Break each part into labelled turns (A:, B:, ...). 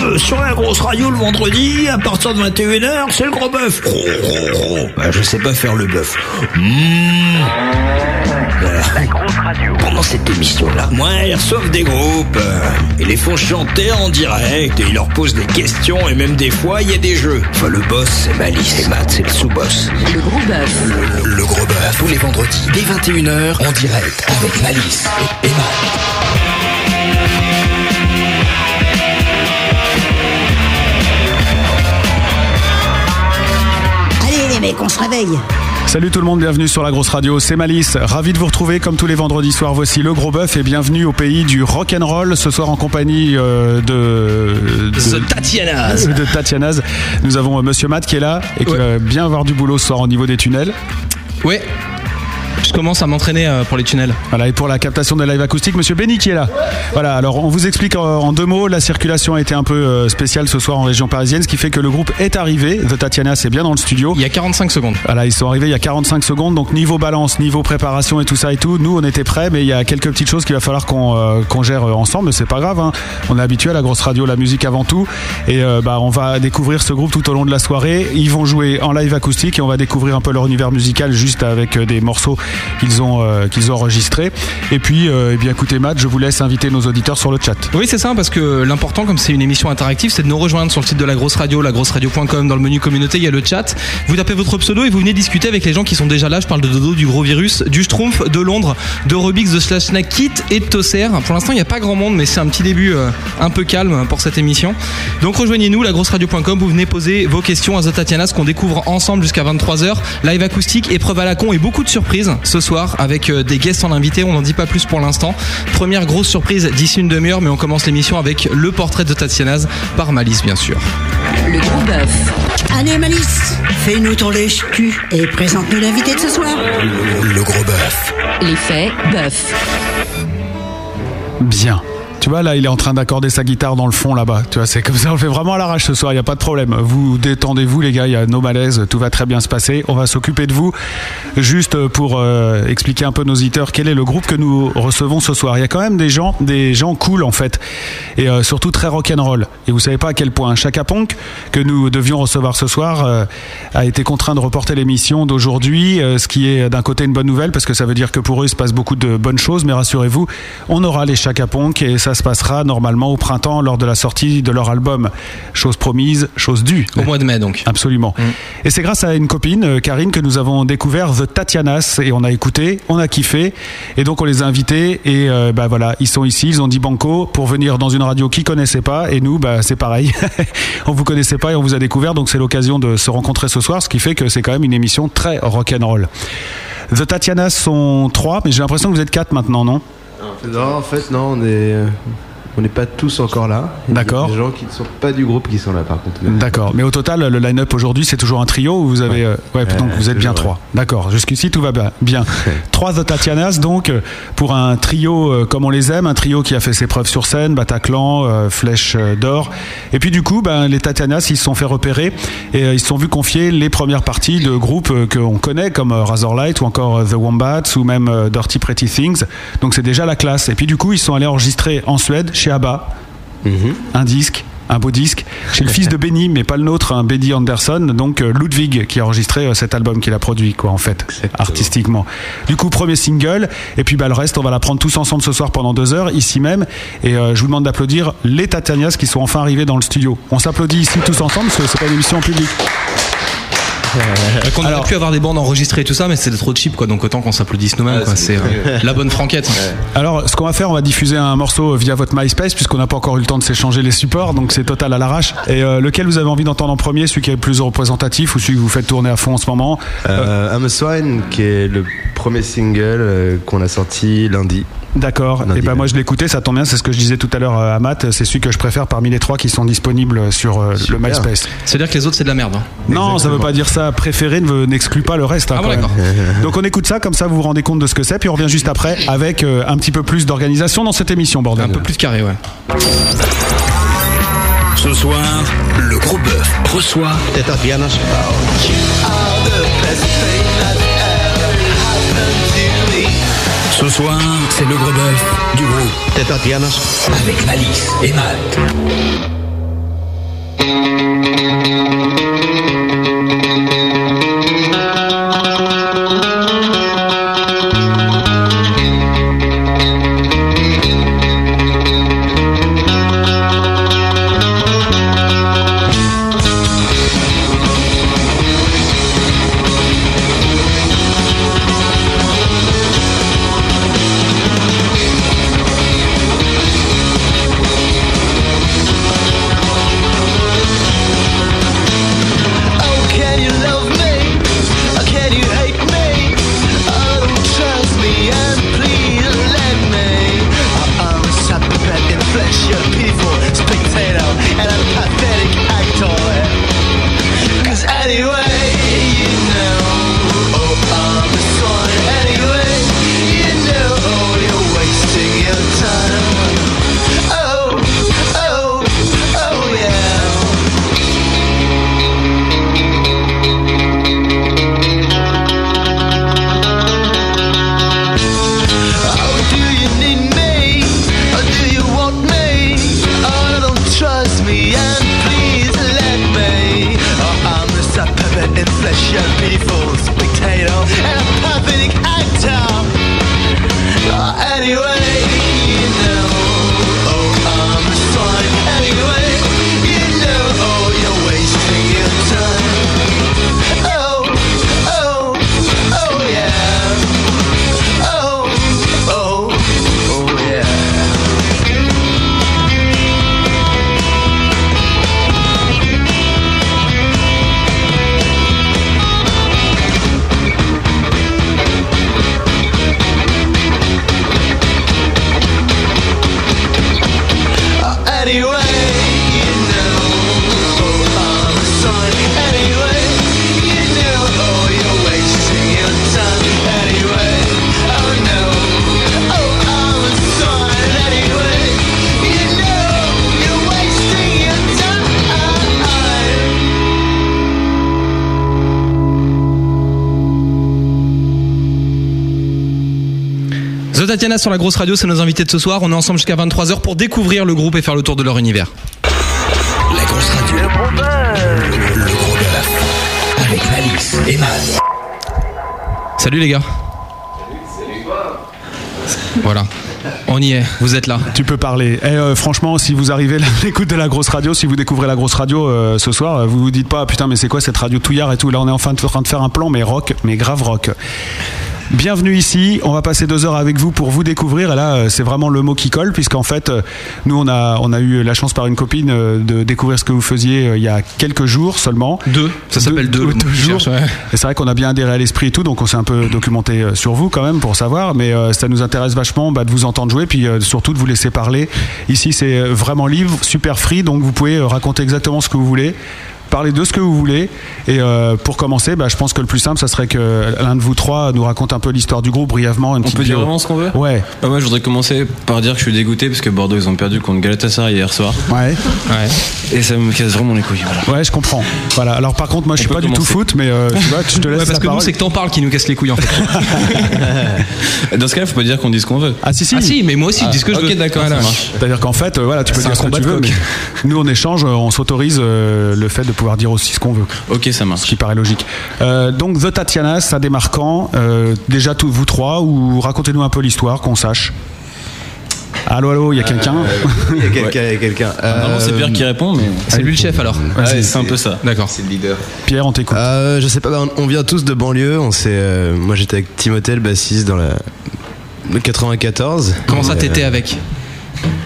A: euh, sur la grosse radio le vendredi, à partir de 21h, c'est le gros bœuf. Ro, ro, ro. Bah, je sais pas faire le bœuf. Mmh. Voilà.
B: La grosse radio.
A: Pendant cette émission-là, moi, ils reçoivent des groupes. euh, Ils les font chanter en direct et ils leur posent des questions et même des fois, il y a des jeux. Enfin, le boss, c'est Malice et Matt, c'est le sous-boss.
C: Le gros bœuf.
A: Le, le gros bœuf, tous les vendredis, dès 21h, en direct, avec Malice et, et Matt.
C: Allez les mecs, on se réveille.
D: Salut tout le monde, bienvenue sur la grosse radio, c'est Malice. Ravi de vous retrouver comme tous les vendredis soirs. Voici le gros bœuf et bienvenue au pays du rock and roll. Ce soir en compagnie euh, de, de
E: The Tatianas.
D: de Tatianaz. Nous avons euh, Monsieur Matt qui est là et qui
E: Ouais.
D: va bien avoir du boulot ce soir au niveau des tunnels.
E: Ouais. Je commence à m'entraîner euh, pour les tunnels.
D: Voilà, et pour la captation de live acoustique, Monsieur Benny qui est là. Voilà, alors on vous explique en, en deux mots, la circulation a été un peu euh, spéciale ce soir en région parisienne, ce qui fait que le groupe est arrivé. The Tatiana, c'est bien dans le studio.
E: Il y a 45 secondes.
D: Voilà, ils sont arrivés il y a 45 secondes, donc niveau balance, niveau préparation et tout ça et tout, nous on était prêts, mais il y a quelques petites choses qu'il va falloir qu'on euh, qu'on gère euh, ensemble, mais c'est pas grave, hein. on est habitué à la grosse radio, la musique avant tout, et euh, bah, on va découvrir ce groupe tout au long de la soirée, ils vont jouer en live acoustique et on va découvrir un peu leur univers musical juste avec euh, des morceaux qu'ils ont, euh, qu'ils ont enregistrés, et puis euh, eh bien, écoutez Matt, je vous laisse inviter nos auditeurs sur le chat.
E: Oui, c'est ça, parce que l'important, comme c'est une émission interactive, c'est de nous rejoindre sur le site de la grosse radio, lagrosseradio.com. Dans le menu communauté, il y a le chat. Vous tapez votre pseudo et vous venez discuter avec les gens qui sont déjà là. Je parle de Dodo, du Gros Virus, du Schtroumpf, de Londres, de Robix, de Slash Nakit et de Tosser. Pour l'instant, il n'y a pas grand monde, mais c'est un petit début euh, un peu calme pour cette émission. Donc rejoignez-nous, lagrosseradio.com. Vous venez poser vos questions à Zotatiana, ce qu'on découvre ensemble jusqu'à 23h. Live acoustique, épreuve à la con et beaucoup de surprises ce soir avec euh, des guests en invité. On n'en dit pas plus pour l'instant. Première grosse surprise d'ici une demi-heure, mais on commence l'émission avec le portrait de Tatianaz par Malice, bien sûr.
C: Le gros bœuf. Allez Malice, fais-nous ton lèche-cul et présente-nous l'invité de ce soir.
A: Le, le gros bœuf.
C: L'effet bœuf.
D: Bien. Tu vois, là, il est en train d'accorder sa guitare dans le fond là-bas. Tu vois, c'est comme ça, on le fait vraiment à l'arrache ce soir, il n'y a pas de problème. Vous détendez-vous, les gars, il y a no malaise, tout va très bien se passer. On va s'occuper de vous. Juste pour euh, expliquer un peu nos auditeurs, quel est le groupe que nous recevons ce soir Il y a quand même des gens, des gens cool en fait, et euh, surtout très rock'n'roll. Et vous savez pas à quel point Chaka Ponk, que nous devions recevoir ce soir, euh, a été contraint de reporter l'émission d'aujourd'hui, euh, ce qui est d'un côté une bonne nouvelle, parce que ça veut dire que pour eux, il se passe beaucoup de bonnes choses, mais rassurez-vous, on aura les Chaka Ponk, et ça se passera normalement au printemps lors de la sortie de leur album. Chose promise, chose due.
E: Au mois de mai, donc. Mm.
D: Absolument. Et c'est grâce à une copine, euh, Karine, que nous avons découvert The Tatianas et on a écouté, on a kiffé et donc on les a invités et euh, bah voilà, ils sont ici, ils ont dit banco pour venir dans une radio qu'ils connaissaient pas et nous bah c'est pareil. on vous connaissait pas et on vous a découvert donc c'est l'occasion de se rencontrer ce soir, ce qui fait que c'est quand même une émission très rock'n'roll. The Tatianas sont trois, mais j'ai l'impression que vous êtes quatre maintenant, non
F: Non, en fait, non, on est. euh, On n'est pas tous encore là. Il y a
D: D'accord.
F: Des gens qui ne sont pas du groupe qui sont là, par contre.
D: D'accord. Mais au total, le line-up aujourd'hui, c'est toujours un trio ou vous avez. euh, Ouais, donc vous êtes bien
F: toujours,
D: trois. D'accord. Jusqu'ici, tout va bien. bien. trois de Tatianas, donc, euh, pour un trio euh, comme on les aime, un trio qui a fait ses preuves sur scène, Bataclan, euh, Flèche euh, d'Or. Et puis, du coup, ben, les Tatianas, ils se sont fait repérer et euh, ils se sont vus confier les premières parties de groupes euh, qu'on connaît, comme euh, Razorlight ou encore euh, The Wombats ou même euh, Dirty Pretty Things. Donc, c'est déjà la classe. Et puis, du coup, ils sont allés enregistrer en Suède, chez ABBA un disque, un beau disque, chez le fils de Benny, mais pas le nôtre, un Benny Anderson, donc euh, Ludwig qui a enregistré euh, cet album qu'il a produit, quoi, en fait,
F: Exactement.
D: artistiquement. Du coup, premier single, et puis bah, le reste, on va la prendre tous ensemble ce soir pendant deux heures, ici même, et euh, je vous demande d'applaudir les Tatanias qui sont enfin arrivés dans le studio. On s'applaudit ici tous ensemble, parce que c'est pas une émission en public.
E: on
D: Euh, Alors-
E: aurait pu avoir des bandes enregistrées et tout ça, mais c'était trop cheap, quoi. Donc autant qu'on s'applaudisse
D: Ah,
E: nous-mêmes, quoi. C'est euh, la bonne franquette.
D: Alors, ce qu'on va faire, on va diffuser un morceau via votre MySpace, puisqu'on n'a pas encore eu le temps de s'échanger les supports, donc c'est total à l'arrache. Et euh, lequel vous avez envie d'entendre en premier, celui qui est le plus représentatif ou celui que vous faites tourner à fond en ce moment
F: Euh, I'm a Swine, qui est le premier single euh, qu'on a sorti lundi.
D: D'accord.
F: Lundi,
D: Et ben
F: ouais.
D: moi je l'écoutais, ça tombe bien, c'est ce que je disais tout à l'heure euh, à Matt, c'est celui que je préfère parmi les trois qui sont disponibles sur euh, le
F: Super.
D: MySpace.
E: C'est-à-dire que les autres, c'est de la merde. hein.
D: Non, ça veut pas dire ça. Préféré ne veut- n'exclut pas le reste. hein,
E: Ah bon,
D: quand même.
F: Euh.
D: Donc on écoute ça, comme ça vous vous rendez compte de ce que c'est, puis on revient juste après avec euh, un petit peu plus d'organisation dans cette émission, bordel.
E: Un peu plus carré, ouais.
A: Ce soir, le gros bœuf reçoit Ce soir, c'est le gros bœuf du groupe. Avec Malice et Matt.
G: Oh, Oh, Oh, Oh, Oh, Oh, Oh, Oh, Oh, Oh, Uh, Tatiana sur la grosse radio, c'est nos invités de ce soir. On est ensemble jusqu'à 23h pour découvrir le groupe et faire le tour de leur univers.
A: La grosse radio. Le gros bœuf. Le, le gros bœuf. Avec Malice et Maz.
G: Salut les gars.
E: Salut,
G: salut. Voilà. On y est, vous êtes là.
D: Tu peux parler. Et euh, franchement, si vous arrivez à l'écoute de la grosse radio, si vous découvrez la grosse radio euh, ce soir, vous vous dites pas putain, mais c'est quoi cette radio touillard et tout. Là, on est enfin en train de faire un plan, mais rock, mais grave rock. Bienvenue ici, on va passer deux heures avec vous pour vous découvrir. Et là, euh, c'est vraiment le mot qui colle, puisqu'en fait, euh, nous, on a, on a eu la chance par une copine euh, de découvrir ce que vous faisiez euh, il y a quelques jours seulement.
G: Deux, ça s'appelle deux,
D: deux, deux, deux jours. Cherche, ouais. Et c'est vrai qu'on a bien adhéré à l'esprit et tout, donc on s'est un peu documenté euh, sur vous quand même pour savoir. Mais euh, ça nous intéresse vachement bah, de vous entendre jouer, puis euh, surtout de vous laisser parler. Ici, c'est euh, vraiment libre, super free, donc vous pouvez euh, raconter exactement ce que vous voulez parler de ce que vous voulez. Et euh, pour commencer, bah, je pense que le plus simple, ça serait que euh, l'un de vous trois nous raconte un peu l'histoire du groupe brièvement. Une
H: On peut dire vraiment ce qu'on veut
D: Ouais.
H: Bah, moi, je voudrais commencer par dire que je suis dégoûté parce que Bordeaux, ils ont perdu contre Galatasaray hier soir.
D: Ouais.
H: ouais. Et ça me casse vraiment les couilles. Voilà.
D: Ouais, je comprends. Voilà. Alors, par contre, moi, On je suis pas commencer. du tout foot, mais euh, tu vois, je te laisse. Ouais,
G: parce
D: la
G: que
D: parole.
G: nous, c'est que t'en parles qui nous casse les couilles, en fait.
H: Dans ce cas-là, faut pas dire qu'on dit ce qu'on veut.
D: Ah, si, si.
G: Ah, si, mais moi aussi, ah, je dis ce que okay, je veux.
H: Ok, d'accord, voilà. ça marche.
D: C'est-à-dire qu'en fait, euh, voilà, tu peux dire ce que tu veux. Nous, on échange, euh, on s'autorise euh, le fait de pouvoir dire aussi ce qu'on veut.
H: Ok, ça marche.
D: Ce qui paraît logique. Euh, donc The Tatiana, ça démarre quand euh, Déjà tous vous trois ou racontez-nous un peu l'histoire qu'on sache. Allô, allô, il y a quelqu'un
F: Euh,
D: Euh,
F: Il y a quelqu'un, il y a quelqu'un.
H: c'est Pierre qui Euh, répond, mais.
G: C'est lui le chef alors
H: ouais, ouais, C'est un peu ça.
G: D'accord.
E: C'est le leader.
D: Pierre, on t'écoute.
F: Euh, je sais pas, on, on vient tous de banlieue. On s'est, euh, moi j'étais avec Timothée, le bassiste, dans la. Le euh, 94.
G: Comment ça t'étais avec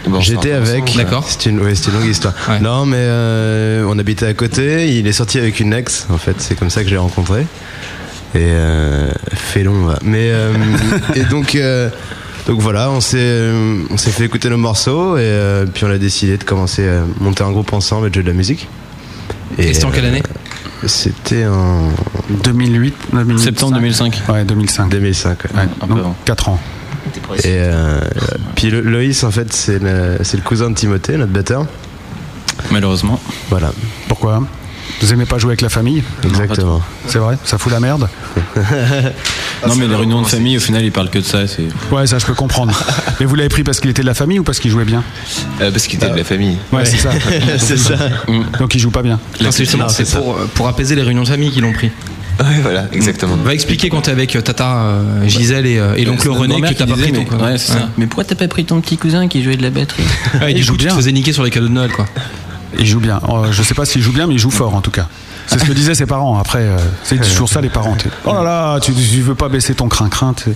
F: Bon, J'étais avec.
G: D'accord.
F: C'est une, ouais, une, longue histoire. Ouais. Non, mais euh, on habitait à côté. Il est sorti avec une ex, en fait. C'est comme ça que j'ai rencontré. Et euh, fait long, va. Mais euh, et donc, euh, donc voilà, on s'est, on s'est fait écouter nos morceaux et euh, puis on a décidé de commencer à monter un groupe ensemble et de jouer de la musique.
G: Et, et c'était en quelle année
F: euh, C'était en
D: 2008, 2008
H: septembre 2005.
D: Ouais, 2005.
F: 2005. Ouais.
D: Un peu donc, 4 ans.
F: Et euh, puis Loïs, en fait, c'est le, le, cousin de Timothée, notre batteur.
H: Malheureusement.
F: Voilà.
D: Pourquoi Vous aimez pas jouer avec la famille
F: Exactement.
D: C'est vrai Ça fout la merde Ah,
H: non, mais les réunions de famille, au final, ils parlent que de ça. C'est
D: Ouais, ça je peux comprendre. Mais vous l'avez pris parce qu'il était de la famille ou parce qu'il jouait bien
B: Euh, parce qu'il était de la famille.
D: Ouais, c'est ça.
F: c'est ça.
H: Mm.
D: Donc il joue pas bien.
G: Ah,
E: Non, c'est justement c'est pour, pour apaiser les réunions de famille qu'ils l'ont pris.
B: Ouais, voilà, exactement.
E: Va expliquer quand t'es avec euh, Tata, euh, Gisèle et, euh, et l'oncle
H: C'est notre
E: René
H: grand-mère
E: que t'as
H: qui
E: pas pris
H: disait,
E: ton
H: mais-
E: quoi.
H: ouais, c'est ça.
I: Mais pourquoi t'as pas pris ton petit cousin qui jouait de la batterie
E: Ouais, et
D: Ah,
E: du
D: Il joue
E: coup, tu te
D: bien.
E: faisais niquer sur les cadeaux de Noël quoi.
D: Il joue bien. Euh, je sais pas s'il joue bien, mais il joue fort en tout cas. C'est ce que disaient ses parents. Après, euh, c'est toujours ça les parents. T'es, Oh là là, tu, tu veux pas baisser ton crin-crin. t'es.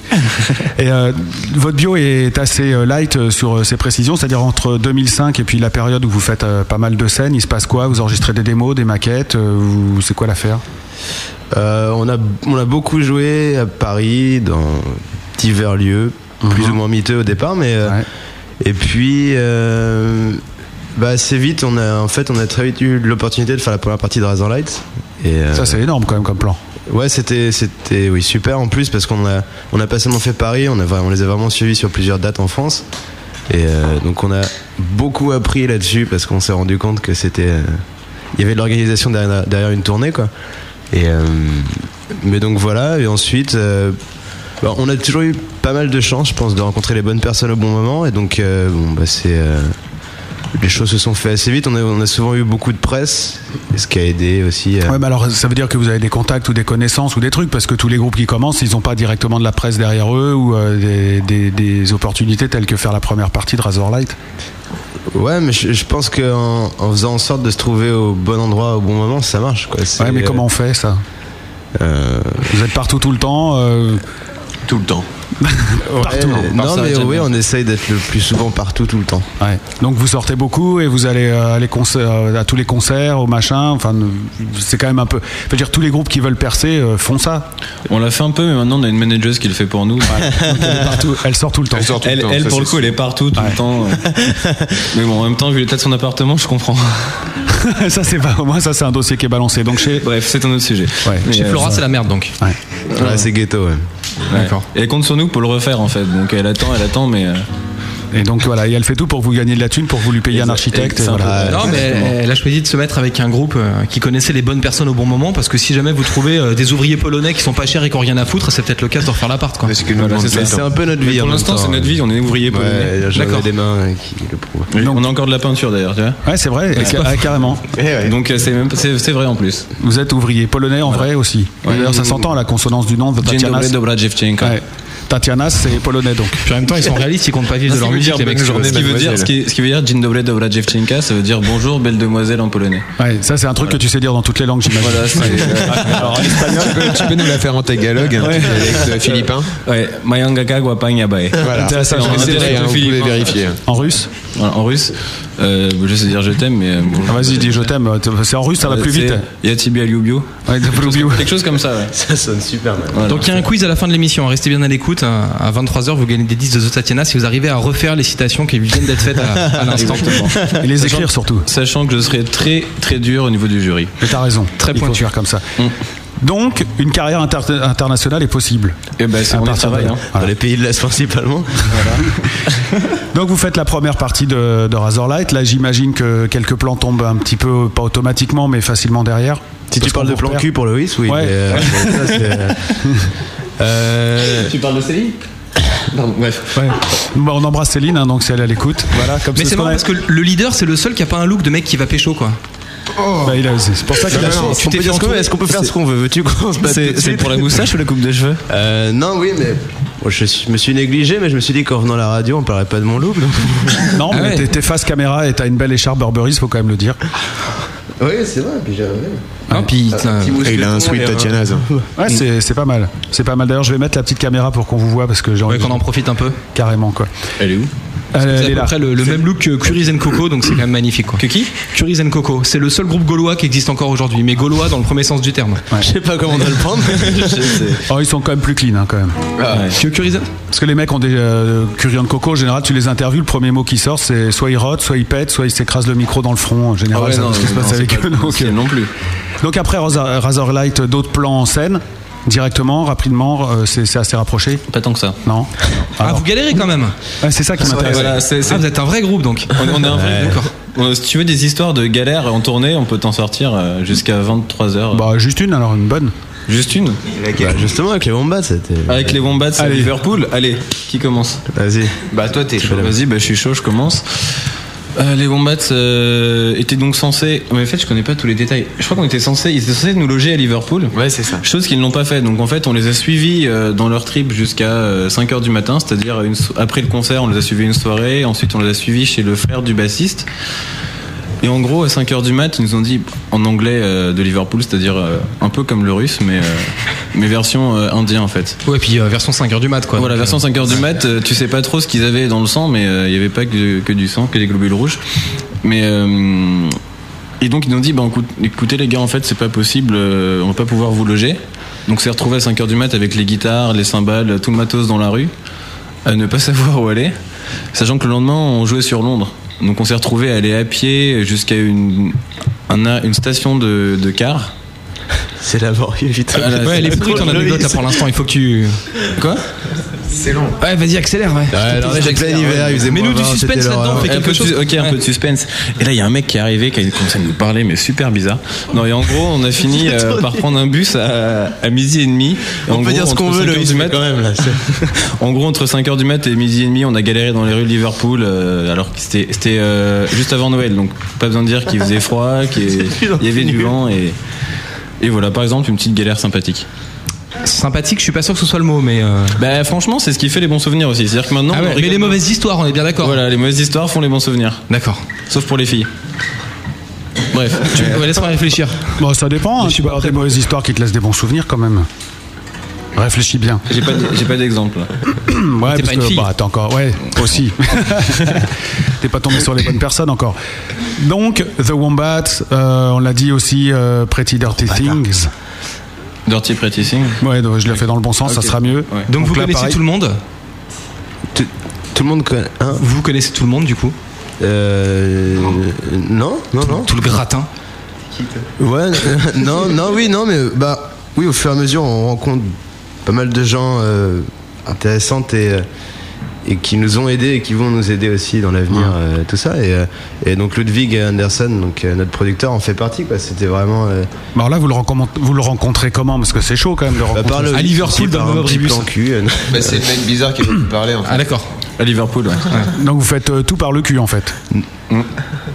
D: Et euh, votre bio est assez euh, light euh, sur euh, ses précisions, c'est-à-dire entre 2005 et puis la période où vous faites euh, pas mal de scènes. Il se passe quoi Vous enregistrez des démos, des maquettes euh, vous- C'est quoi l'affaire
F: Euh, on, a, on a beaucoup joué à Paris, dans divers lieux, plus ou moins miteux au départ, mais. euh,
D: Mhm. Ouais.
F: Et puis. euh, bah, assez vite, on a, en fait, on a très vite eu l'opportunité de faire la première partie de Razor Light. Et, euh,
D: Ça c'est énorme quand même comme plan.
F: Ouais, c'était c'était oui super en plus parce qu'on a on a pas seulement fait Paris, on a vra- on les a vraiment suivis sur plusieurs dates en France et euh, donc on a beaucoup appris là-dessus parce qu'on s'est rendu compte que c'était euh, il y avait de l'organisation derrière, derrière une tournée quoi. Et euh, mais donc voilà et ensuite euh, bah, on a toujours eu pas mal de chance je pense de rencontrer les bonnes personnes au bon moment et donc euh, bon bah c'est euh, les choses se sont fait assez vite. On a, on a souvent eu beaucoup de presse, ce qui a aidé aussi. à-
D: Ouais, mais alors ça veut dire que vous avez des contacts ou des connaissances ou des trucs parce que tous les groupes qui commencent, ils n'ont pas directement de la presse derrière eux ou euh, des, des- des opportunités telles que faire la première partie de Razorlight.
F: Ouais, mais je, je pense qu'en en faisant en sorte de se trouver au bon endroit au bon moment, ça marche. Quoi. C'est,
D: Ouais, mais comment on fait ça
F: euh,
D: Vous êtes partout tout le temps. euh,
B: Tout le temps.
F: ouais,
D: Partout.
F: Non,
E: ça,
F: mais
E: j'aime
F: oui,
E: bien.
F: on essaye d'être le plus souvent partout, tout le temps.
D: ouais. Donc vous sortez beaucoup et vous allez euh, à, les concerts, euh, à tous les concerts, au machin. Enfin, euh, c'est quand même un peu. Je veux dire, tous les groupes qui veulent percer euh, font ça.
H: On l'a fait un peu, mais maintenant on a une manageuse qui le fait pour nous.
D: Partout. Elles sortent tout le temps.
B: Elle sort tout le
H: Elle,
B: temps,
H: elle,
B: ça,
H: pour le
B: c'est
H: coup, elle
B: sûr.
H: est partout tout le temps. Mais bon, en même temps, vu l'état de son appartement, je comprends.
D: ça c'est pas. Au moins, ça c'est un dossier qui est balancé. Donc chez.
H: Bref, c'est un autre sujet.
D: Ouais.
H: Mais,
E: Chez
H: euh,
E: Flora, c'est la merde donc.
D: Ouais.
F: Ouais, c'est ghetto, ouais.
H: ouais. Et elle compte sur nous pour le refaire en fait. Donc elle attend, elle attend, mais. euh,
D: Et donc voilà, et elle fait tout pour que vous gagner de la thune, pour que vous lui payer un
H: Exact-
D: architecte.
H: exact-
D: voilà.
H: Ouais,
E: non, mais
H: exactement.
E: elle a choisi de se mettre avec un groupe euh, qui connaissait les bonnes personnes au bon moment parce que si jamais vous trouvez euh, des ouvriers polonais qui sont pas chers et qui ont rien à foutre, c'est peut-être le cas de refaire l'appart quoi.
B: Parce que nous,
H: Voilà,
B: on
H: c'est
B: le
H: ça.
B: fait.
F: C'est un peu notre vie.
H: mais pour
F: en même
H: l'instant,
F: temps.
H: c'est notre vie, on est ouvriers
F: Ouais,
H: polonais.
F: j'en
E: D'accord.
F: ai des mains euh, qui le prouvent.
H: Oui, on a encore de la peinture d'ailleurs, tu vois.
D: Ouais, c'est vrai, et ca- ah, carrément.
H: Donc euh, c'est même c'est c'est vrai en plus.
D: Vous êtes ouvrier polonais en vrai aussi. D'ailleurs, ça s'entend la consonance du nom de
H: Dzień
D: Tatiana.
H: dobry, dobra dziewczynka.
D: Ouais. Tatiana, c'est polonais donc.
E: Puis en même temps, ils sont réalistes, ils comptent pas
H: Ah,
E: vivre de leur musique, les mecs. si tu veux.
H: Ce qui veut dire, ce qui, ce qui veut dire Dzień dobry, dobra dziewczynka, ça veut dire bonjour, belle demoiselle en polonais.
D: Ouais, ça c'est un truc que tu sais dire dans toutes les langues, j'imagine.
H: Voilà, c'est.
B: Bah,
H: euh,
B: Alors, en espagnol, tu peux- tu peux nous la faire en tagalog, un petit dialecte philippin.
H: ouais, Mayangaka guapagnabae.
B: Voilà,
D: Ça, ça,
B: on
D: j'en ai
H: direct
B: vous
H: au
B: pouvez
H: Philippin.
B: vérifier.
D: En russe
H: hein. Voilà, en russe, euh, je sais dire je t'aime, mais. euh, bonjour.
D: Ah, Vas-y, dis je t'aime. C'est en russe, ça va plus vite.
H: Euh, C'est Yatibia Liubio.
D: Ouais, de plus vite.
H: Quelque chose comme ça, ouais.
F: Ça sonne super mal.
H: Voilà.
E: Donc il y a un quiz à la fin de l'émission, hein. restez bien à l'écoute. hein. À 23h, vous gagnez des 10 de The Tatiana si vous arrivez à refaire les citations qui viennent d'être faites à, à l'instant.
D: Et les écrire surtout.
H: Ah, Sachant que je serai très très dur au niveau du jury. Mm.
D: Mais t'as raison.
E: Très
D: Il faut
E: pointu.
D: faire comme ça. Donc, une carrière inter- internationale est possible.
H: Et ben c'est
D: À
H: mon
D: partir de
H: travail.
D: là.
H: Hein. Ah
F: Dans les pays de l'Est principalement.
D: Donc, vous faites la première partie de, de Razorlight. Là, j'imagine que quelques plans tombent un petit peu, pas automatiquement, mais facilement derrière.
F: Si
D: Parce
F: tu parles
D: qu'on
F: de
D: vous
F: plan
D: repère.
F: cul pour Loïs, oui.
D: Ouais.
F: mais, euh, ça, c'est- Euh,
H: Tu parles de Céline
D: Ouais. Bah, on embrasse Céline, hein, donc si elle est à l'écoute. Voilà, comme
E: Mais
D: ce
E: c'est
D: qu'on
E: marrant
D: a-
E: parce que le leader, c'est le seul qui a pas un look de mec qui va pécho quoi.
D: Bah, il a- c'est pour ça qu'il a
F: non,
E: tu
F: on
E: t'es
F: peut dire
E: fait
F: ce qu'on veut,
E: entourer-
F: Est-ce qu'on peut faire ce qu'on veut Veux-tu qu'on se batte tout de
H: C'est c'est
F: suite
H: pour la moustache ou la coupe de cheveux
F: Euh, non, oui, mais bon, je suis- me suis négligé, mais je me suis dit qu'en venant à la radio, on parlerait pas de mon loup. donc-
D: Non, mais
E: Ah ouais.
D: t'es- t'es face caméra et t'as une belle écharpe Burberry, faut quand même le dire.
F: oui, c'est vrai. Puis j'ai Ah,
E: Hein,
H: Ah,
E: puis, euh,
B: Et il a un sweat Tatiana.
D: hein.
B: ça.
D: Ouais, c'est c'est pas mal. C'est pas mal. D'ailleurs, je vais mettre la petite caméra pour qu'on vous voit parce que j'ai envie
E: ouais, qu'on en profite un peu.
D: carrément quoi.
H: Elle est où
D: Elle, elle
E: C'est
D: est
E: à peu
D: là.
E: près le, le même look que Curies and Coco, donc c'est quand même magnifique. Quoi. Que qui Curies and Coco, c'est le seul groupe gaulois qui existe encore aujourd'hui, mais gaulois dans le premier sens du terme.
F: Je sais pas comment on doit le prendre.
D: Oh, ils sont quand même plus clean hein, quand même.
H: Ah
E: Que Curies and-
D: Parce que les mecs ont des euh, curieux de coco. En général, tu les interviews, le premier mot qui sort, c'est soit ils rotent, soit ils pètent, soit ils s'écrasent le micro dans le front. En
H: Ah
D: général, c'est ce qui se passe avec eux. Donc, euh,
H: non plus. Ah,
D: donc après Razor- Razorlight, d'autres euh, plans en scène. Directement, rapidement, euh, c'est c'est assez rapproché
H: Pas tant que ça.
D: Non
E: Ah, vous galérez quand même
D: Ouais, C'est ça qui m'intéresse.
H: Voilà, c'est- c'est-
E: Ah, vous êtes un vrai groupe donc.
H: On, on est un vrai, d'accord. Euh, Si tu veux des histoires de galères en tournée, on peut t'en sortir euh, jusqu'à 23h.
D: Bah, juste une, alors une bonne.
H: Juste une
F: Bah, justement, avec les wombats, c'était.
J: Euh,
H: Avec les Wombats à
D: Allez.
H: Liverpool Allez, qui commence
F: Vas-y.
H: Bah toi t'es
F: chaud.
H: Vas-y, bah je suis chaud, je commence. Euh, les Wombats euh, étaient donc censés. Mais en fait, je connais pas tous les détails. Je crois qu'on était censés. Ils étaient censés nous loger à Liverpool.
J: Ouais, c'est ça.
H: Chose qu'ils n'ont pas fait. Donc en fait, on les a suivis euh, dans leur trip jusqu'à 5h du matin, c'est-à-dire une so- après le concert, on les a suivis une soirée, ensuite on les a suivis chez le frère du bassiste. Et en gros, à 5h du mat, ils nous ont dit en anglais euh, de Liverpool, c'est-à-dire euh, un peu comme le russe, mais, euh, mais version euh, indien en fait.
E: Ouais, puis euh, version 5h du mat quoi.
H: Voilà,
E: Donc,
H: version 5h du mat, euh, tu sais pas trop ce qu'ils avaient dans le sang, mais euh, il n'y avait pas que, que du sang, que des globules rouges. Mais. euh, et donc ils nous ont dit, bah, écoute- écoutez les gars, en fait c'est pas possible, euh, on va pas pouvoir vous loger. Donc c'est retrouvé à 5h du mat avec les guitares, les cymbales, tout le matos dans la rue, à ne pas savoir où aller, sachant que le lendemain on jouait sur Londres. Donc on s'est retrouvé à aller à pied jusqu'à une, un a- une station de, de car.
F: C'est laborieux, putain.
H: Ah là,
E: euh, Ouais,
H: c'est
E: elle est
H: trop
E: pourrie ton
H: joli,
E: anecdote là,
H: ça.
E: pour l'instant, il faut que tu.
H: Quoi
E: Ouais, vas-y, accélère, ouais.
F: Ouais, non, c'était plein hiver, il faisait
E: Mais
F: moins
E: nous, du
F: 20,
E: suspense
F: c'était
E: là-dedans,
F: l'horreur.
E: on fait
H: Un peu
E: quelque
H: de
E: chose.
H: sus- ok, un peu de suspense. Et là, il y a un mec qui est arrivé, qui a commencé à nous parler, mais super bizarre. Non, et en gros, on a fini euh, par prendre un bus à, à midi et demi. Et en
F: On peut
H: gros,
F: dire ce
H: entre
F: qu'on veut,
H: 5 heures
F: Loïs,
H: du
F: mais
H: mat-
F: quand même, là. c'est-
H: En gros, entre 5h du mat et midi et demi, on a galéré dans les rues de Liverpool, euh, alors que c'était c'était, euh, juste avant Noël, donc pas besoin de dire qu'il faisait froid, qu'il il y avait du vent et. Et voilà, par exemple, une petite galère sympathique.
E: Sympathique, je suis pas sûr que ce soit le mot, mais. euh,
H: Bah, franchement, c'est ce qui fait les bons souvenirs aussi. C'est-à-dire que maintenant.
E: Ah ouais,
H: on
E: mais
H: rigole-
E: les mauvaises histoires, on est bien d'accord.
H: Voilà, les mauvaises histoires font les bons souvenirs.
E: D'accord.
H: Sauf pour les filles. Bref.
E: Tu- ouais, Laisse-moi réfléchir.
D: Bon, ça dépend. hein, tu peux avoir des mauvaises histoires qui te laissent des bons souvenirs quand même. Réfléchis bien.
H: J'ai pas, d- j'ai pas d'exemple.
D: Ouais,
E: t'es
D: parce
E: pas une
D: que,
E: fille.
D: bah, t'es encore, ouais, aussi. t'es pas tombé sur les bonnes personnes encore. Donc, The Wombats, euh, on l'a dit aussi, euh, Pretty Dirty Things.
H: Dirty Pretty Thing.
D: Ouais, donc je l'ai fait dans le bon sens,
H: Ok.
D: ça sera mieux.
H: Ouais.
E: Donc, vous
D: là,
E: connaissez
D: pareil.
E: tout le monde
F: Tout tout le monde connaît. Hein
E: Vous connaissez tout le monde du coup
F: Euh. Non, non, non.
E: Tout le gratin
F: Ouais, euh, non, non, oui, non, mais bah, oui, au fur et à mesure, on rencontre pas mal de gens euh, intéressantes et, euh, et qui nous ont aidés et qui vont nous aider aussi dans l'avenir, euh, tout ça. Et, euh, et donc Ludwig Anderson, donc euh, notre producteur, en fait partie, quoi. C'était vraiment. euh,
D: Mais Bah, Alors là, vous le, rencontrez, vous le rencontrez comment Parce que c'est chaud quand même de
F: bah,
D: rencontrer.
F: par le-
E: À Liverpool,
F: par
E: dans le
F: un petit
E: Mauribus.
F: plan cul, euh, non.
J: Bah, c'est le mec bizarre qui veut nous parler en fait.
E: Ah d'accord.
H: À Liverpool, ouais.
D: Donc vous faites euh, tout par le cul en fait.
E: Mm.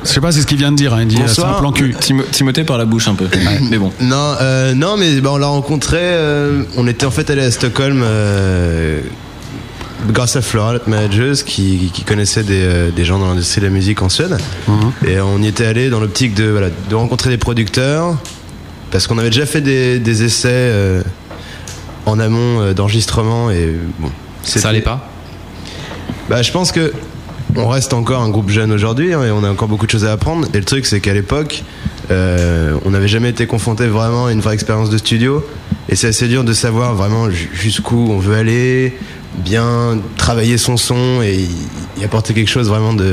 D: Je sais pas, c'est ce qu'il vient de dire. hein, Il dit euh, c'est un
F: Bonsoir.
D: plan cul.
H: Timo- Timothée par la bouche un peu. Mais bon.
F: Non, euh, non, mais bah, on l'a rencontré. euh, on était en fait allé à Stockholm euh, grâce à Flora, notre manageuse, qui, qui connaissait des, euh, des gens dans l'industrie de la musique en Suède.
D: Mhm.
F: Et on y était allé dans l'optique de, voilà, de rencontrer des producteurs, parce qu'on avait déjà fait des, des essais euh, en amont euh, d'enregistrement et bon. c'était-
E: Ça allait pas
F: bah, je pense que on reste encore un groupe jeune aujourd'hui hein, et on a encore beaucoup de choses à apprendre. Et le truc, c'est qu'à l'époque, euh, on n'avait jamais été confronté vraiment à une vraie expérience de studio. Et c'est assez dur de savoir vraiment ju- jusqu'où on veut aller, bien travailler son son et y- y apporter quelque chose vraiment de,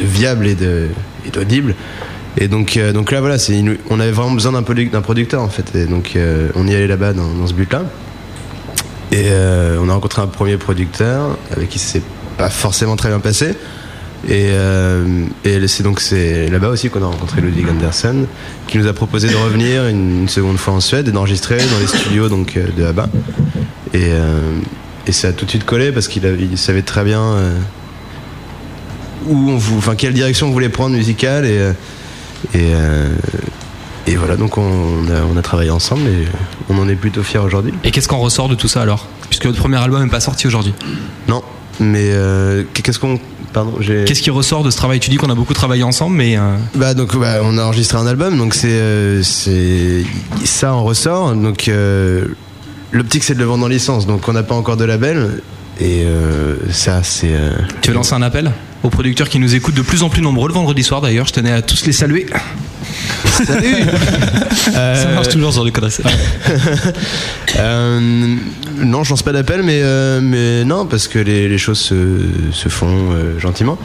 F: de viable et de et d'audible. Et donc, euh, donc là, voilà, c'est une- on avait vraiment besoin d'un produ- d'un producteur en fait. Et donc, euh, on y allait là-bas dans, dans ce but-là. Et euh, on a rencontré un premier producteur avec qui c'est pas forcément très bien passé. Et, euh, et c'est donc c'est là-bas aussi qu'on a rencontré Ludwig Andersen qui nous a proposé de revenir une, une seconde fois en Suède et d'enregistrer dans les studios donc euh, de ABBA. Et, euh, et ça a tout de suite collé parce qu'il avait- il savait très bien euh, où on vou- enfin quelle direction on voulait prendre musicale et euh, et, euh, et voilà donc on, on a, on a travaillé ensemble et on en est plutôt fiers aujourd'hui.
E: Et qu'est-ce qu'on ressort de tout ça alors Puisque votre premier album n'est pas sorti aujourd'hui.
F: Non, mais euh, qu'est-ce qu'on. Pardon, j'ai.
E: Qu'est-ce qui ressort de ce travail Tu dis qu'on a beaucoup travaillé ensemble, mais euh,
F: Bah donc bah, on a enregistré un album, donc c'est euh, c'est ça en ressort. Donc euh, l'optique c'est de le vendre en licence, donc on n'a pas encore de label et euh, ça c'est. euh,
E: tu veux lancer un appel aux producteurs qui nous écoutent de plus en plus nombreux le vendredi soir d'ailleurs. Je tenais à tous les saluer. Salut Ça marche toujours sur du code
F: Euh, non, je lance pas d'appel, mais, euh, mais non, parce que les, les choses se, se font euh, gentiment.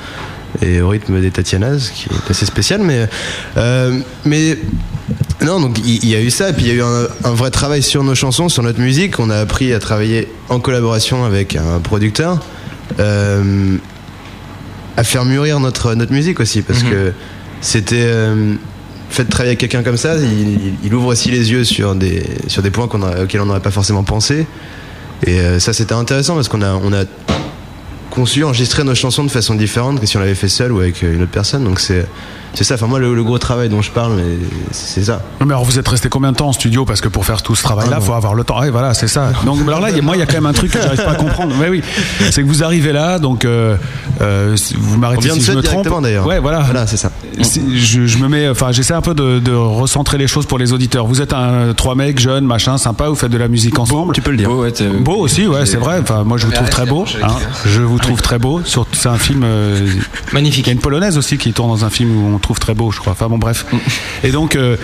F: Et au rythme des Tatianas, qui est assez spécial, mais, euh, mais Non, donc il il y, a eu ça, et puis il y a eu un, un vrai travail sur nos chansons, sur notre musique. On a appris à travailler en collaboration avec un producteur, euh, à faire mûrir notre, notre musique aussi, parce
H: Mhm.
F: que c'était. euh, fait de travailler avec quelqu'un comme ça, il, il ouvre aussi les yeux sur des, sur des points qu'on aurait- auxquels on n'aurait pas forcément pensé. Et euh, ça, c'était intéressant parce qu'on a, on a conçu, enregistré nos chansons de façon différente que si on l'avait fait seul ou avec euh, une autre personne. Donc c'est c'est ça. Enfin, moi, le, le gros travail dont je parle, mais c'est ça.
D: Non, mais alors vous êtes resté combien de temps en studio Parce que pour faire tout ce travail-là,
F: Ah, non.
D: faut avoir le temps. Ouais, voilà, c'est ça. Donc alors là, il y a- moi, il y a quand même un truc que j'arrive pas à comprendre. Mais oui, c'est que vous arrivez là, donc euh, euh, si- vous
F: On
D: m'arrêtez
F: vient
D: si
F: de
D: je
F: se
D: me trompe.
F: directement d'ailleurs.
D: Ouais, voilà.
F: Voilà, c'est ça.
D: Si- je, je me mets, enfin, j'essaie un peu de, de recentrer les choses pour les auditeurs. Vous êtes un trois mecs jeunes, machin, sympa. Vous faites de la musique ensemble.
F: Tu peux le dire.
H: Beau, ouais, t'es-
D: Beau aussi, ouais, c'est vrai. Enfin, moi, je vous trouve très beau. hein. Je vous trouve très beau. Sur- C'est un film. euh, Il
E: Magnifique.
D: y a une polonaise aussi qui tourne dans un film où on le trouve très beau, je crois. Enfin bon, bref.
H: Mm.
D: Et donc. euh,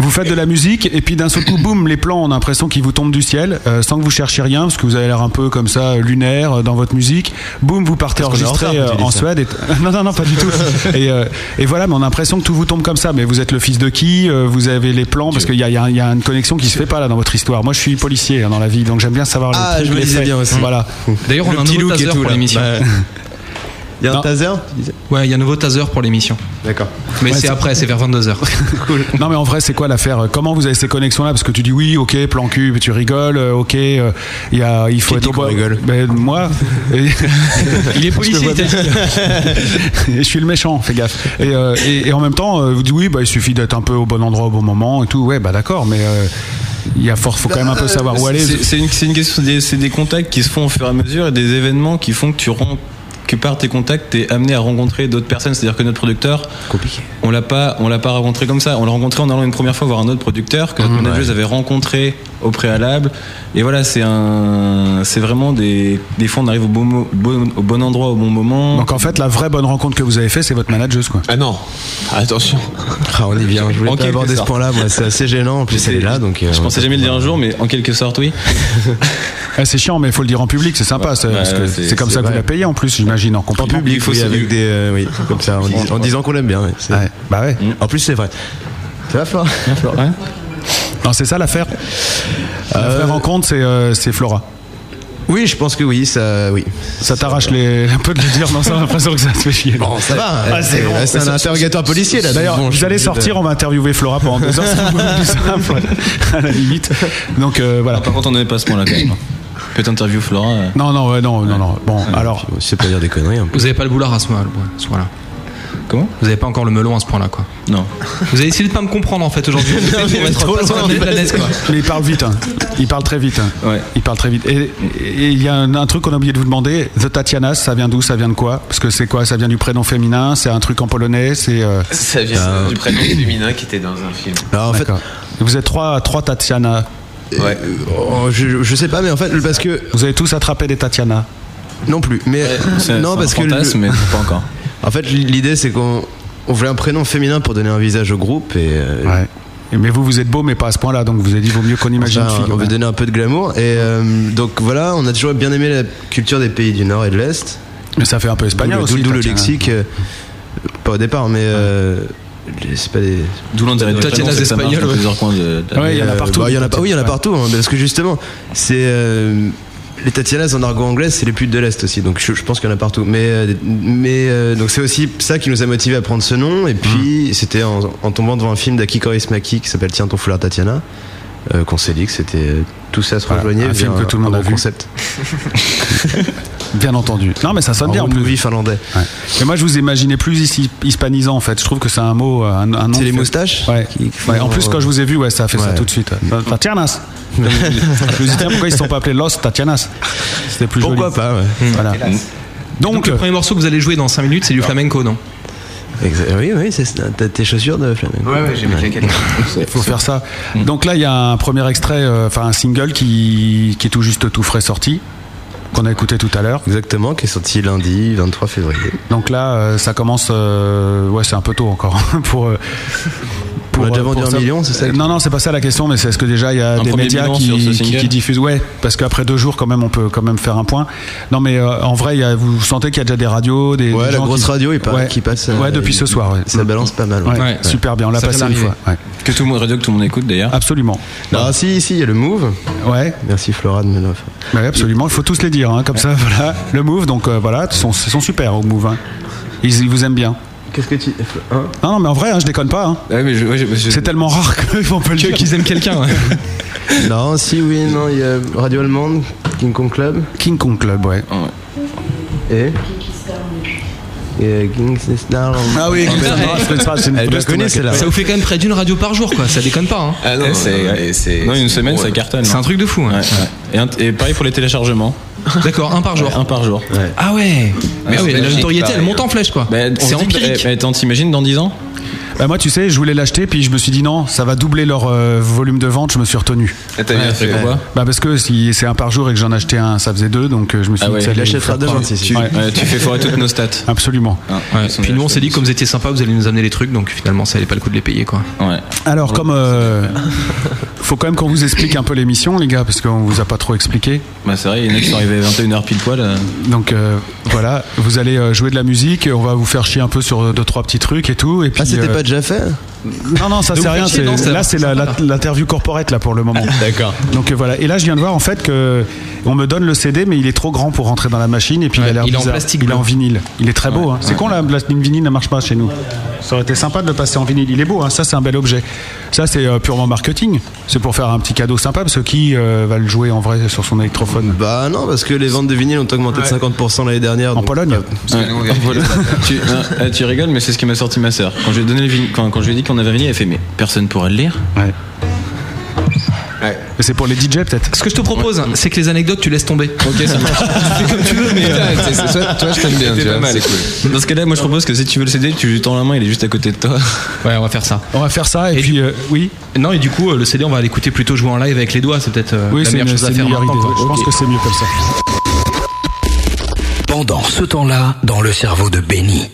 D: vous faites de la musique et puis d'un seul coup, boum, les plans, on a l'impression qu'ils vous tombent du ciel, euh, sans que vous cherchiez rien, parce que vous avez l'air un peu comme ça, lunaire euh, dans votre musique. Boum, vous partez
F: Parce qu'on est en
D: enregistrer
F: retard quand tu
D: euh,
F: dis
D: en
F: ça.
D: Suède. et- Non, non, non, pas du tout. Et, euh, et voilà, mais on a l'impression que tout vous tombe comme ça. Mais vous êtes le fils de qui euh, Vous avez les plans Parce qu'il y a, il y a- il y a une connexion qui se fait pas là dans votre histoire. Moi, je suis policier hein, dans la vie, donc j'aime bien savoir les
F: Ah,
D: trucs,
F: je me
D: les
F: disais
D: faits.
F: bien aussi.
D: Voilà.
E: D'ailleurs, on a un
F: petit
E: nouveau
F: look et
E: taser
F: tout,
E: pour
F: là.
E: l'émission.
F: Bah, Il y a
D: Non.
F: un taser tu disais
E: Ouais, il y a un nouveau taser pour l'émission.
F: D'accord.
E: Mais c'est après, c'est vers 22h.
D: Non mais en vrai c'est quoi l'affaire euh, Comment vous avez ces connexions là Parce que tu dis oui ok plan cul tu rigoles euh, ok euh, il y a, il faut
F: Qui
D: être
F: dit
D: au
F: qu'on
D: bo-
F: rigole
D: Ben, moi Et-
E: Il
D: Je
E: est
D: te
E: policier,
D: vois
E: il t'a
D: et
E: dit.
D: je suis le méchant fais gaffe et, euh, et, et en même temps euh, vous dites oui bah il suffit d'être un peu au bon endroit au bon moment et tout ouais bah d'accord mais euh, il y a fort faut quand même un peu savoir où aller
H: Euh, C'est- C'est une, c'est une question, des- c'est des contacts qui se font au fur et à mesure et des événements qui font que tu rentres que par tes contacts, t'es amené à rencontrer d'autres personnes. C'est-à-dire que notre producteur,
F: Compliqué.
H: on l'a pas, on l'a pas rencontré comme ça. On l'a rencontré en allant une première fois voir un autre producteur que notre manageuse avait rencontré au préalable. Et voilà, c'est un, c'est vraiment des, des fois on arrive au bon, mo- bon- au bon endroit au bon moment.
D: donc en fait la vraie bonne rencontre que vous avez fait c'est votre manageuse quoi
J: Ah non, attention.
F: Ah, on y vient. Je voulais
H: En
F: pas
H: quelque
F: aborder ce
H: sorte.
F: point-là. Moi, c'est assez gênant. En plus, elle est là, donc. euh,
H: je
F: on
H: pensais
F: va
H: jamais le
F: pas-
H: dire un jour, mais en quelque sorte, oui.
D: Ah, c'est chiant mais il faut le dire en public c'est sympa c'est-
H: Ouais,
D: parce que
H: ouais,
D: c'est
H: c'est-
D: comme
F: c'est
D: ça que vous
F: vrai.
D: la payez en plus j'imagine en
F: En
D: compliment
F: public,
H: faut
F: oui,
H: se-
F: avec des, euh, oui, comme ça, en, dis- en disant qu'on l'aime bien. ouais, c'est-
D: Ouais, bah ouais
F: En plus, c'est vrai. Ça va, Flore
D: non c'est ça l'affaire la vraie rencontre c'est euh, c'est Flora
F: Oui, je pense que oui, ça, oui.
D: Ça t'arrache les... un peu de le dire, non, ça j'ai l'impression que ça te fait chier. Ah,
F: Bon, ça va. euh, c'est
D: bon.
F: c'est un interrogatoire policier là.
D: D'ailleurs,
F: Bon, je
D: vous
F: suis
D: allez
F: obligé
D: sortir, on va interviewer Flora pendant deux heures, c'est beaucoup plus simple, à la limite. Donc euh, voilà.
H: Alors, par contre, on n'avait pas ce point-là quand même. Peut-être interview Flora. euh,
D: Non, non, ouais, non, non, non. Bon, alors,
F: de- C'est pas dire des conneries. hein.
E: Vous avez pas le boulard à ce moment- à ce point-là.
H: Comment
E: Vous avez pas encore le melon à ce point-là, quoi.
H: Non.
E: Vous avez essayé de pas me comprendre en fait aujourd'hui. Vous essayez de me mettre pas sur la planète de la laisse, quoi.
D: mais il parle vite, hein. il parle très vite. hein.
H: Ouais.
D: Il parle très vite. Et et il y a un, un truc qu'on a oublié de vous demander The Tatianas, ça vient d'où Ça vient de quoi Parce que c'est quoi Ça vient du prénom féminin C'est un truc en polonais C'est. euh,
J: Ça vient du prénom féminin qui était dans un film.
F: Alors en fait,
D: d'accord. Vous êtes trois, trois Tatiana.
J: Ouais.
F: oh, je, je sais pas, mais en fait, parce que
D: Vous avez tous attrapé des Tatiana.
F: non plus. Mais euh,
H: C'est-
F: non,
H: c'est
F: parce
H: un
F: que le-
H: fantasme, mais pas encore.
F: en fait, l'idée c'est qu'on on voulait un prénom féminin pour donner un visage au groupe et euh,
D: Ouais. Mais vous, vous êtes beau, mais pas à ce point-là. Donc vous avez dit, vaut mieux qu'on imagine
F: Enfin,
D: une fille.
F: on veut
D: Ouais.
F: donner un peu de glamour. Et euh, donc voilà, on a toujours bien aimé la culture des pays du Nord et de l'Est.
D: Mais ça fait un peu
F: D'où
D: espagnol
F: le-
D: aussi.
F: D'où le
D: Tatiana.
F: lexique. euh, Pas au départ, mais euh, c'est pas des.
H: D'où l'intérêt de
E: Tatiana
H: c'est que ça marche
E: Espagnol,
H: dans
E: ouais.
H: plusieurs coins de- de-
D: Ouais, il y en a
F: Euh,
D: partout.
F: bah, il y en a pas- oui, il y en a
D: Ouais.
F: partout. hein, parce que justement, c'est. euh, les Tatianas en argot anglais, c'est les putes de l'Est aussi, donc je, je pense qu'il y en a partout. Mais, euh, mais euh, donc c'est aussi ça qui nous a motivés à prendre ce nom. Et
D: Mm.
F: puis c'était en, en tombant devant un film d'Aki Korismaki qui s'appelle Tiens ton foulard Tatiana, euh, qu'on s'est dit que c'était euh, tout ça se
D: Voilà,
F: rejoignait.
D: un film
F: via
D: que tout le monde
F: un
D: a
F: bon
D: vu.
F: Concept.
D: Bien entendu. Non, mais ça sonne bien en plus.
F: Oui, finlandais.
D: Ouais. Mais moi, je vous imaginais plus ici, hispanisant en fait. Je trouve que c'est un mot, euh, un, un nom.
F: C'est les
D: qui-
F: moustaches
D: Ouais.
F: qui- qui
D: Ouais, En
F: font- euh,
D: plus, quand je vous ai vu, ouais, ça a fait ça
F: Ouais.
D: tout de suite. Enfin, Tatianas. je me dis tiens, pourquoi ils ne sont pas appelés Los Tatianas C'était plus
F: Pourquoi
D: joli.
F: pas, ouais.
D: Voilà.
E: Donc
D: Donc,
E: le premier morceau que vous allez jouer dans 5 minutes, c'est du flamenco, non
F: Exa- Oui, oui, c'est ça. T'as tes chaussures de flamenco.
J: Ouais, ouais, j'ai mis la calèche.
D: il faut faire ça.
F: Mm.
D: Donc là, il y a un premier extrait, euh, enfin un single qui, qui est tout juste tout frais sorti, qu'on a écouté tout à l'heure.
F: Exactement, qui est sorti lundi 23 février.
D: Donc là, euh, ça commence. euh, ouais, c'est un peu tôt encore pour euh, pour.
F: On a déjà
D: euh,
F: vendu
D: pour
F: un
D: ça-
F: million, c'est ça
D: Euh, Non, non, c'est pas ça la question, mais c'est est-ce que déjà il y a
H: Un
D: des
H: premier
D: médias
H: bilan
D: qui,
H: sur ce
D: qui-
H: single
D: qui diffusent Ouais, parce qu'après deux jours, quand même, on peut quand même faire un point. Non, mais euh, en vrai, il y a- vous sentez qu'il y a déjà des radios, des.
F: Ouais,
D: des
F: la
D: gens
F: grosse
D: qui-
F: radio, il paraît
D: Ouais.
F: qu'il passe. euh,
D: Ouais, depuis ce soir, ouais. Mm.
F: Ça balance pas mal. ouais.
D: Ouais,
H: Ouais.
D: super bien, on l'a
E: Ça
D: passé
E: vient
D: une
E: d'arriver.
D: fois. ouais.
H: Que tout le monde, radio que tout le monde écoute d'ailleurs.
D: Absolument.
F: Ah, si, ici, il y a le Move.
D: Ouais.
F: Merci Flora de me le-
D: Bah oui, absolument, il faut tous les dire, hein, comme ça, voilà. Le move, donc euh, voilà, ils sont, ils sont super au move. hein. Ils, ils vous aiment bien.
F: Qu'est-ce que tu. Hein
D: Non, non, mais en vrai, hein, je déconne pas. hein.
H: Ouais, Ah mais je- ouais, je- je-
D: C'est tellement rare qu'on peut le
E: Que-
D: dire.
E: Qu'ils aiment quelqu'un. hein.
F: Non, si, oui, non, il y a Radio Allemande, King Kong Club
D: King Kong Club, ouais.
F: et. Et King Star.
D: Ah oui, King c'est une
F: Elle la
D: prouesse
F: connaît,
D: de
F: celle-là.
D: maquette.
E: Ça vous fait quand même près d'une radio par jour, quoi. Ça déconne pas. hein.
J: Ah non, c'est. c'est-
H: Non, une
J: c'est
H: semaine,
J: gros,
H: ça
J: ouais.
H: cartonne.
E: C'est un truc de fou.
H: Ouais,
E: hein.
H: ouais. Et, un- et pareil pour les téléchargements.
E: D'accord, un par jour.
H: Un par jour.
E: Ah ouais. Ah
J: c'est
E: ouais, la
J: logique,
E: notoriété, elle
J: pareil.
E: monte en flèche, quoi.
H: Bah, on
E: C'est
H: se dit-
E: empirique.
H: eh, eh, t'en t'imagines dans 10 ans
D: Bah, moi, tu sais, je voulais l'acheter, puis je me suis dit non, ça va doubler leur euh, volume de vente, je me suis retenu.
J: Ah, t'as bien fait.
H: Pourquoi
D: Bah, parce que si c'est un par jour et que j'en achetais un, ça faisait deux, donc euh, je me suis
H: Ah
D: dit
H: ouais,
D: que ça
H: il
D: allait
F: achètera
D: faire
F: demain,
D: prendre.
F: si, si.
D: Ouais,
H: Ouais, Tu fais foirer toutes nos stats.
D: Absolument.
H: Ah, ils sont
E: Puis nous, on s'est dit,
H: déjà
E: comme vous étiez sympa, vous allez nous amener les trucs, donc finalement, ça allait pas le coup de les payer, quoi.
H: chauds. Ouais.
D: Alors, comme. euh, faut quand même qu'on vous explique un peu l'émission, les gars, parce qu'on vous a pas trop expliqué.
H: Bah, c'est vrai, il y en a qui sont arrivés à 21h pile poil. euh.
D: Donc euh, voilà, vous allez euh, jouer de la musique, et on va vous faire chier un peu sur euh, deux trois petits trucs et tout. Et puis,
F: Ah, c'était
D: euh,
F: pas déjà fait
D: Non non, ça
E: Donc,
D: c'est rien.
E: chier,
D: c'est-
E: non, ça
D: là
E: va,
D: c'est
E: ça
D: la-
E: va.
D: la- l'interview corporate là pour le moment. D'accord. Donc euh, voilà. Et là je viens de voir en fait que on me donne le CD, mais il est trop grand pour rentrer dans la machine et puis il
E: Ouais,
D: a l'air
E: il est en
D: bizarre.
E: plastique
D: il est en
E: bleu.
D: vinyle. Il est très beau. hein. C'est con la platine vinyle ne marche pas chez nous. Ça aurait été sympa de le passer en vinyle. Il est beau. hein. Ça c'est un bel objet. Ça c'est euh, purement marketing. C'est pour faire un petit cadeau sympa parce que qui euh, va le jouer en vrai sur son électrophone
F: Bah non, parce que les ventes de vinyles ont augmenté de 50% l'année dernière.
D: en
F: donc- euh,
D: Pologne.
H: Ouais. Voilà. tu, hein, eh, tu rigoles, mais c'est ce qui m'a sorti ma sœur. Quand je lui ai donné le vin- quand, quand je lui ai dit qu'on avait un vinyle, elle fait mais personne pourra le lire.
D: Ouais. Et C'est pour les DJ peut-être.
E: Ce que je te propose, c'est que les anecdotes, tu laisses tomber.
J: Ok, ça marche.
E: Fais comme tu veux, mais. euh,
J: Putain, c'est- c'est- Toi, toi, je t'aime bien.
H: C'était
J: tu vois,
H: pas mal.
J: C'est cool.
H: Dans ce cas-là, moi je propose que si tu veux le CD, tu lui tends la main, il est juste à côté de toi.
E: Ouais, on va faire ça.
D: On va faire ça et,
E: Et-
D: puis euh, oui.
E: Non, et du coup, euh, le CD, on va l'écouter plutôt jouer en live avec les doigts. C'est peut-être euh,
D: Oui,
E: la
D: c'est
E: meilleure
D: une,
E: chose
D: c'est
E: à
D: une
E: faire
D: meilleure
E: maintenant,
D: idée.
E: quoi.
D: Je pense
E: Ok.
D: que c'est mieux comme ça.
A: Pendant ce temps-là, dans le cerveau de Benny.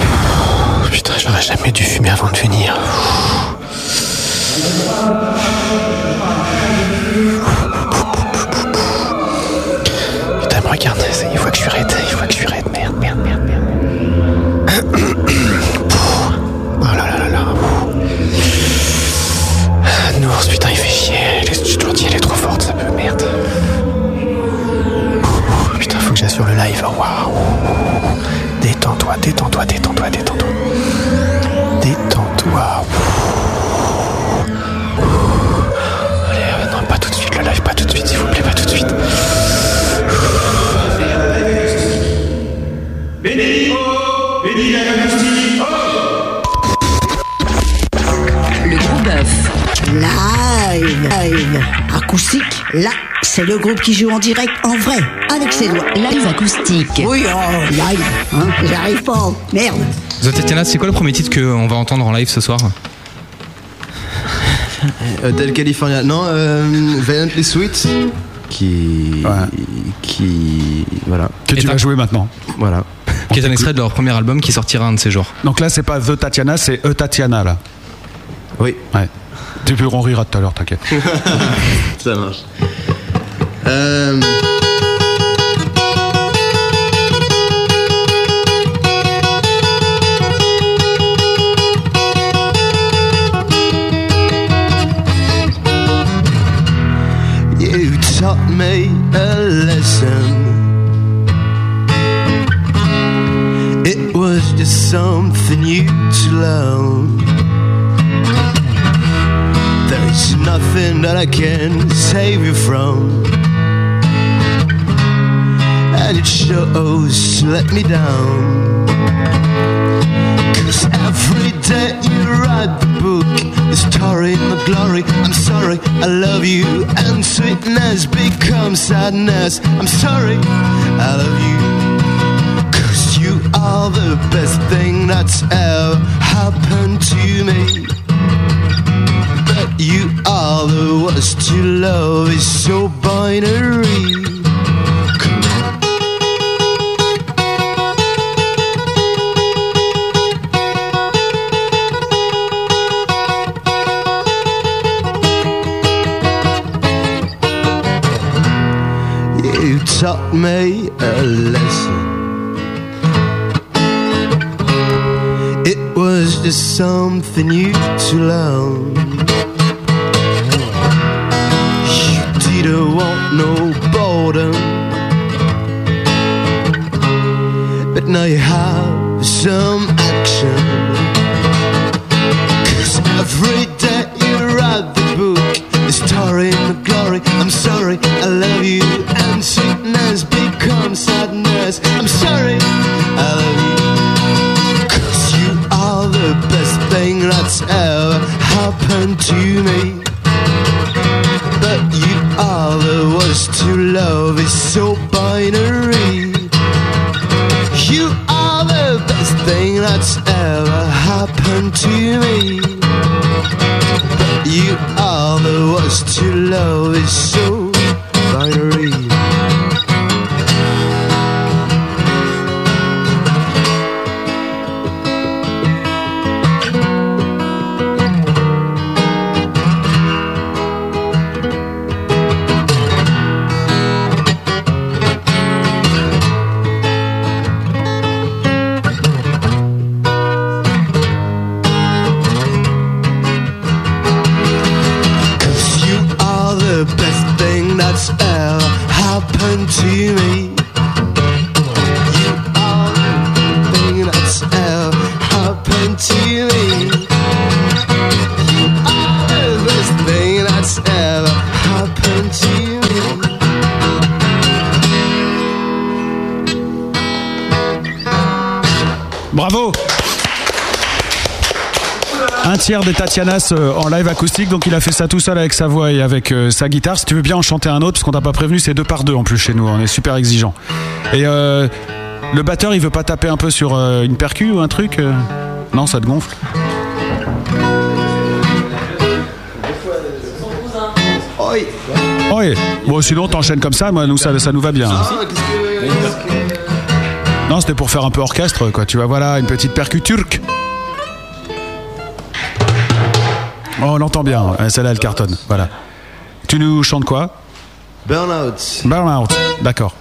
J: Oh, Putain, j'aurais jamais dû fumer avant de venir. Putain, me regarde, c'est- il voit que je suis raide, il voit que je suis raide, merde, merde, merde, merde. Oh là là là là. Ah, Nours, putain, il fait chier. Elle est- Je te le dis, elle est trop forte, ça peut, merde. Putain, faut que j'assure le live, waouh. Détends-toi, détends-toi, détends-toi, détends-toi. Détends-toi. Allez, euh, non, pas tout de suite, le live, pas tout de suite, s'il vous plaît, pas tout de suite.
C: Le gros bœuf. Live. Live. Acoustique. Là, c'est le groupe qui joue en direct, en vrai, avec ses doigts.
G: Live acoustique.
C: Oui, oh, live. Hein, J'arrive pas. Merde.
E: Zotétiana, c'est quoi le premier titre qu'on va entendre en live ce soir
F: Hotel California. Non, euh, Valiantly Sweet. Qui.
D: Ouais.
F: Qui. Voilà.
D: Que
E: Et
D: tu vas
E: t'as-
D: jouer maintenant.
F: Voilà.
E: Qui est un extrait de leur premier album qui sortira un de ces jours.
D: Donc là, c'est pas The Tatiana, c'est E Tatiana là.
F: Oui.
D: Ouais. Tu peux, on rira tout à l'heure, t'inquiète.
F: Ça marche. Euh... You taught me a lesson. It was just something you to learn. There's nothing that I can save you from. And it shows you let me down. Cause every day you write the book, the story, my glory. I'm sorry, I love you. And sweetness becomes sadness. I'm sorry, I love you. Cause you are the best thing that's ever happened to me. But you are the worst. Your love is so binary. Come on.
G: taught me a lesson. It was just something you to learn. You didn't want no boredom, but now you have some action. Cause every day you write the book, the story and the glory. I'm sorry, I love you, and sweetness becomes sadness. I'm sorry, I love you. Cause you are the best thing that's ever happened to me. But you are the worst to love is so binary. You are the best thing that's ever happened to me. But you are the worst to love is so binary. Cause you are the best thing that's ever happened to me. You are the thing that's ever happened to me. You are the best thing that's ever happened to me.
D: Bravo un tiers des Tatianas euh, en live acoustique, donc il a fait ça tout seul avec sa voix et avec euh, sa guitare. Si tu veux bien en chanter un autre, parce qu'on t'a pas prévenu, c'est deux par deux en plus chez nous, on est super exigeant. Et euh, le batteur, il veut pas taper un peu sur euh, une percu ou un truc euh Non, ça te gonfle Oui. Oh, Bon, sinon t'enchaînes comme ça, moi, nous ça, ça nous va bien. hein.
G: Oh,
D: Non, c'était pour faire un peu orchestre, quoi. Tu vois, voilà, une petite percu turque. Oh, on l'entend bien, hein, celle-là elle cartonne. Voilà. Tu nous chantes quoi
G: Burnout.
D: Burnout, d'accord.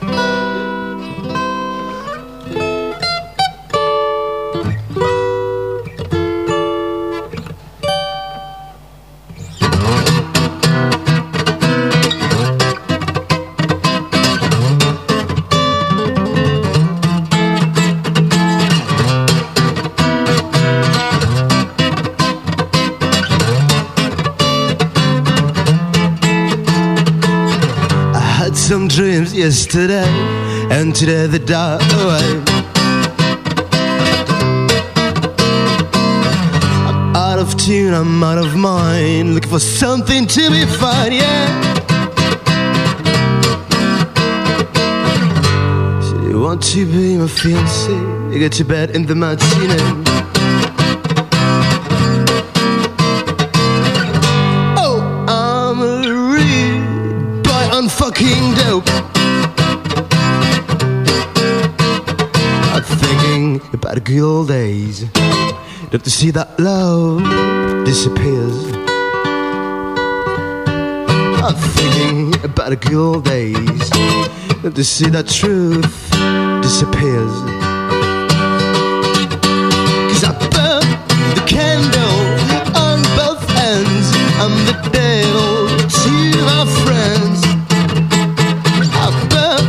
G: I had some dreams yesterday, and today they die away. I'm out of tune, I'm out of mind, looking for something to be fun, yeah. So you want to be my fiancé? You get to bed in the matinee. Oh, I'm a real boy on fucking dope. I'm thinking about the good old days. Don't you see that love disappears? I'm thinking about the good old days. Don't you see that truth disappears? Cause I burn the candle on both ends. I'm the devil to my friends. I burn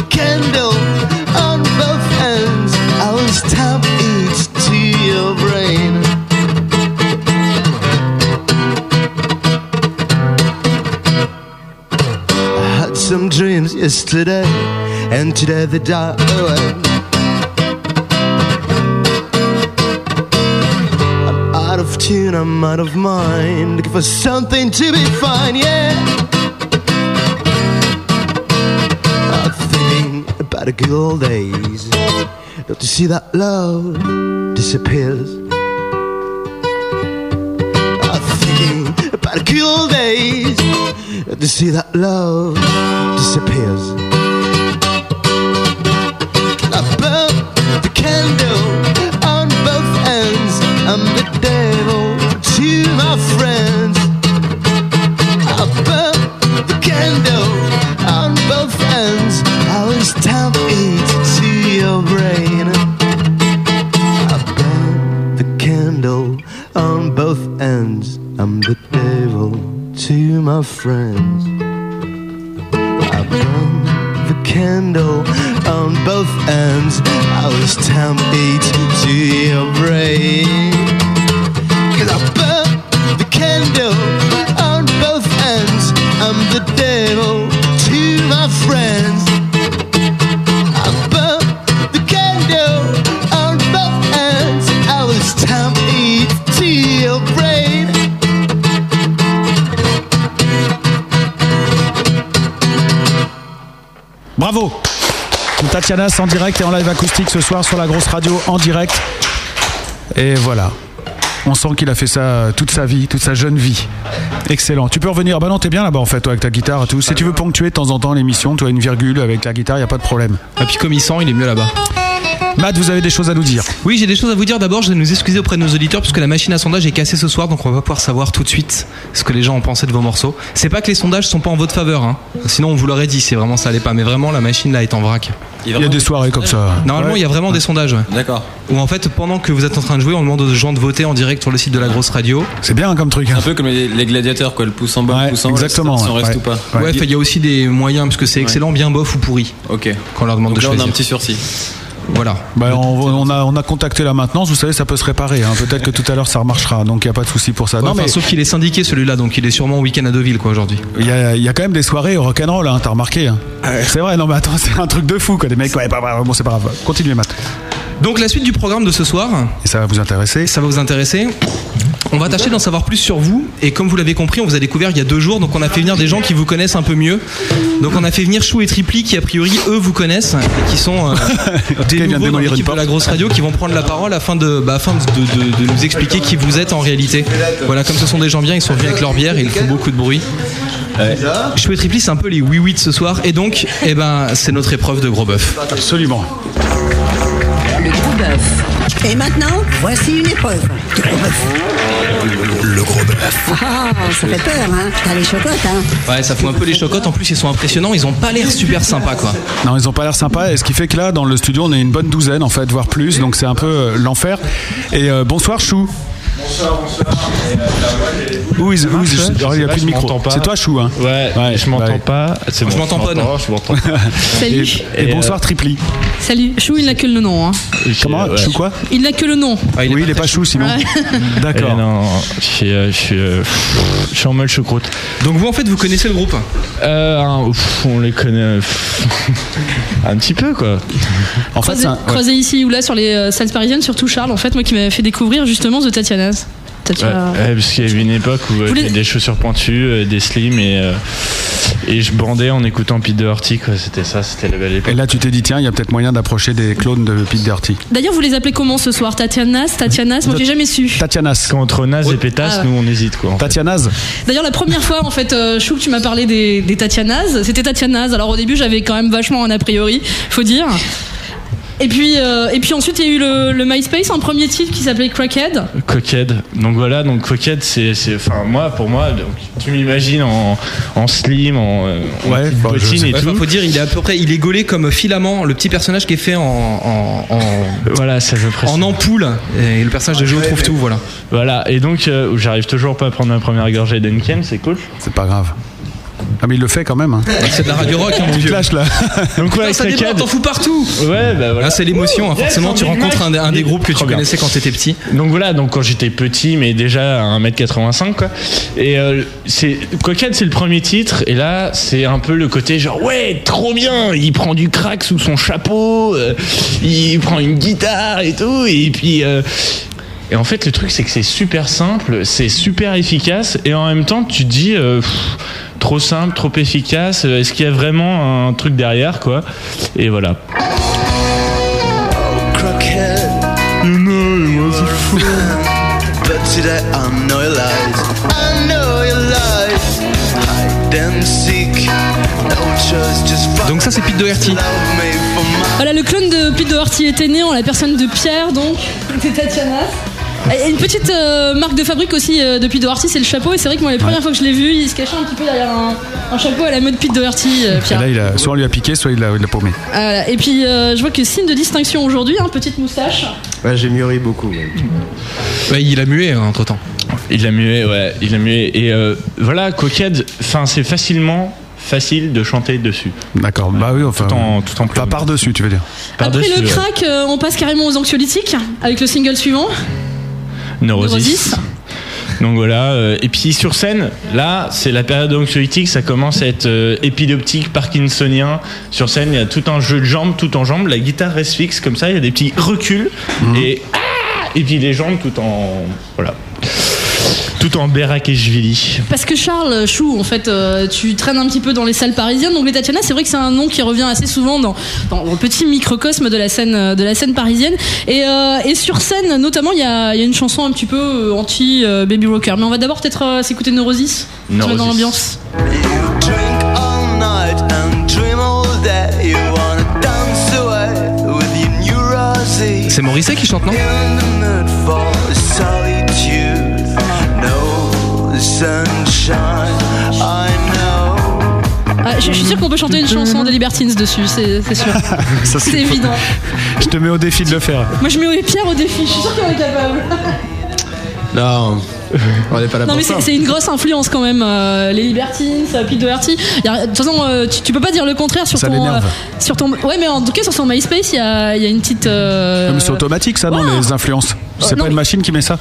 G: the candle on both ends. I will stab it to your brain. I had some dreams yesterday, and today they die away. out of tune, I'm out of mind. Looking for something to be fine, yeah. I'm thinking about the good old days. Don't you see that love disappears? I'm thinking about the good old days. Don't you see that love disappears? I burn the candle on both ends. I'm the devil to my friends. I burn the candle on both ends. I was candle on both ends. I'm the devil to my friends. I've done the candle on both ends. I was tempted to your brain. Cause I burned the candle on both ends. I'm the devil to my friends. I burned the candle on both ends. I was tempted to your brain.
D: Bravo Tatianas en direct et en live acoustique ce soir sur la grosse radio en direct. Et voilà. On sent qu'il a fait ça euh, toute sa vie, toute sa jeune vie. Excellent. Tu peux revenir. Ah Bah non, t'es bien là-bas en fait, toi, avec ta guitare et tout. Si tu veux ponctuer de temps en temps l'émission, toi, une virgule avec ta guitare, y a pas de problème.
E: Et puis comme il sent, il est mieux là-bas.
D: Matt, vous avez des choses à nous dire
E: Oui, j'ai des choses à vous dire. D'abord, je vais nous excuser auprès de nos auditeurs parce que la machine à sondage est cassée ce soir, donc on va pas pouvoir savoir tout de suite ce que les gens ont pensé de vos morceaux. C'est pas que les sondages sont pas en votre faveur, hein. sinon on vous l'aurait dit. C'est vraiment ça allait pas, mais vraiment la machine là est en vrac.
D: Il y a des soirées comme ça.
E: Normalement, il y a vraiment des sondages. ouais.
H: D'accord.
E: Ou en fait, pendant que vous êtes en train de jouer, on demande aux gens de voter en direct sur le site de la grosse radio.
D: C'est bien comme truc. hein.
H: Un peu comme les, les gladiateurs, quoi. Le pouce en bas,
D: Ouais,
H: le pouce en haut.
D: exactement,
H: Si on reste
D: ouais.
H: ou pas.
D: Ouais.
E: Ouais, fait, il y a aussi des moyens, parce que c'est excellent, bien bof ou pourri,
H: Ok.
E: quand on leur demande
H: Donc
E: de
H: là, on a un
E: choisir.
H: petit sursis.
E: Voilà.
D: Bah, on, on a, on a contacté la maintenance, vous savez, ça peut se réparer. hein. Peut-être que tout à l'heure ça remarchera, donc il n'y a pas de souci pour ça. Ah, non,
E: Enfin,
D: mais
E: Sauf qu'il est syndiqué celui-là, donc il est sûrement en week-end à Deauville, quoi, aujourd'hui.
D: il y a, euh, il y a quand même des soirées au rock'n'roll, hein, t'as remarqué. hein. C'est vrai, non, mais attends, c'est un truc de fou, quoi. Des mecs, ouais, bah, bah, bon, c'est pas grave. Continuez, Matt.
E: Donc la suite du programme de ce soir,
D: Et ça va vous intéresser.
E: ça va vous intéresser. On va tâcher d'en savoir plus sur vous. Et comme vous l'avez compris, on vous a découvert il y a deux jours. Donc on a fait venir des gens qui vous connaissent un peu mieux. Donc on a fait venir Chou et Tripli qui a priori eux vous connaissent et qui sont euh, des
D: vient de
E: nouveaux dans
D: démolir une
E: l'équipe de
D: porte.
E: la grosse radio qui vont prendre la parole afin de, bah, afin de, de- de nous expliquer qui vous êtes en réalité. Voilà, comme ce sont des gens bien, ils sont venus avec leur bière et ils font beaucoup de bruit. Chou et Tripli c'est un peu les oui oui de ce soir. Et donc, eh ben, c'est notre épreuve de gros bœuf.
D: Absolument.
C: Le gros bœuf. Et maintenant, voici une épreuve. Le gros bœuf. Le gros bœuf. Ah, ça fait peur, hein. T'as les chocottes, hein.
E: Ouais, ça fout un peu les chocottes. En plus, ils sont impressionnants. Ils ont pas l'air super sympas quoi.
D: Non, ils ont pas l'air sympas. Et ce qui fait que là, dans le studio, on est une bonne douzaine, en fait, voire plus. Donc c'est un peu euh, l'enfer. Et euh, bonsoir, Chou. Bonsoir, bonsoir. Où is- où is- oh, il n'y a plus de micro. C'est toi, Chou. Hein.
K: Ouais, je m'entends
D: ouais.
K: pas. C'est bon,
E: je m'entends pas, non.
K: Je m'entends.
D: Et,
L: Salut.
D: et
K: Et, euh,
D: bonsoir, Tripli.
L: Salut. Chou, il n'a que le nom. hein.
K: J'ai-
D: Comment
K: ouais.
D: Chou quoi
L: Il n'a que le nom.
E: Ah,
D: Oui, il est pas Chou, sinon.
E: Euh,
K: Eh
D: D'accord.
K: non, je suis, euh, je suis, euh, pff, je suis en mode choucroute.
E: Donc vous en fait vous connaissez le groupe
K: Euh, un- pff, on les connaît euh, pff, un petit peu quoi.
D: En fait,
L: Croisé,
D: c'est un- ouais.
L: croisé ici ou là sur les euh, scènes parisiennes, surtout Charles, en fait, moi qui m'avait fait découvrir justement The Tatianas.
K: Ouais,
L: Tatiana.
K: ouais, parce qu'il y avait une époque où euh,
L: Vous les-
K: j'avais des chaussures pointues, euh, des slims et euh, et je bandais en écoutant Pete Doherty quoi. C'était ça, c'était la belle
D: Et
K: époque.
D: là, tu t'es dit, tiens, il y a peut-être moyen d'approcher des clones de Pete Doherty.
L: D'ailleurs, vous les appelez comment ce soir Tatianas, Tatianas Moi, j'ai jamais su.
D: Tatianas.
K: Quand entre Naz et Pétasse,
L: Ah ouais.
K: nous on hésite quoi. en fait.
D: Tatianas
L: D'ailleurs, la première fois, en fait, euh, Chou, que tu m'as parlé des, des Tatianas, c'était Tatianas. Alors au début, j'avais quand même vachement un a priori, faut dire. Et puis, euh, et puis ensuite, il y a eu le, le MySpace en premier titre qui s'appelait Crackhead.
K: Coquette. Donc voilà, donc Coquette, c'est, c'est, enfin moi, pour moi, donc, tu m'imagines en, en slim, en, euh, en
D: Ouais,
K: petite
D: bah, je
K: bottine
D: sais
K: et
E: Ouais,
K: tout.
E: enfin, faut dire, il est à peu près, il est gaulé comme filament, le petit personnage qui est fait en, en, en,
K: Voilà, ça veut
E: en ampoule. Et le personnage de Joe trouve tout, voilà.
K: Voilà, et donc euh, j'arrive toujours pas à prendre ma première gorgée d'Enken, c'est cool.
D: C'est pas grave. Ah, mais il le fait quand même. Hein.
E: C'est de la radio rock, hein, mon
D: Tu te
E: vieux.
D: lâches là.
K: Donc ouais,
E: Putain, ça
K: Coquette-
E: déborde, t'en fous partout.
K: Ouais, bah voilà.
E: Là, c'est l'émotion, hein.
K: Ouh, yes,
E: forcément, tu
K: on est
E: rencontres un,
K: match.
E: des- un des groupes que tu
K: Trop bien.
E: connaissais quand t'étais petit.
K: Donc voilà, donc quand j'étais petit, mais déjà à 1m85, quoi. Et euh, c'est Coquette, c'est le premier titre, et là, c'est un peu le côté genre, ouais, trop bien, il prend du crack sous son chapeau, euh, il prend une guitare et tout, et puis. euh, et en fait, le truc, c'est que c'est super simple, c'est super efficace, et en même temps, tu te dis, euh, pff, trop simple, trop efficace, euh, est-ce qu'il y a vraiment un truc derrière, quoi Et voilà.
G: Crockhead. But today I know your lies. I know your lies. Hide and seek. No choice, just fuck.
E: Donc ça, c'est Pete Doherty.
G: Love me for my
L: Voilà, le clone de Pete Doherty était né en la personne de Pierre, donc, c'était Tatianas. Et une petite euh, marque de fabrique aussi euh, depuis Doherty, c'est le chapeau. Et c'est vrai que moi, les premières fois que je l'ai vu, il se cachait un petit peu derrière un, un chapeau à la mode Pete Doherty, euh,
D: Et
L: Pierre.
D: là, il a, soit on lui a piqué, soit il l'a il l'a paumé.
L: Euh, et puis, euh, je vois que signe de distinction aujourd'hui, hein, petite moustache.
F: Ouais, j'ai mûri beaucoup.
E: Bah,
K: Ouais, il a mué
E: euh,
K: entre temps. Il a mué, ouais, il a mué. Et euh, voilà, Coquette, enfin, c'est facilement facile de chanter dessus.
D: D'accord, bah oui, enfin.
K: Tout en, tout en
D: par-dessus, tu veux dire
L: Après le crack, euh, on passe carrément aux anxiolytiques avec le single suivant.
K: Neurosis.
L: Neurosis.
K: Donc voilà, euh, et puis sur scène, là, c'est la période anxiolytique, ça commence à être euh, épileptique, parkinsonien. Sur scène, il y a tout un jeu de jambes, tout en jambes, la guitare reste fixe comme ça, il y a des petits reculs,
D: Mhm.
K: et, ah et puis les jambes tout en. Voilà. Tout en Berakeshvili.
L: Parce que Charles Chou, en fait, euh, tu traînes un petit peu dans les salles parisiennes. Donc les Tatiana, c'est vrai que c'est un nom qui revient assez souvent dans, dans le petit microcosme de la scène, euh, de la scène parisienne. Et, euh, et sur scène, notamment, il y a, il y a une chanson un petit peu euh, anti euh, Baby Rocker. Mais on va d'abord peut-être euh, s'écouter Neurosis. se mettre dans
G: Neurosis.
L: l'ambiance.
G: Drink all night and dream all day. You wanna dance away with your neuroses.
E: C'est Morisset qui chante, non
G: In the mood for solitude, no sunshine. I know.
L: Ah, je, je suis sûr qu'on peut chanter une chanson des Libertines dessus, c'est c'est sûr.
D: Ça,
L: c'est évident.
D: Je te mets au défi de le faire.
L: Moi, je mets Pierre au défi. Je suis sûr qu'on est capable.
F: Non, on n'est pas là
L: Non
F: pour
L: mais
F: ça.
L: c'est c'est une grosse influence quand même euh, les Libertines, euh, Pete Doherty. Il y a- De toute façon, euh, tu, tu peux pas dire le contraire sur
D: Ça
L: ton
D: l'énerve.
L: euh, sur ton ouais mais en tout cas sur son MySpace, il y a, il y a une petite euh,
D: Non, mais c'est automatique, ça, non, les influences C'est pas une machine qui met ça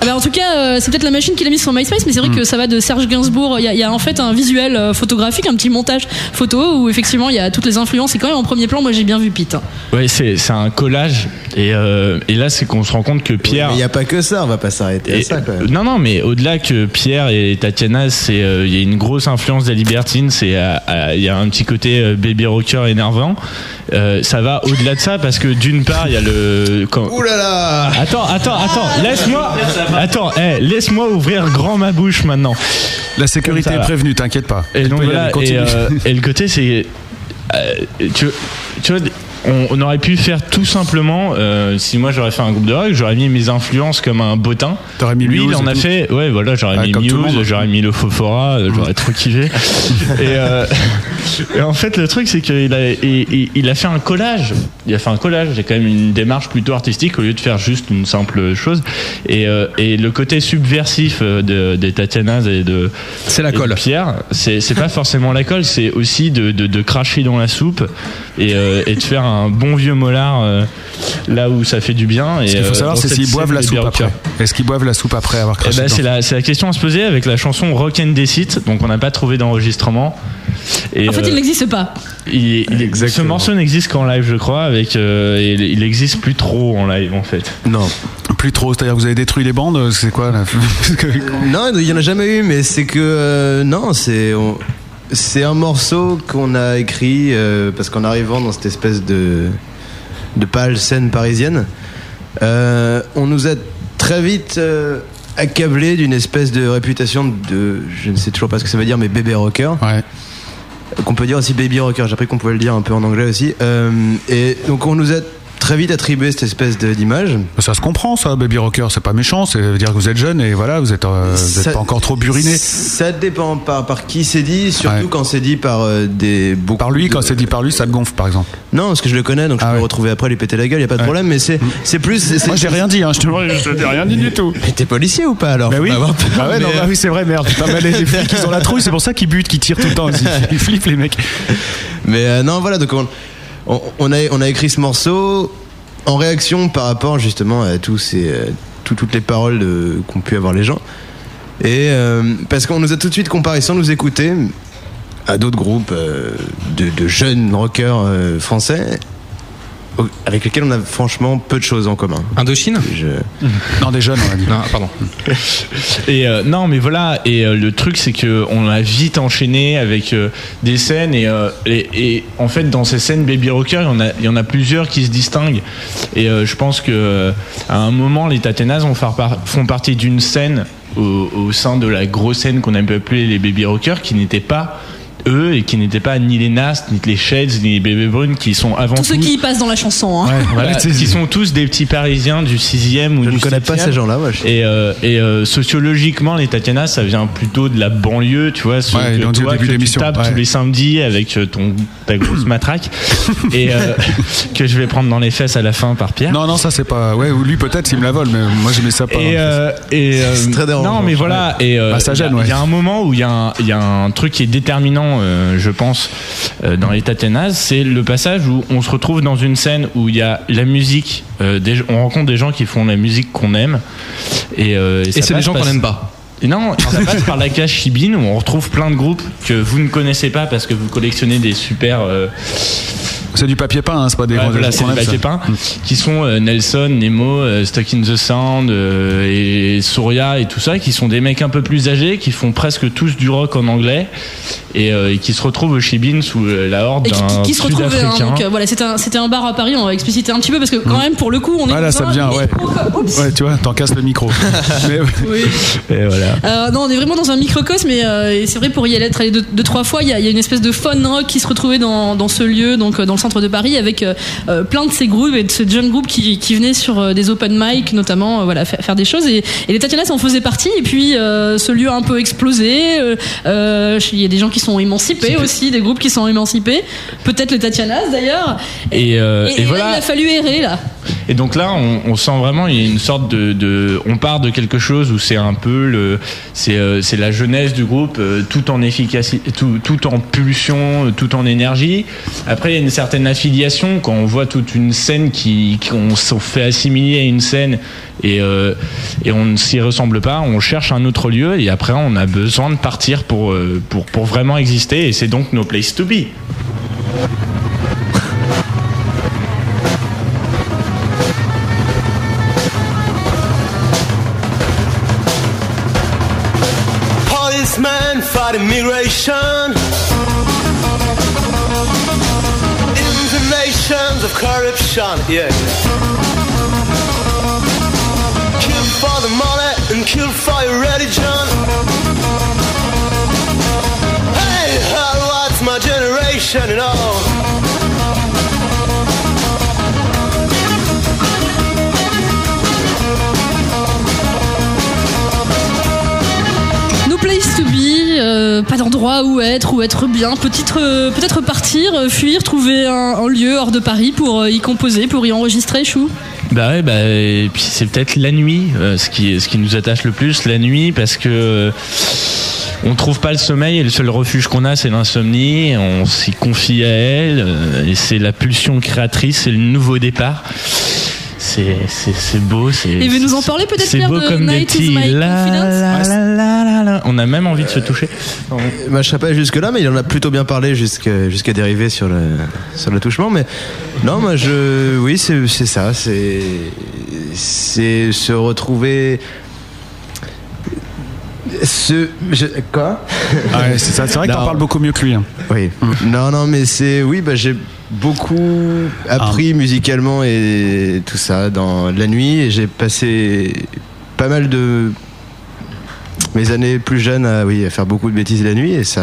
L: ah bah, en tout cas, euh, c'est peut-être la machine qu'il a mise sur MySpace, mais c'est vrai que ça va de Serge Gainsbourg. Il y, a- il y a en fait un visuel euh, photographique, un petit montage photo où effectivement il y a toutes les influences. Et quand même en premier plan, moi j'ai bien vu Pete. hein.
K: Ouais, c'est c'est un collage. Et, euh, et là, c'est qu'on se rend compte que Pierre.
F: Il n'y a pas que ça, on va pas s'arrêter
K: Et-
F: à ça quand même.
K: euh, Non, non, mais au-delà que Pierre et Tatiana, c'est euh, il y a une grosse influence des libertines. C'est euh, euh, il y a un petit côté euh, baby rocker énervant. Euh, ça va au-delà de ça parce que d'une part il y a le. Quand...
F: Ouh là là
K: Attends, attends, attends. Laisse-moi. Attends, eh, laisse-moi ouvrir grand ma bouche maintenant.
D: La sécurité est prévenue, t'inquiète pas.
K: Et
D: Tu
K: donc
D: peux y
K: voilà,
D: aller, continue.
K: et, euh, et le côté c'est, euh, tu, tu vois, on, on aurait pu faire tout simplement. euh, si moi j'aurais fait un groupe de rock, j'aurais mis mes influences comme un bottin.
D: T'aurais mis
K: lui, il
D: Muse
K: en
D: et
K: a
D: tout.
K: fait. Ouais, voilà, j'aurais mis
D: Ah, comme tout le
K: Muse,
D: monde. Mm.
K: j'aurais mis le Fofora, euh, j'aurais trop kiffé. et, euh, et en fait, le truc c'est qu'il a, il, il- il a fait un collage. Il a fait un collage. J'ai quand même une démarche plutôt artistique au lieu de faire juste une simple chose. Et, euh, et le côté subversif euh, de, des Tatianas et de
E: c'est la colle.
K: Pierre, c'est c'est pas forcément la colle, c'est aussi de, de, de cracher dans la soupe et, euh, et de faire un bon vieux molard euh, là où ça fait du bien. Et,
D: Ce qu'il faut
K: euh,
D: savoir,
K: dans
D: c'est
K: cette
D: s'ils
K: scène
D: boivent la
K: des
D: soupe
K: Bear
D: après.
K: Cure.
D: Est-ce qu'ils boivent la soupe après avoir
K: Eh
D: craché
K: ben,
D: dedans
K: c'est la, c'est la question à se poser avec la chanson Rock and Deceit, donc on n'a pas trouvé d'enregistrement. Et,
L: en fait,
K: euh,
L: il n'existe pas.
K: il- il- ce morceau n'existe qu'en live, je crois, avec euh, et il, il existe plus trop en live en fait.
F: Non.
D: Plus trop, c'est-à-dire que vous avez détruit les bandes, c'est quoi là Parce que-
F: Non, il n'y en a jamais eu, mais c'est que. euh, non, c'est. on- C'est un morceau qu'on a écrit euh, parce qu'en arrivant dans cette espèce de. de pâle scène parisienne, euh, on nous a très vite. euh, accablé d'une espèce de réputation de je ne sais toujours pas ce que ça veut dire mais bébé rocker qu'on peut dire aussi baby rocker j'ai appris qu'on pouvait le dire un peu en anglais aussi Euh, et donc on nous a très vite attribué cette espèce de- d'image
D: Ça se comprend, ça, baby rocker, c'est pas méchant, ça veut dire que vous êtes jeune et voilà, vous êtes, euh, vous êtes
F: Ça-
D: pas encore trop buriné.
F: Ça dépend par, par qui c'est dit, surtout quand c'est dit par euh, des beaucoup. Par lui,
D: quand c'est dit par lui, ça te gonfle par exemple.
F: Non, parce que je le connais,
D: Ah
F: donc je peux me retrouver après lui péter la gueule, y a pas de problème, mais c'est c'est plus. c'est-
D: Mm. Moi, j'ai rien dit, hein, je te je te dis rien dit du tout.
F: Mais t'es policier ou pas alors
D: Bah oui,
F: Faut pas avoir peur,
D: Bah ouais, non,
F: mais,
D: bah oui c'est vrai, merde. Putain, bah, les, les flics, ils ont la trouille, c'est pour ça qu'ils butent, qu'ils tirent tout le temps. Ils, ils flippent, les mecs.
F: Mais euh, non, voilà, donc on, on, on a, on a écrit ce morceau en réaction par rapport justement à tous ces, euh, tout- toutes les paroles de- qu'ont pu avoir les gens. Et euh, parce qu'on nous a tout de suite comparé sans nous écouter à d'autres groupes euh, de, de jeunes rockers euh, français au- avec lesquels on a franchement peu de choses en commun.
E: Indochine
D: Non, des jeunes, on a dit.
E: Non, pardon.
K: Et euh, non, mais voilà. Et euh, le truc, c'est que on a vite enchaîné avec euh, des scènes et, euh, et, et en fait, dans ces scènes baby rocker, il y en a, il y en a plusieurs qui se distinguent. Et euh, je pense que euh, à un moment, les Tatenas ont faire par- font partie d'une scène au, au sein de la grosse scène qu'on a pu appeler les baby rockers, qui n'était pas eux et qui n'étaient pas ni les Nast, ni les Shades, ni les Bébés Brunes, qui sont avant
L: Tous ceux
K: tout-
L: qui y passent dans la chanson. Hein.
K: Ouais, voilà, qui sont tous des petits Parisiens du 6e ou du 7e. Je ne connais pas ces gens-là, Et, euh, et euh, sociologiquement, les Tatianas, ça vient plutôt de la banlieue, tu vois, ceux
D: Ouais, ils
K: que
D: l'ont dit au
K: toi,
D: début
K: que
D: de
K: tu
D: l'émission,
K: tapes
D: ouais.
K: tous les samedis avec euh, ton, ta grosse matraque, et euh, que je vais prendre dans les fesses à la fin par Pierre.
D: Non, non, ça c'est pas. Ouais, ou lui peut-être s'il me la vole, mais moi je mets ça pas.
K: Et, euh, et, euh, Non, mais voilà. Et euh,
D: Bah, ça gêne,
K: il y a-
D: ouais.
K: Il y a un moment où il y, a un- il y a un truc qui est déterminant, euh, je pense, euh, dans les Ténaz, c'est le passage où on se retrouve dans une scène où il y a la musique. euh, des- on rencontre des gens qui font la musique qu'on aime. Et, euh,
E: Et
K: ça
E: c'est des
K: passe
E: gens qu'on
K: par-
E: aime pas.
K: Et non, ça passe par la cage Chibine où on retrouve plein de groupes que vous ne connaissez pas parce que vous collectionnez des super. euh,
D: C'est du papier peint, hein, c'est pas des
K: Ouais,
D: gros-
K: voilà,
D: des
K: c'est
D: qu'on
K: des
D: aime, ça. Mm.
K: papiers peints qui sont euh, Nelson, Nemo, euh, Stuck in the Sound euh, et Surya et tout ça, qui sont des mecs un peu plus âgés, qui font presque tous du rock en anglais et, euh, et qui se retrouvent au Shibin sous euh, la horde
L: Et qui,
K: d'un
L: qui- qui se retrouvait. hein.
K: Sud-Africain.
L: donc euh, voilà, c'était un, c'était un bar à Paris, on va expliciter un petit peu parce que quand même, pour le coup, on est.
D: Ouais, là ça
L: dans un-
D: devient, ouais. Ouais, tu vois, t'en casses le micro. Mais-
K: Et voilà.
L: Euh, non, on est vraiment dans un microcosme, et, euh, et c'est vrai pour y aller être allé deux, deux, trois fois, il y, a il y a une espèce de fun rock qui se retrouvait dans, dans ce lieu, donc euh, dans le centre de Paris, avec euh, euh, plein de ces groupes et de ce jeune groupe qui, qui venaient sur euh, des open mic, notamment, euh, voilà, faire, faire des choses. Et, et les Tatianas en faisaient partie, et puis euh, ce lieu a un peu explosé. euh, euh, Il y a des gens qui sont émancipés aussi, des groupes qui sont émancipés, peut-être les Tatianas d'ailleurs.
K: Et, euh,
L: Et,
K: et
L: là, il
K: voilà.
L: a fallu errer là.
K: Et donc là, on, on sent vraiment il y a une sorte de, de- on part de quelque chose où c'est un peu le, c'est euh, c'est la jeunesse du groupe, euh, tout en efficacité, tout, tout en pulsion, euh, tout en énergie. Après, il y a une certaine affiliation quand on voit toute une scène qui, qu'on se fait assimiler à une scène et euh, et on ne s'y ressemble pas. On cherche un autre lieu et après on a besoin de partir pour euh, pour pour vraiment exister. Et c'est donc nos place to be.
M: Policemen fight immigration. Intimations of corruption, yeah. Kill for the money and kill for your religion. Hey, hell, what's my generation, you know?
L: No place to be, euh, pas d'endroit où être, où être bien, peut-être euh, peut-être partir, euh, fuir, trouver un, un lieu hors de Paris pour euh, y composer, pour y enregistrer, chou.
K: Bah ouais, bah, et puis c'est peut-être la nuit, euh, ce, qui, ce qui nous attache le plus, la nuit, parce que euh, on trouve pas le sommeil et le seul refuge qu'on a, c'est l'insomnie. On s'y confie à elle, euh, et c'est la pulsion créatrice, c'est le nouveau départ. C'est c'est- c'est beau, c'est.
L: Et veut nous en parler peut-être
K: c'est
L: Pierre
K: beau
L: de
K: comme des
L: Night is
K: petits
L: My
K: la-
L: Confidence
K: la- la- la- la. On a même envie de se toucher.
F: Bah, je sais pas jusque là, mais il en a plutôt bien parlé jusqu'à jusqu'à dériver sur le sur le touchement. Mais non, moi je, oui, c'est c'est ça, c'est c'est se retrouver. Ce, je- quoi
D: Ah ouais, c'est ça, c'est vrai que t'en
F: Non.
D: parles beaucoup mieux que lui. hein.
F: Oui. Non, non, mais c'est. Oui, bah, j'ai beaucoup appris musicalement et tout ça dans la nuit. Et j'ai passé pas mal de mes années plus jeunes à, oui, à faire beaucoup de bêtises la nuit. Et ça.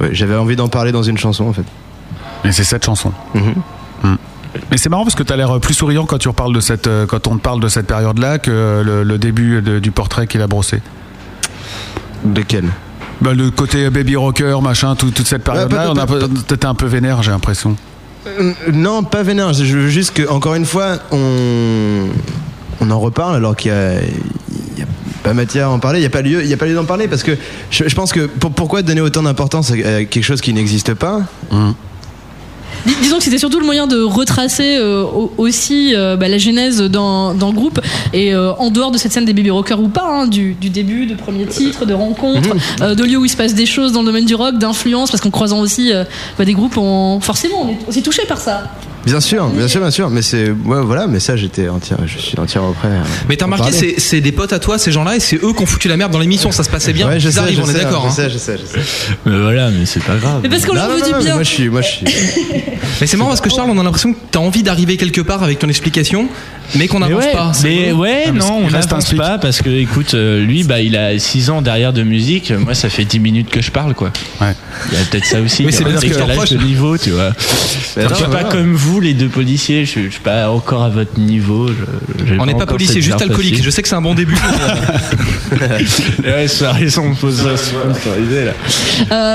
F: ouais, J'avais envie d'en parler dans une chanson, en fait.
D: Et c'est cette chanson.
F: Mhm.
D: Mm. Mais c'est marrant parce que tu as l'air euh, plus souriant quand tu reparles de cette euh, quand on te parle de cette période-là que euh, le, le début de- du portrait qu'il a brossé.
F: De quel
D: bah, le côté baby rocker, machin, tout- toute cette période-là,
F: pas-
D: on a
F: pas-
D: un peu- t'étais un peu vénère, j'ai l'impression.
F: Euh, Non, pas vénère. Je veux juste que, encore une fois, on, on en reparle alors qu'il y a, il y a pas matière à en parler. Il n'y a pas lieu, il y a pas lieu d'en parler parce que je, je pense que pour- pourquoi donner autant d'importance à à quelque chose qui n'existe pas
L: Dis- disons que c'était surtout le moyen de retracer euh, au- aussi euh, bah, la genèse dans, dans le groupe et euh, en dehors de cette scène des baby rockers ou pas hein, du, du début de premier titre de
K: Mhm.
L: rencontre euh, de lieux où il se passe des choses dans le domaine du rock d'influence parce qu'en croisant aussi euh, bah, des groupes on forcément on est aussi touché par ça
F: Bien sûr, bien sûr, bien sûr. Mais c'est, ouais, voilà, mais ça, j'étais entière, hein. je suis entièrement prêt. à-
E: Mais t'as
F: à
E: remarqué,
F: parler.
E: c'est c'est des potes à toi, ces gens-là, et c'est eux qui ont foutu la merde dans l'émission. Ça se passait bien.
F: Ouais, je
E: ils
F: sais,
E: arrivent,
F: je
E: on est
F: sais,
E: d'accord.
F: je
E: hein.
F: sais, je sais, je sais. Mais voilà, mais c'est pas grave.
E: Mais parce qu'on leur veut du
F: mais
E: bien.
F: Moi, je suis, moi, je suis.
E: Mais c'est marrant parce que Charles, on a l'impression que t'as envie d'arriver quelque part avec ton explication, mais qu'on n'avance
K: ouais,
E: pas. Ah, C'est
K: Mais
E: drôle.
K: ouais, non, on n'avance pas parce que, écoute, euh, lui, bah, il a 6 ans derrière de musique. Moi, ça fait 10 minutes que je parle, quoi. Il y a peut-être ça aussi.
E: Oui,
K: il y a
E: c'est
K: un
E: parce que-
K: décalage de niveau, tu vois. Enfin,
E: Mais non,
K: je suis pas
E: mais voilà.
K: comme vous, les deux policiers. Je, je suis pas encore à votre niveau.
E: On n'est pas policier, juste alcoolique. Je sais que c'est un bon début.
K: ouais, ça a raison, on pose ça. Sponsorisé, là.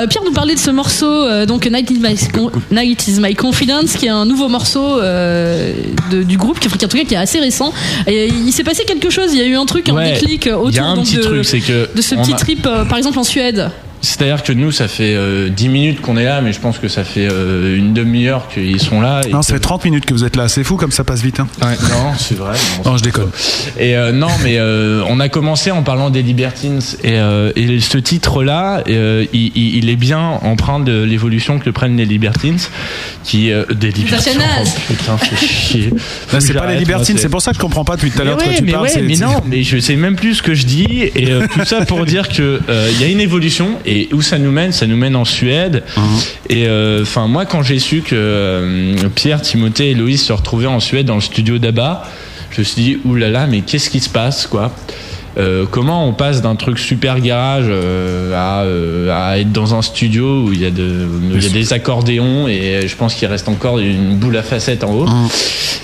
L: Euh, Pierre nous parlait de ce morceau, euh, donc Night is, My Con- Night is My Confidence, qui est un nouveau morceau euh, de- du groupe, qui, enfin, qui, en tout cas qui est assez récent. Et il s'est passé quelque chose, il y a eu un truc, un
K: Ouais,
L: déclic euh, autour
K: il y a un
L: donc,
K: petit
L: de,
K: truc, c'est que
L: de ce
K: on
L: petit
K: a-
L: trip, euh, par exemple en Suède.
K: C'est-à-dire que nous, ça fait euh, 10 minutes qu'on est là, mais je pense que ça fait euh, une demi-heure qu'ils sont là. et
D: Non, ça fait 30 minutes que vous êtes là. C'est fou comme ça passe vite. Hein.
K: Non, c'est vrai.
D: Non, je déconne.
K: Et euh, non, mais euh, on a commencé en parlant des Libertines et, euh, et ce titre-là, euh, il, il- il est bien empreint de l'évolution que prennent les Libertines, qui euh, des Libertines.
L: Libertinage.
K: Oh, putain, fais chier. Faut
D: Là,
K: que
D: c'est pas
K: j'arrête,
D: les libertines,
K: moi,
D: c'est pour ça que je comprends pas depuis tout à
K: mais
D: l'heure de quoi
K: ouais,
D: tu
K: mais
D: parles.
K: ouais,
D: c'est-
K: mais
D: c'est-
K: non, mais je sais même plus ce que je dis. Et euh, tout ça pour dire que euh, il y a une évolution et où ça nous mène, ça nous mène en Suède.
D: Uh-huh.
K: Et euh, enfin, moi, quand j'ai su que euh, Pierre, Timothée et Loïs se retrouvaient en Suède dans le studio d'Abba, je me suis dit oulala, mais qu'est-ce qui se passe, quoi Euh, comment on passe d'un truc super garage euh, à, euh, à être dans un studio où il y a, de, où il y a des accordéons et je pense qu'il reste encore une boule à facettes en haut.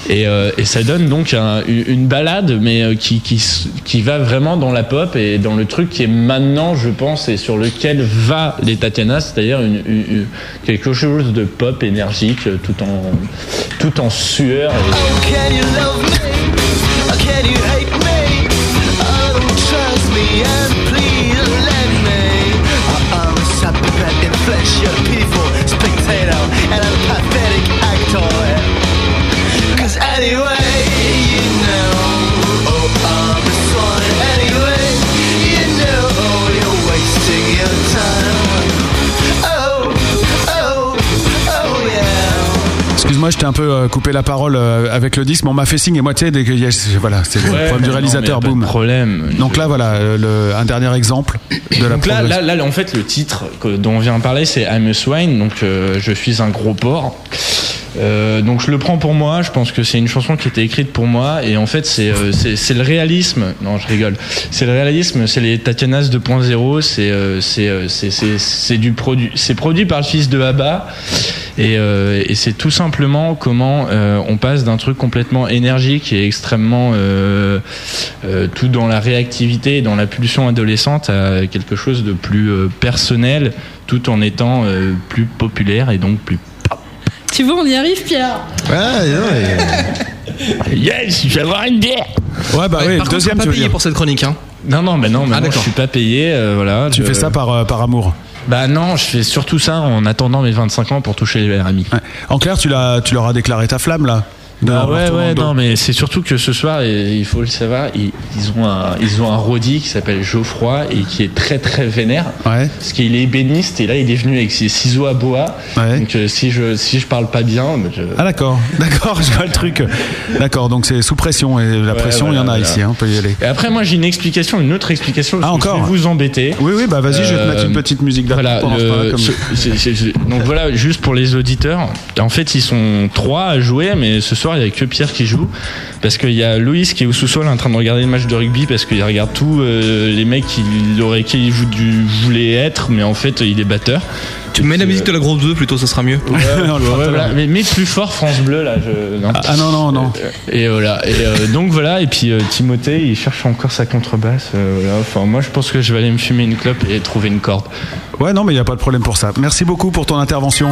K: Et, euh, et ça donne donc un- une balade, mais euh, qui, qui, s- qui va vraiment dans la pop et dans le truc qui est maintenant, je pense, et sur lequel va les Tatianas, c'est-à-dire une- une- une- quelque chose de pop énergique, euh, tout en, tout en sueur. et-
M: Can you love me? Or can you hate me? Oh, don't trust me and please let me. I am subject in flesh, you're people, spectator, and a pathetic actor. Cause anyway, you know, oh, I'm a son. Anyway, you know, oh, you're wasting your time. Oh, oh, oh, yeah.
D: Excuse-moi, je t'ai un peu euh, coupé la parole euh, avec le disque, mais on m'a fait signe et moitié dès que yes, voilà, c'est
K: Ouais,
D: le problème
K: mais
D: du
K: non,
D: réalisateur,
K: mais y a pas de
D: boom.
K: problème.
D: Donc là, voilà, euh, le- un dernier exemple de la
K: donc là,
D: progression.
K: là, là, en fait, le titre que- dont on vient de parler, c'est I'm a swine, donc euh, je suis un gros porc. Euh, donc je le prends pour moi, je pense que c'est une chanson qui était écrite pour moi et en fait c'est euh, c'est- c'est le réalisme, non je rigole, c'est le réalisme, c'est les Tatianas 2.0, c'est euh, c'est, euh, c'est- c'est- c'est du produit, c'est produit par le fils de Abba et, euh, et c'est tout simplement comment euh, on passe d'un truc complètement énergique et extrêmement euh, euh, tout dans la réactivité et dans la pulsion adolescente à quelque chose de plus euh, personnel tout en étant euh, plus populaire et donc plus
L: Tu vois, on y arrive, Pierre.
K: Yes, je vais avoir une bière.
D: Ouais, bah oui,
E: par contre,
D: deuxième,
E: on est
D: tu
E: pas
D: veux
E: payé
D: dire.
E: pour cette chronique. Hein.
K: Non, non, mais non, mais
E: Ah,
K: non, je
E: d'accord.
K: suis pas payé, euh, voilà.
D: Tu
K: je-
D: fais ça par, euh, par amour.
K: Bah non, je fais surtout ça en attendant mes 25 ans pour toucher les RMI.
D: En clair, tu, l'as- tu leur as déclaré ta flamme, là
K: Ah
D: Dans-
K: ouais,
D: dans ton
K: ouais,
D: dos.
K: non, mais c'est surtout que ce soir, et il faut le savoir, ils, ils ont un, ils ont un rôdi qui s'appelle Geoffroy et qui est très très vénère. Parce qu'il est ébéniste et là il est venu avec ses ciseaux à boa. Donc euh, si je, si je parle pas bien, je-
D: Ah d'accord, d'accord, je vois le truc. D'accord, donc c'est sous pression et la
K: Ouais,
D: pression, il y en a
K: voilà,
D: ici,
K: voilà.
D: hein, on peut y aller.
K: Et après, moi, j'ai une explication, une autre explication. parce
D: Ah,
K: que
D: encore
K: Je vais vous embêter. Euh,
D: Oui, oui, bah vas-y, je vais te mettre une petite musique d'attente
K: Voilà,
D: pendant ce
K: le-
D: temps-là, comme-
K: ce- c'est- c'est- c'est- donc voilà, juste pour les auditeurs. En fait, ils sont trois à jouer, mais ce soir, il n'y a que Pierre qui joue. Parce qu'il y a Loïs qui est au sous-sol en train de regarder le match de rugby parce qu'il regarde tous euh, les mecs qu'il aurait, qu'il vou- du- voulait être, mais en fait, il est batteur.
E: Tu mets la musique de la grosse 2 plutôt, ça sera mieux. Bah,
K: Ouais, ouais, ouais, voilà. mais, mais plus fort France Bleu là. Je... Non.
D: Ah non, non, non.
K: Et voilà. Et euh, donc voilà. Et puis euh, Timothée, il cherche encore sa contrebasse. euh, voilà. Enfin, moi, je pense que je vais aller me fumer une clope et trouver une corde.
D: Ouais, non, mais il n'y a pas de problème pour ça. Merci beaucoup pour ton intervention.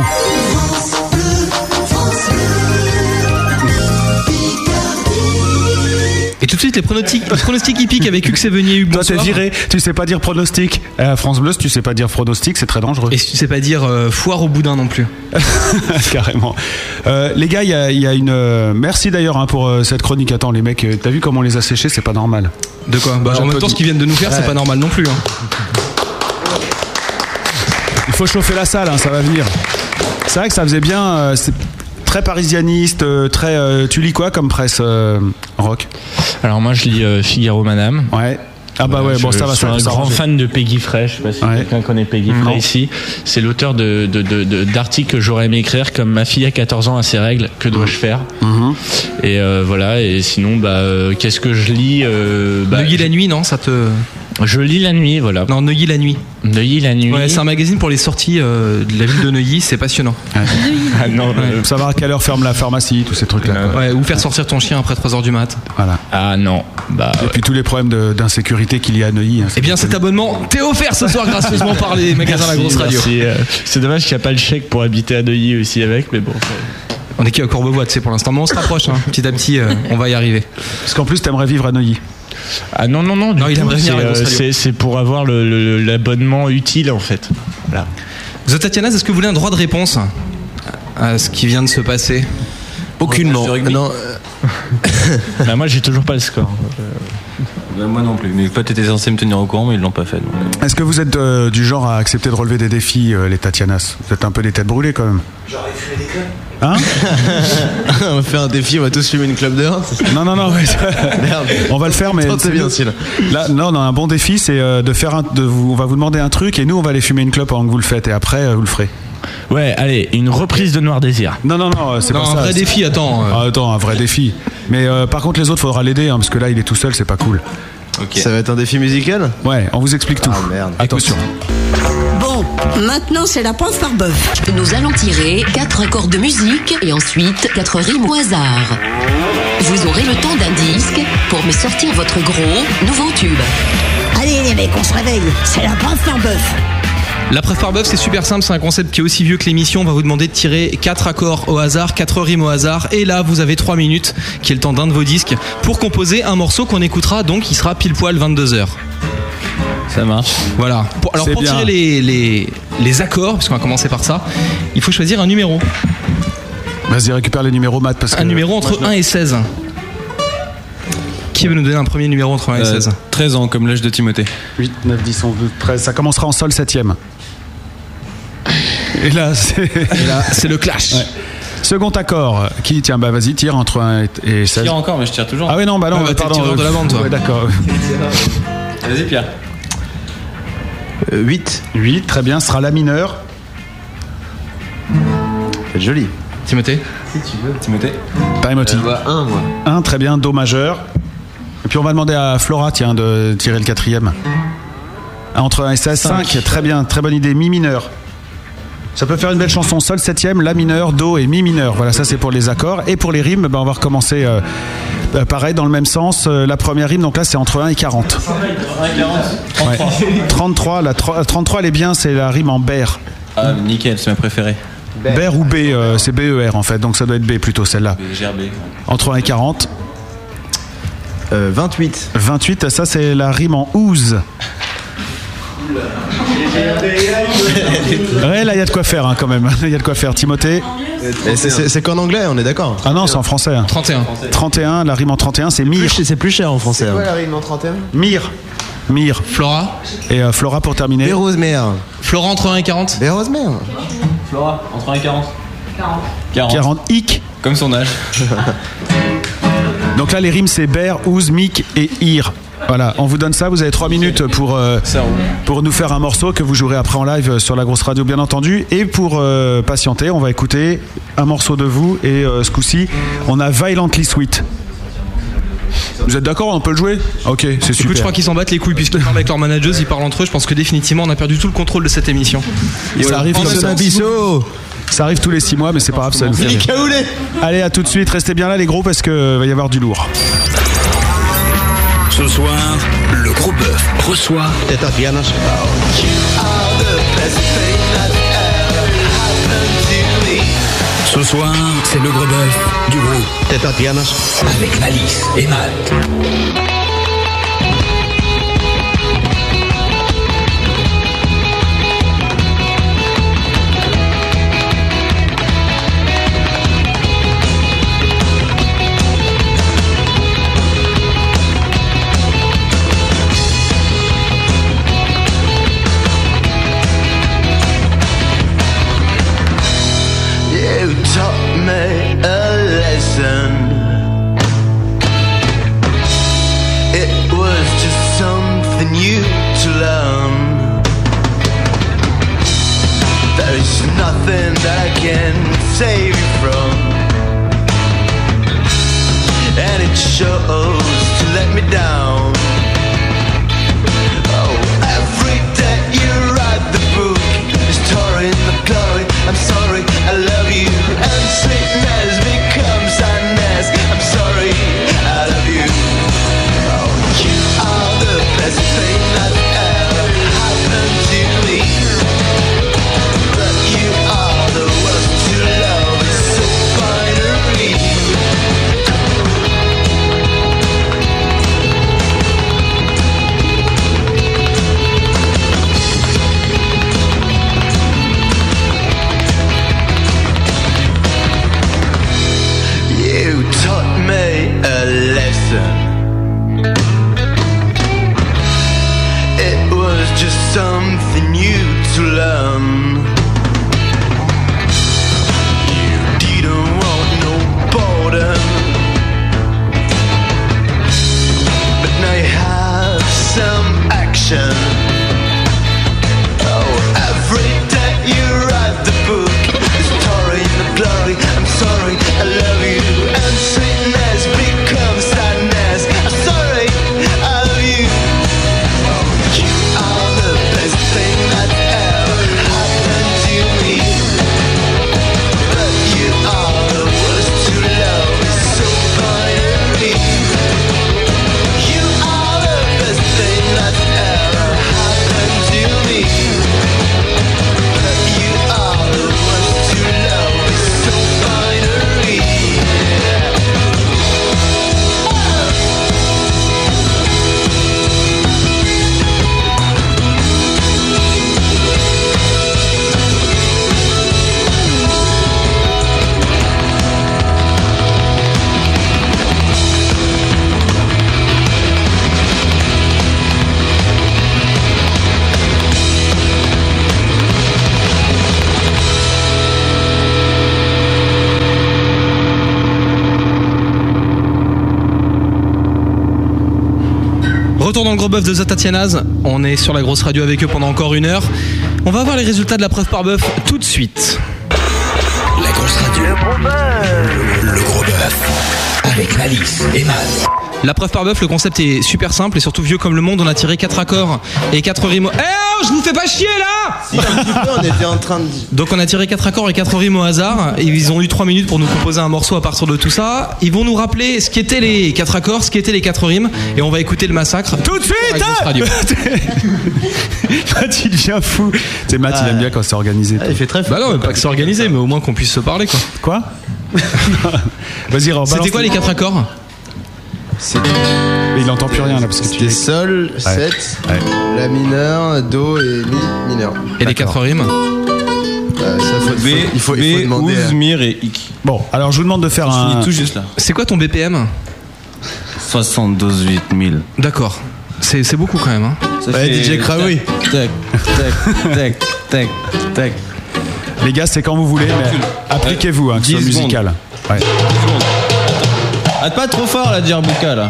E: Et tout de suite, les pronostics, les pronostics hippiques avec Hugues Sévenier, Hugues
D: Toi, t'es viré, tu sais pas dire pronostic. Euh, France Bleu, si tu sais pas dire pronostic, c'est très dangereux.
E: Et tu sais pas dire euh, foire au boudin non plus.
D: Carrément. Euh, les gars, il y a, il y a une. euh, Merci d'ailleurs hein, pour euh, cette chronique. Attends, les mecs, euh, t'as vu comment on les a séchés C'est pas normal.
E: De quoi Bah, En même temps, ce qu'ils viennent de nous faire, c'est pas normal non plus. hein.
D: Il faut chauffer la salle, hein, ça va venir. C'est vrai que ça faisait bien. euh, c'est très parisianiste, euh, très. euh, tu lis quoi comme presse euh, rock
K: Alors moi je lis euh, Figaro Madame. Euh,
D: Ouais. Ah bah ouais,
K: je,
D: bon ça va,
K: je suis
D: ça va.
K: un
D: ça va
K: grand
D: ranger.
K: fan de Peggy Frey. Je sais pas si quelqu'un connaît Peggy
D: Non.
K: Frey ici. C'est l'auteur de, de- de- de- d'articles que j'aurais aimé écrire comme Ma fille à 14 ans a ses règles, que dois-je faire
A: Mm-hmm.
K: Et euh, voilà, et sinon, bah, euh, qu'est-ce que je lis euh, bah,
E: Neuilly la nuit, non Ça te.
K: Je lis la nuit, voilà.
E: Non, Neuilly la nuit.
K: Neuilly la nuit.
E: Ouais, c'est un magazine pour les sorties euh, de la ville de Neuilly, c'est passionnant.
K: ah non,
D: Savoir à quelle heure ferme la pharmacie, tous ces trucs-là. quoi.
E: Ouais, ou faire sortir ton chien après 3h du mat.
D: Voilà.
K: Ah non. Bah,
D: Et puis tous les problèmes de- d'insécurité qu'il y a à Neuilly. hein, c'est
E: Eh bien, cet abonnement t'est offert ce soir gracieusement par les magasins La Grosse Radio.
K: merci, euh, c'est dommage qu'il n'y a pas le chèque pour habiter à Neuilly aussi avec, mais bon.
E: On est qui à Courbevoie, tu sais, pour l'instant, mais on se rapproche, hein. petit à petit, euh, on va y arriver.
D: Parce qu'en plus, t'aimerais vivre à Neuilly.
K: Ah non, non, non. du
E: Non, il
K: tout,
E: aimerait
K: c'est,
E: venir à la
K: euh,
E: grosse radio.
K: c'est- C'est pour avoir le- le- l'abonnement utile en fait. Voilà.
E: The Tatianas, est-ce que vous voulez un droit de réponse à ce qui vient de se passer
F: Aucunement. Non,
K: Bah, moi j'ai toujours pas le score.
H: Bah, Euh, moi non plus. Mes potes étaient censés me tenir au courant, mais ils l'ont pas fait. donc.
D: Est-ce que vous êtes euh, du genre à accepter de relever des défis, euh, les Tatianas Vous êtes un peu des têtes brûlées quand même. Hein
F: on fait un défi, on va tous fumer une clope dehors.
D: Non, non, non, ouais.
F: Merde.
D: on va le faire, mais.
F: Tant, c'est bien, Syl.
D: Là, non, non, un bon défi, c'est euh, de faire un. De vous, on va vous demander un truc et nous, on va aller fumer une clope avant que vous le faites et après, euh, vous le ferez.
K: Ouais, Eh, allez, une reprise de Noir Désir.
D: Non, non, non, euh, c'est
E: Non,
D: pas
E: un
D: ça.
E: vrai
D: c'est-
E: défi, attends, euh.
D: Ah, attends, un vrai défi. Mais euh, par contre, les autres, faudra l'aider hein, parce que là, il est tout seul, c'est pas cool.
F: Ça va être un défi musical
D: Ouais, on vous explique tout.
F: Ah merde.
D: Attention.
C: Bon, maintenant c'est la preuve par bœuf.
N: Nous allons tirer quatre accords de musique et ensuite quatre rimes au hasard. Vous aurez le temps d'un disque pour me sortir votre gros nouveau tube.
C: Allez les mecs, on se réveille. C'est la preuve par bœuf.
E: La preuve par bœuf, c'est super simple, c'est un concept qui est aussi vieux que l'émission. On va vous demander de tirer 4 accords au hasard, 4 rimes au hasard. Et là, vous avez 3 minutes, qui est le temps d'un de vos disques, pour composer un morceau qu'on écoutera, donc il sera pile poil 22h.
K: Ça marche.
E: Voilà. Pour- alors
K: C'est
E: pour
K: bien.
E: tirer les, les, les accords, parce qu'on va commencer par ça, il faut choisir un numéro.
D: Vas-y, récupère les numéros maths parce que.
E: Un numéro entre 1 et 16. Qui veut nous donner un premier numéro entre 1 et
H: Euh,
E: 16
H: 13 ans, comme l'âge de Timothée.
D: 8, 9, 10, 11, 12, 13. Ça commencera en sol 7 Et là, c'est.
E: c'est le clash.
D: Second accord. Qui Tiens, bah vas-y, tire entre 1 et 16.
H: Tire encore, mais je tire toujours.
D: Ah oui, non, bah non,
H: Ah bah, t'es
D: pardon.
H: le tireur de la bande, toi.
D: Ouais, d'accord.
H: Vas-y, Pierre.
F: Euh,
D: 8. 8, très bien, ce sera la mineure.
F: C'est joli.
E: Timothée
H: Si tu veux. Timothée.
D: Paremotti.
F: 1, moi.
D: 1, très bien, Do majeur. Et puis on va demander à Flora, tiens, de tirer le quatrième. Entre 1 et 16, 5. Très bien, très bonne idée. Mi mineur. Ça peut faire une belle chanson. Sol septième, La mineur, Do et Mi mineur. Voilà, ça c'est pour les accords. Et pour les rimes, ben, on va recommencer euh, euh, pareil, dans le même sens. Euh, la première rime, donc là, c'est entre 1 et 40. Ouais. 33, la tro- euh, 33, elle est bien, c'est la rime en ber.
H: Ah, nickel, c'est ma préférée.
D: Ber ou B, euh, c'est BER en fait, donc ça doit être B plutôt celle-là.
H: Gerbé.
D: Entre 1 et 40.
F: Euh, 28.
D: 28, ça c'est la rime en ouze. Ouais, là il y a de quoi faire hein, quand même. Il y a de quoi faire. Timothée
F: Et c'est- C'est c'est qu'en anglais, on est d'accord
D: Ah non, c'est en français. hein.
E: 31.
D: 31, la rime en 31, c'est mire.
F: C'est plus cher en français.
D: hein.
F: la rime en 31
D: Mire. Mire.
E: Flora
D: Et euh, Flora pour terminer.
F: Bérosemère.
E: Flora entre 1 et 40
F: Bérosemère.
H: Flora, entre 1 et 40. 40.
D: 40 hic.
H: Comme son âge.
D: Donc là les rimes c'est ber, ouze, mic et ir. Voilà, on vous donne ça, vous avez 3 minutes pour, euh, pour nous faire un morceau que vous jouerez après en live euh, sur la grosse radio bien entendu. Et pour euh, patienter, on va écouter un morceau de vous et euh, ce coup-ci, on a Violently Sweet. Vous êtes d'accord, on peut le jouer Ok, c'est super.
E: Écoute, je crois qu'ils s'en battent les couilles puisqu'ils parlent avec leurs managers, ils parlent entre eux. Je pense que définitivement, on a perdu tout le contrôle de cette émission.
D: Et ça arrive
E: En
D: comme
E: même
D: ça.
E: temps, si vous-
D: Ça arrive tous les 6 mois, mais c'est pas grave, ça nous fait rire. Allez, à tout de suite, restez bien là les gros parce que euh, va y avoir du lourd.
A: Ce soir, le gros bœuf reçoit. Ce soir, c'est le gros bœuf du groupe. Avec Alice et Matt.
M: You taught me Oh,
G: something new to learn. You didn't want no boredom, but now you have some action. Oh, every day you write the book. Story, glory, I'm sorry, I love you. And sweetness becomes sadness. I'm sorry, I love you. You are the best thing that ever happened to me. But you are the worst to love, it's so binary. You are the best thing that ever happened to me. But you are the worst to love, it's so binary.
E: Retour dans le gros bœuf de Zatatianaz. On est sur la grosse radio avec eux pendant encore une heure. On va voir les résultats de la preuve par bœuf tout de suite.
A: La grosse radio. Le, le gros bœuf. Avec Malice et Maz.
E: La preuve par bœuf, le concept est super simple et surtout vieux comme le monde. On a tiré 4 accords et 4 rimes. Eh, oh, je vous fais pas chier là
F: on était en train de.
E: Donc on a tiré 4 accords et 4 rimes au hasard. Et ils ont eu 3 minutes pour nous composer un morceau à partir de tout ça. Ils vont nous rappeler ce qu'étaient les 4 accords, ce qu'étaient les 4 rimes. Et on va écouter le massacre. Tout de suite
D: Matt, il devient fou. Tu sais, Matt, il aime bien quand c'est organisé.
E: il fait très Bah non, mais pas que c'est organisé, mais au moins qu'on puisse se parler quoi.
D: Quoi Vas-y, Rob,
E: C'était
D: balance
E: quoi les 4 accords
D: Mais Il n'entend plus rien là parce que tu
F: C'était sol, 7, la mineur, do et mi mineur.
E: Et les 4 rimes
F: Euh, ça, faut,
K: B,
F: il faut, il faut
K: B,
F: demander. à-
K: Ouzmir et Ik.
D: Bon, alors je vous demande de faire
K: Je
D: un.
K: finis tout juste là.
E: C'est quoi ton BPM
K: 72 8000.
E: D'accord. C'est c'est beaucoup quand même. hein.
K: Tac, tac, tac, tac, tac.
D: Les gars, c'est quand vous voulez, mais appliquez-vous, hein, que ce soit
K: 10 secondes.
D: musical. Ouais.
K: Hâte pas trop fort la Djerbuka là.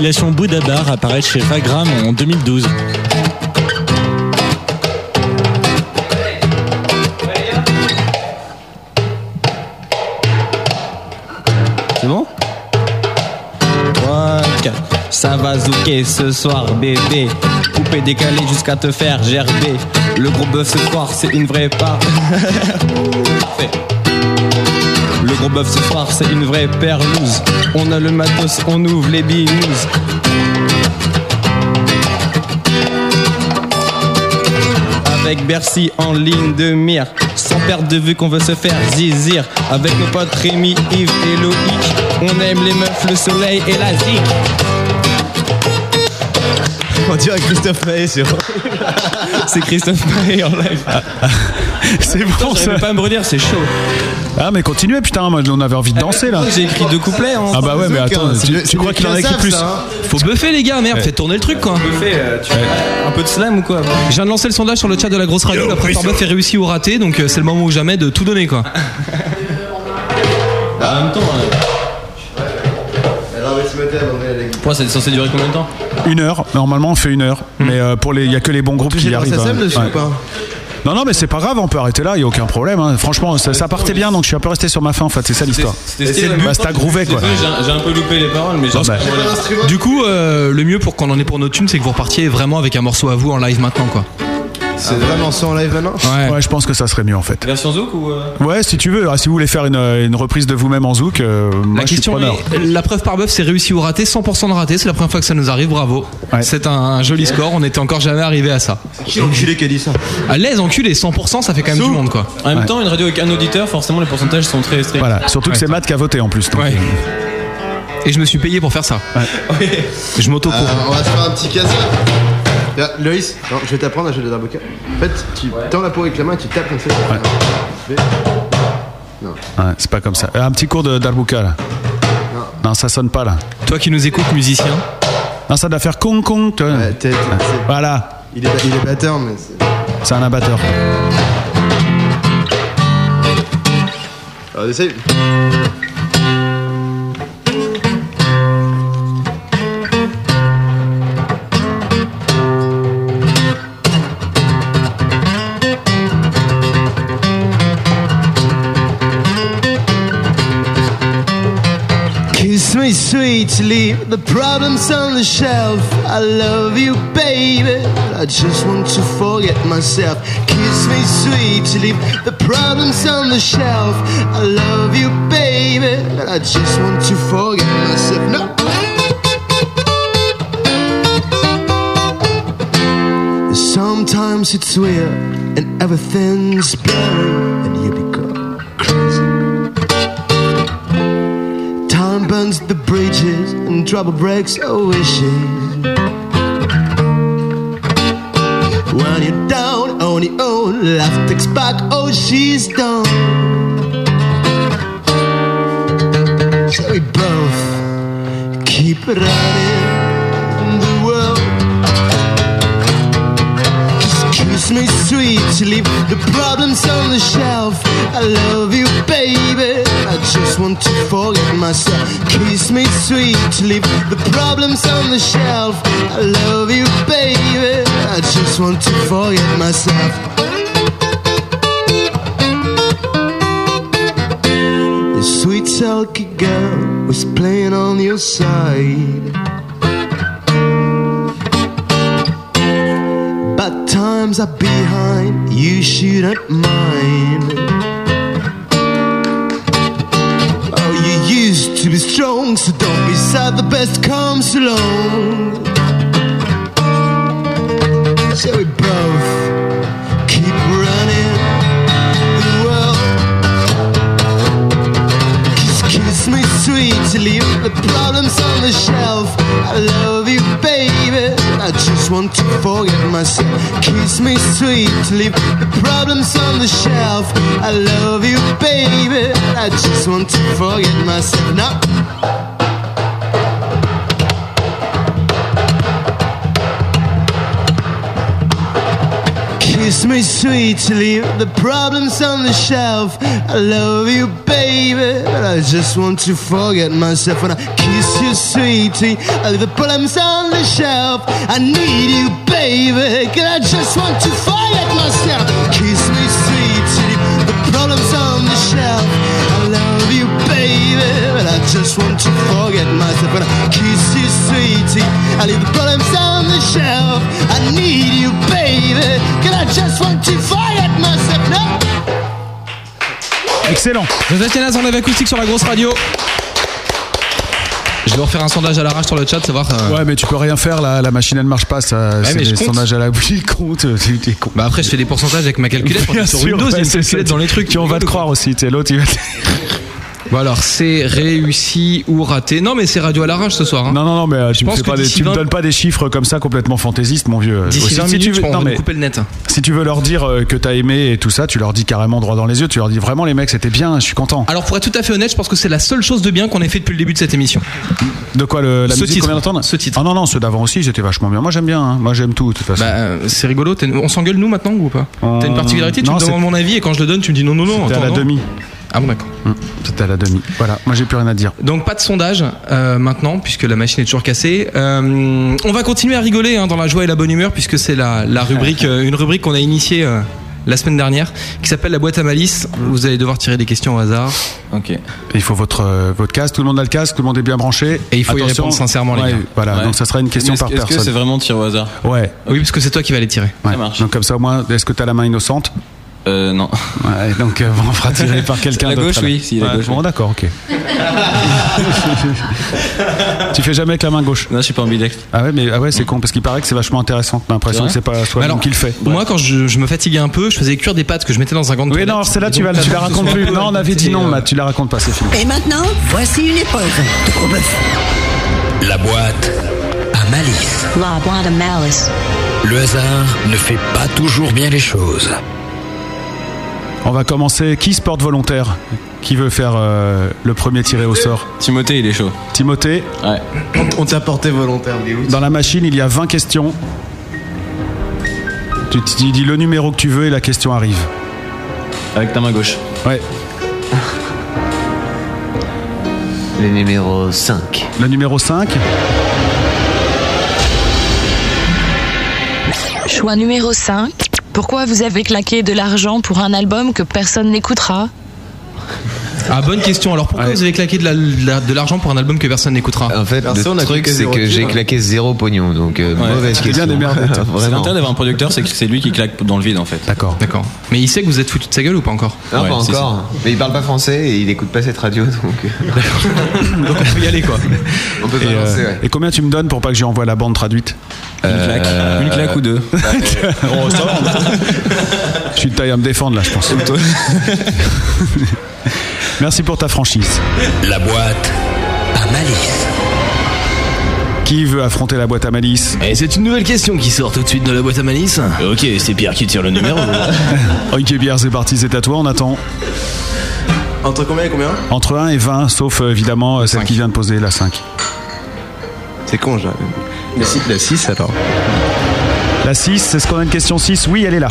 H: L'action Boudabar apparaît chez Vagram en 2012.
K: C'est bon
H: 3, 4. Ça va zouker ce soir, bébé. Coupé, décalé jusqu'à te faire gerber. Le gros bœuf ce soir, c'est une vraie part. Parfait. Le gros bœuf ce soir, c'est une vraie perlouse. On a le matos, on ouvre les binous. Avec Bercy en ligne de mire Sans perdre de vue qu'on veut se faire zizir Avec nos potes Rémi, Yves et Loïc On aime les meufs, le soleil et la zik On dirait Christophe Maé sur... c'est Christophe Maé en live
D: C'est bon
H: j'arrivais
D: ça.
H: pas à me redire, c'est chaud.
D: Ah mais continuez putain, moi on avait envie de danser
E: Ah,
D: là.
H: J'ai écrit deux couplets, hein.
D: Ah bah ouais mais attends,
H: C'est
D: tu,
H: le-
D: tu
H: c'est
D: crois
H: le
D: qu'il en a écrit
H: Kazakh,
D: plus
H: ça, hein.
E: Faut buffer les gars, merde,
H: Ouais.
E: faites tourner le truc quoi.
H: Un peu de slam ou quoi
E: Je viens de lancer le sondage sur le chat de la grosse radio, la preuve par bœuf est réussie ou ratée, donc euh, c'est le moment ou jamais de tout donner quoi.
K: Bah, en même temps. euh. Pourquoi c'est censé durer combien de temps
D: Une heure, normalement on fait une heure, mais euh, pour les, il y a que les bons groupes qui y arrivent. hein. Ouais. Non non mais c'est pas grave, on peut arrêter là, il y a aucun problème. hein. Franchement ça, ça partait bien donc je suis un peu resté sur ma fin en fait, c'est ça l'histoire. Bah ça grouvait quoi.
K: Désolé, j'ai- J'ai un peu loupé les paroles, mais j'ai
D: Non, bah.
E: Du coup, euh, le mieux pour qu'on en ait pour nos tunes, c'est que vous repartiez vraiment avec un morceau à vous en live maintenant quoi.
F: C'est vraiment ça en live maintenant
D: Ouais. je pense que ça serait mieux en fait.
O: Version Zouk ou. euh,
D: Ouais, si tu veux, Ah, si vous voulez faire une, une reprise de vous-même en zouk, euh, moi
E: La
D: je suis
E: question
D: preneur.
E: est, la preuve par bœuf, c'est réussi ou raté, 100% de raté, c'est la première fois que ça nous arrive, bravo. C'est un, un joli score, on n'était encore jamais arrivé à ça.
F: Qui enculé qui a dit ça
E: À l'aise, enculé, 100%, ça fait quand même du monde quoi.
O: En même temps, une radio avec un auditeur, forcément, les pourcentages sont très stricts.
D: Voilà, surtout que c'est Matt qui a voté en plus. donc, euh,
E: Ouais. Et je me suis payé pour faire ça. Je m'auto
F: Euh, on va se faire un petit casse Loïs, non, je vais t'apprendre à jouer de l'avocat. En fait, tu tends la peau avec la main et tu tapes comme ça. Tu fais-
D: Ouais, c'est pas comme ça. Euh, Un petit cours de darbuka là. Non, ça sonne pas là.
E: Toi qui nous écoutes, musicien.
D: Non, ça doit faire con con. tu vois. voilà.
F: Il est, il est batteur, mais c'est.
D: C'est un abatteur.
F: Alors, essaye.
G: Kiss me sweet, leave the problems on the shelf. I love you, baby. I just want to forget myself. Kiss me sweet, leave the problems on the shelf. I love you, baby. I just want to forget myself. No. Sometimes it's weird and everything's blurry, and you become crazy. Time burns the bridges and trouble breaks our wishes. When you're down on your own, life takes back all she's done. So we both keep running the world. Excuse me, sweet, leave the problems on the shelf. I love you, baby. I just want to forget myself. Kiss me, sweet, leave the problems on the shelf. I love you, baby. I just want to forget myself. The sweet, silky girl was playing on your side. Bad times are behind, you shouldn't mind. Oh, you used to be strong, so don't be sad, the best comes along. So we both keep running the world. Kiss, kiss me sweet, leave the problems on the shelf. I love you, baby. I just want to forget myself. Kiss me sweet, leave the problems on the shelf. I love you, baby. I just want to forget myself. Now. Kiss me sweet, leave the problems on the shelf. I love you, baby, but I just want to forget myself when I kiss you sweetly. I leave the problems on the shelf. I need you, baby, cause I just want to forget myself. Kiss me sweetly, the problems on the shelf. I love you, baby, but I just want to forget myself when I kiss you sweetly. I leave the problems on the shelf. I need you, baby, cause I just want to forget myself. No.
D: Excellent.
E: Joseph Tienaz en live acoustique sur la grosse radio. Je vais refaire un sondage à l'arrache sur le chat, savoir. euh,
D: Ouais, mais tu peux rien faire là, la machine elle marche pas. Ça,
E: Ouais,
D: c'est
E: mais je
D: des
E: compte.
D: sondages à la bouille, compte. tu- tu comptes.
E: Bah après, je fais des pourcentages avec ma calculette. on est
D: Bien
E: sur
D: sûr,
E: Windows, il y a
D: ouais,
E: une
D: c'est ça.
E: calculette dans les trucs.
D: Tu- on va te croire aussi, tu sais, l'autre il va te-
E: Bon alors, c'est réussi ou raté Non, mais c'est radio à l'arrache ce soir. hein.
D: Non, non, non, mais euh, tu, me,
E: pense
D: fais
E: que
D: pas des-
E: d'ici
D: tu me
E: 20
D: donnes pas des chiffres comme ça complètement fantaisistes, mon vieux.
E: D'ici
D: Aussi,
E: 20
D: si tu
E: minutes,
D: veux-
E: je crois, on
D: non,
E: va
D: mais-
E: nous couper le net.
D: Si tu veux leur dire euh, que t'as aimé et tout ça, tu leur dis carrément droit dans les yeux. Tu leur dis vraiment, les mecs, c'était bien, je suis content.
E: Alors, pour être tout à fait honnête, je pense que c'est la seule chose de bien qu'on ait fait depuis le début de cette émission.
D: De quoi le, Euh, la
E: Ce
D: musique
E: titre.
D: qu'on vient d'entendre
E: Ce titre.
D: Ah non, non, ceux d'avant aussi, c'était vachement bien. Moi, j'aime bien. hein. Moi, j'aime tout, de toute façon.
E: Bah, euh, c'est rigolo. t'as une- On s'engueule nous maintenant ou pas T'as une particularité Tu
D: Euh, non,
E: me
D: c'est-
E: demandes mon avis et quand je le donne, tu me dis non, non, non.
D: C'était à
E: attends,
D: la
E: non.
D: demi.
E: Ah bon, d'accord.
D: Hum, C'était à la demi. Voilà, moi, j'ai plus rien à dire.
E: Donc pas de sondage euh, maintenant puisque la machine est toujours cassée. Euh, on va continuer à rigoler hein, dans la joie et la bonne humeur puisque c'est la, la rubrique, euh, une rubrique qu'on a initiée euh, la semaine dernière qui s'appelle La boîte à malice. Vous allez devoir tirer des questions au hasard.
H: Ok.
D: Il faut votre, euh, votre casque, tout le monde a le casque, tout le monde est bien branché.
E: Et il faut y
D: Attention.
E: répondre sincèrement, les
D: Ouais,
E: gars.
D: Voilà,
E: Ouais.
D: donc ça sera une question
H: Est-ce-
D: par personne.
H: Est-ce que c'est vraiment tiré au hasard
D: Ouais.
E: Oui, parce que c'est toi qui vas les tirer.
D: Ouais. Donc comme ça au moins, est-ce que t'as la main innocente
H: Euh, non.
D: Ouais, donc euh, on fera tirer par quelqu'un
H: La
D: d'autre.
H: gauche,
D: alors.
H: oui, si, la
D: Ouais,
H: gauche,
D: Bon,
H: oui.
D: d'accord, ok. tu fais jamais avec la main gauche
H: Non, je suis pas Mm. ambidextre.
D: Ah ouais, mais ah ouais, c'est con parce qu'il paraît que c'est vachement intéressant. T'as l'impression que c'est pas
E: Mais
D: toi
E: alors,
D: qui le fait.
E: Moi, quand je, je me fatiguais un peu, je faisais cuire des pâtes que je mettais dans un gant de
D: Oui,
E: toilette.
D: non, c'est là, tu,
E: Et
D: vas,
E: donc,
D: tu la
E: t'as
D: racontes
E: besoin
D: plus.
E: de-
D: Non, on avait dit
E: Et,
D: non,
E: euh,
D: Matt, tu la racontes pas, c'est fini.
C: Et maintenant, voici une épreuve de gros bœuf.
A: La boîte à malice.
P: La boîte à malice.
A: Le hasard ne fait pas toujours bien les choses.
D: On va commencer. Qui se porte volontaire Qui veut faire euh, le premier tiré au sort
H: Timothée, il est chaud.
D: Timothée
H: Ouais.
F: On t'a porté volontaire, Guillaume.
D: Dans la machine, il y a 20 questions. Tu tu dis le numéro que tu veux et la question arrive.
H: Avec ta main gauche.
D: Ouais.
G: Le numéro 5.
D: Le numéro 5
P: Choix numéro 5. Pourquoi vous avez claqué de l'argent pour un album que personne n'écoutera
E: Ah, bonne question. Alors pourquoi vous avez claqué de la- la- de l'argent pour un album que personne n'écoutera
B: En fait, le truc, c'est que j'ai claqué hein. zéro pognon, donc euh, mauvaise question.
H: C'est
B: Vraiment.
H: l'intérêt d'avoir un producteur, c'est que c'est lui qui claque dans le vide en fait.
D: D'accord.
E: D'accord. Mais il sait que vous êtes foutu de sa gueule ou pas encore
B: Non, Ah, pas
H: si,
B: encore. Mais il parle pas français et il écoute pas cette radio, donc. euh. donc
E: on peut y aller, quoi.
B: On peut
D: et, euh,
B: balancer, ouais.
D: et combien tu me donnes pour pas que j'y envoie la bande traduite
B: Une claque. Euh, Une claque ou deux. bah,
D: Oh, ça va,
B: hein.
D: on- Je suis de taille à me défendre là, je pense. Merci pour ta franchise.
A: La boîte à malice.
D: Qui veut affronter la boîte à malice
Q: Et Eh, c'est une nouvelle question qui sort tout de suite de la boîte à malice.
H: Ok, c'est Pierre qui tire le numéro.
D: Ok, Pierre, c'est parti, c'est à toi, on attend.
F: Entre combien et combien
D: Entre 1 et 20, sauf euh, évidemment euh, celle qui vient de poser, la 5.
F: C'est con, j'ai. La 6, alors.
D: La 6, est-ce qu'on a une question 6 Oui, elle est là.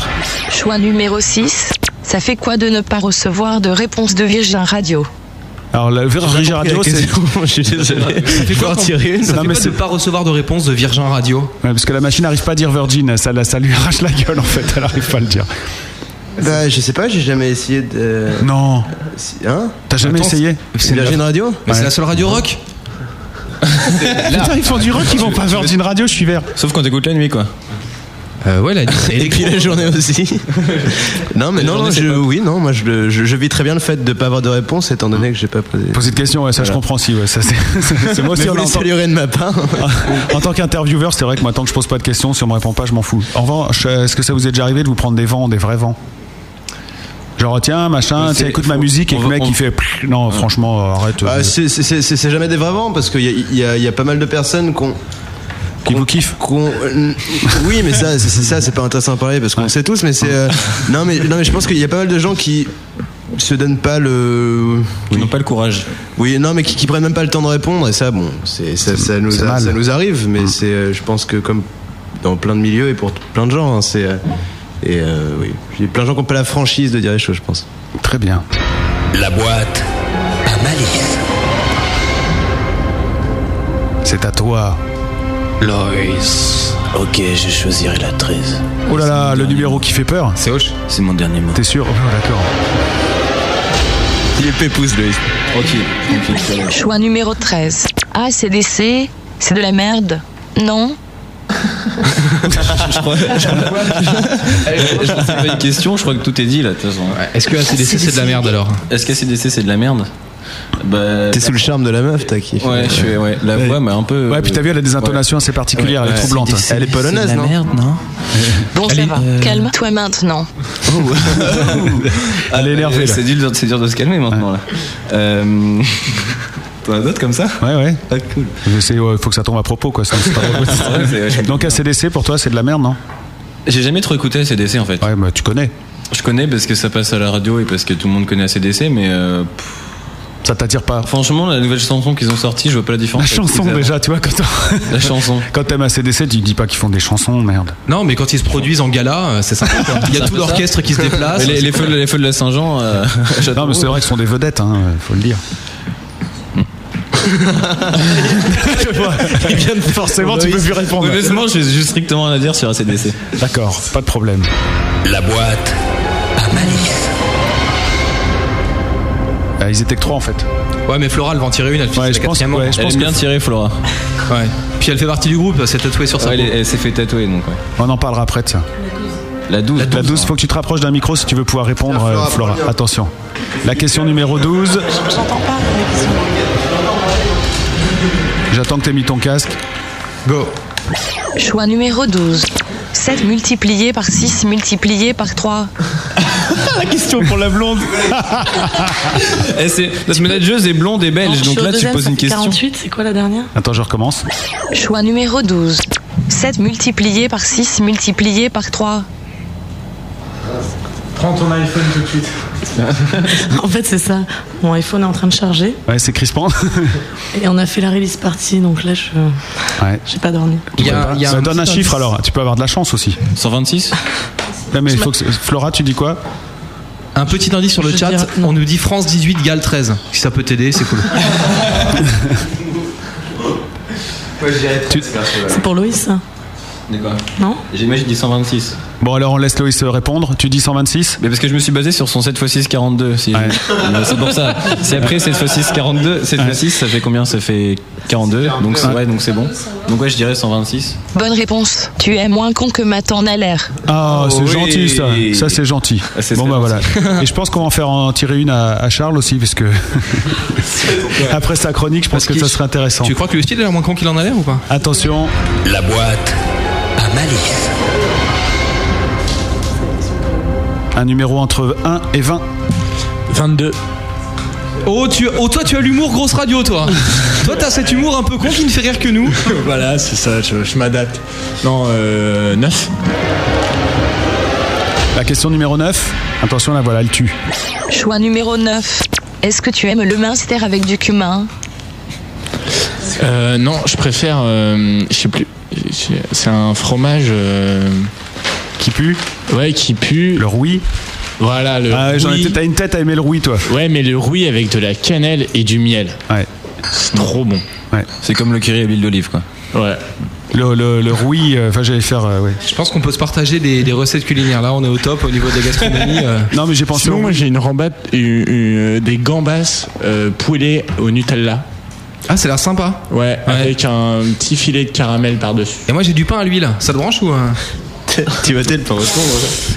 P: Choix numéro 6. Ça fait quoi de ne pas recevoir de réponse de Virgin Radio
D: Alors, la Virgin Radio, c'est.
E: Ça fait quoi, quand- ça fait
D: Non, mais
E: quoi de
D: c'est-
E: pas recevoir de réponse de Virgin Radio
D: Ouais, parce que la machine n'arrive pas à dire Virgin, ça, la- ça lui arrache la gueule en fait, elle n'arrive pas à le dire.
F: Bah, je sais pas, j'ai jamais essayé de.
D: Non.
F: Hein
D: T'as jamais Attends, essayé
F: C'est Virgin Radio
E: Mais c'est la seule radio rock
D: Putain, ils font du rock, ils vont pas Virgin Radio, je suis vert.
H: Sauf quand t'écoutes la nuit quoi.
E: ouais, la nuit.
F: Et puis la journée aussi. non, mais
H: La
F: non,
H: journée, c'est
F: je,
H: pas-
F: oui, non, moi je, le- je, je vis très bien le fait de pas avoir de réponse étant donné que j'ai pas posé.
D: Poser de question, ouais, ça je
F: Voilà.
D: comprends si, ouais, ça c'est- c'est c'est moi aussi
F: Mais
D: on
F: vous les
D: l'entend.
F: saluerez de ma part.
D: En tant qu'intervieweur, c'est vrai que moi, tant que je pose pas de questions, si on me répond pas, je m'en fous. En revanche, euh, est-ce que ça vous est déjà arrivé de vous prendre des vents, des vrais vents Genre, oh, tiens, machin,
F: Mais c'est-
D: tiens, écoute ma
F: faut-
D: musique et
F: on
D: que le
F: va-
D: mec
F: on-
D: il fait. pff, Non, franchement, euh, arrête.
F: Bah,
D: euh,
F: c'est- c'est c'est- c'est jamais des vrais vents parce qu'il y a, il y a- il y a pas mal de personnes qu'on. euh,
D: Qui vous kiffent
F: Oui, mais ça, c'est c'est ça, c'est pas intéressant à parler parce qu'on le sait tous, mais c'est. euh, non, mais, non, mais je pense qu'il y a pas mal de gens qui se donnent pas le.
H: Ils n'ont pas le courage.
F: Oui, non, mais qui, qui prennent même pas le temps de répondre, et ça, bon, c'est- ça, ça nous,
D: c'est
F: a-
D: mal. Hum.
F: ça nous arrive, mais c'est, euh, je pense que comme dans plein de milieux et pour t- plein de gens, hein, c'est. euh, et euh, oui, il y a plein de gens qui n'ont pas la franchise de dire les choses, je pense.
D: Très bien.
A: La boîte à malice.
D: C'est à toi.
Q: Lois. Ok, je choisirai la 13.
D: Oh là là, le numéro qui fait peur.
E: C'est Hoche
H: C'est mon dernier mot.
D: T'es sûr Oh, d'accord.
H: Il est pépouze, Loïs. Tranquille, tranquille. ça va.
P: Choix numéro 13. Ah, c'est décès C'est de la merde Non
H: je crois. Je crois- je pense que c'est pas une question, je crois que tout est dit là, de toute façon.
E: Est-ce que ACDC c'est de la merde alors
H: Est-ce qu'ACDC c'est de la merde Bah.
F: T'es sous le charme de la meuf, t'as kiffé.
H: Ouais, je suis, ouais, la voix m'a un peu. euh,
D: Ouais, puis t'as vu, elle a des intonations assez particulières, elle est troublante.
F: Elle est polonaise, non
E: non
P: Bon, ça va. Calme-toi maintenant.
H: Elle est
D: énervée, là.
H: Oh. C'est dur, c'est dur de se calmer maintenant là. Euh... T'en as d'autres comme ça
D: Ouais, ouais.
H: Ah, cool.
D: Il faut que ça tombe à propos, quoi. sinon c'est pas drôle.
H: C'est vrai, c'est- je comprends
D: Donc, ACDC, pour toi, c'est de la merde, non
H: J'ai jamais trop écouté ACDC en fait.
D: Ouais, bah tu connais.
H: Je connais parce que ça passe à la radio et parce que tout le monde connaît ACDC, mais. euh, pff,
D: Ça t'attire pas
H: Franchement, la nouvelle chanson qu'ils ont sortie, je vois pas la différence.
D: La chanson, déjà, tu vois, quand on-
H: La chanson.
D: Quand t'aimes ACDC, tu dis pas qu'ils font des chansons, merde.
E: Non, mais quand ils se produisent en gala, euh, c'est sympa. quoi. Il y a tout l'orchestre qui se déplace.
H: Les, les feux, de- les feux de la Saint-Jean. euh,
D: Non, mais c'est vrai qu'ils sont des vedettes, hein, faut le dire. Eh Forcément, tu peux plus répondre.
H: Honnêtement, j'ai juste strictement rien à dire sur ACDC.
D: D'accord, pas de problème.
A: La boîte
M: malice.
D: Ah, ils étaient que trois en fait.
E: Ouais, mais Flora, elle va en tirer une. Elle ouais, je
D: pense- ouais, je Elle pense aime que- bien tirer,
E: Flora. Ouais. Puis elle fait partie du groupe, elle s'est tatouée
H: Ah,
E: sur sa
D: Ouais, elle-
E: s'est fait tatouer donc.
D: On en parlera après de ça.
E: La 12.
D: La 12, faut que tu te rapproches d'un micro si tu veux pouvoir répondre, euh, Flora. Attention. La question numéro 12. J'attends que t'aies mis ton casque. Go.
P: Choix numéro 12. 7 multiplié par 6 multiplié par 3.
K: la question pour la blonde.
H: Eh,
E: Et c'est, notre manageuse est blonde et belge, donc là tu poses une question.
P: 48, c'est quoi la dernière
D: Attends, je recommence.
P: Choix numéro 12. 7 multiplié par 6 multiplié par 3.
K: Prends ton iPhone tout de suite.
R: en fait, c'est ça. Mon iPhone est en train de charger
D: Ouais, c'est crispant.
R: et on a fait la release party, donc là, je
D: Ouais.
R: j'ai pas dormi.
D: Tu peux pas-
E: il y a
D: Ça
E: un
D: donne un
E: petit
D: chiffre
E: indice.
D: alors. Tu peux avoir de la chance aussi.
E: 126
D: Non, mais il faut que- Flora, tu dis quoi
E: Un petit indice sur le chat, on nous dit France 18, Galles 13. Si ça peut t'aider, c'est cool.
R: C'est pour Loïs, ça Non
H: J'imagine 126.
D: Bon, alors on laisse Loïs euh, répondre. Tu dis 126
H: Mais parce que je me suis basé sur son 7 x 6, 42. si je- Euh, C'est pour ça. Si après 7 x 6, 42, 7 x 6, ça fait combien Ça fait 42. Donc c'est ouais, donc c'est bon. Donc ouais, je dirais 126.
P: Bonne réponse. Tu es moins con que ma en a l'air.
D: Ah,
H: Oh,
D: c'est
H: oui.
D: gentil ça. Ça, c'est gentil.
H: Ah,
D: bon, bah voilà. Et je pense qu'on va en faire en tirer une à, à Charles aussi, parce que après sa chronique, je pense que ça serait intéressant.
E: Tu crois que le style est la moins con qu'il en a l'air ou pas
D: Attention.
A: La boîte à malice.
D: Un numéro entre 1 et 20.
E: 22. Oh, tu, oh, toi, tu as l'humour grosse radio, toi. toi, t'as cet humour un peu con qui ne fait rire que nous.
K: voilà, c'est ça, je, je m'adapte. Non, euh, 9.
D: La question numéro 9. Attention, là, voilà, elle tue.
P: Choix numéro 9. Est-ce que tu aimes le minster avec du cumin
K: Euh, non, je préfère. euh, je sais plus. C'est- C'est un fromage. euh,
D: Qui pue
K: Ouais, qui pue.
D: Le rouille
K: Voilà, le.
D: Ah, j'en
K: rouille.
D: étais- T'as une tête à aimer le rouille, toi.
K: Ouais, mais le rouille avec de la cannelle et du miel.
D: Ouais.
K: C'est trop bon.
H: C'est comme le curry à l'huile d'olive, quoi.
K: Ouais.
D: Le, le, le rouille, euh, enfin, j'allais faire. euh, ouais.
E: Je pense qu'on peut se partager des, des recettes culinaires. Là, on est au top au niveau de la gastronomie. euh.
D: Non, mais j'ai pensé.
K: Sinon, moi j'ai une rambatte, une- une- des gambas euh, poêlées au Nutella.
E: Ah, c'est l'air sympa.
K: Ouais, avec un petit filet de caramel par-dessus.
E: Et moi j'ai du pain à l'huile, ça te branche ou
K: Tu vas t'aider pour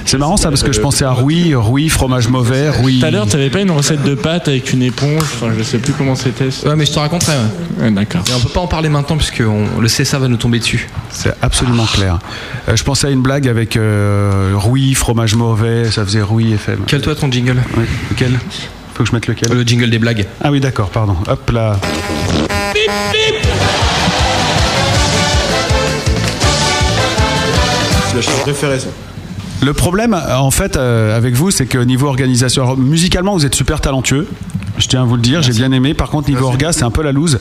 D: C'est marrant ça, parce que je pensais à rouille, rouille, fromage mauvais, rouille.
K: Tout à l'heure, t'avais pas une recette de pâte avec une éponge, enfin je sais plus comment c'était.
E: Ouais, mais je te raconterai.
K: Ouais. D'accord.
E: Et on peut pas en parler maintenant puisque on- le CSA va nous tomber dessus.
D: C'est absolument
E: Ah.
D: clair. Euh, je pensais à une blague avec euh, rouille, fromage mauvais, ça faisait rouille FM.
E: Quel toi ton jingle
D: Oui, lequel Faut que je mette lequel
E: Le jingle des blagues.
D: Ah oui, d'accord, pardon. Hop là.
F: C'est la chose préférée, ça.
D: Le problème, euh, en fait, euh, avec vous, c'est que niveau organisation, alors, musicalement, vous êtes super talentueux. Je tiens à vous le dire, j'ai bien aimé. Par contre, niveau orga, c'est un peu la loose.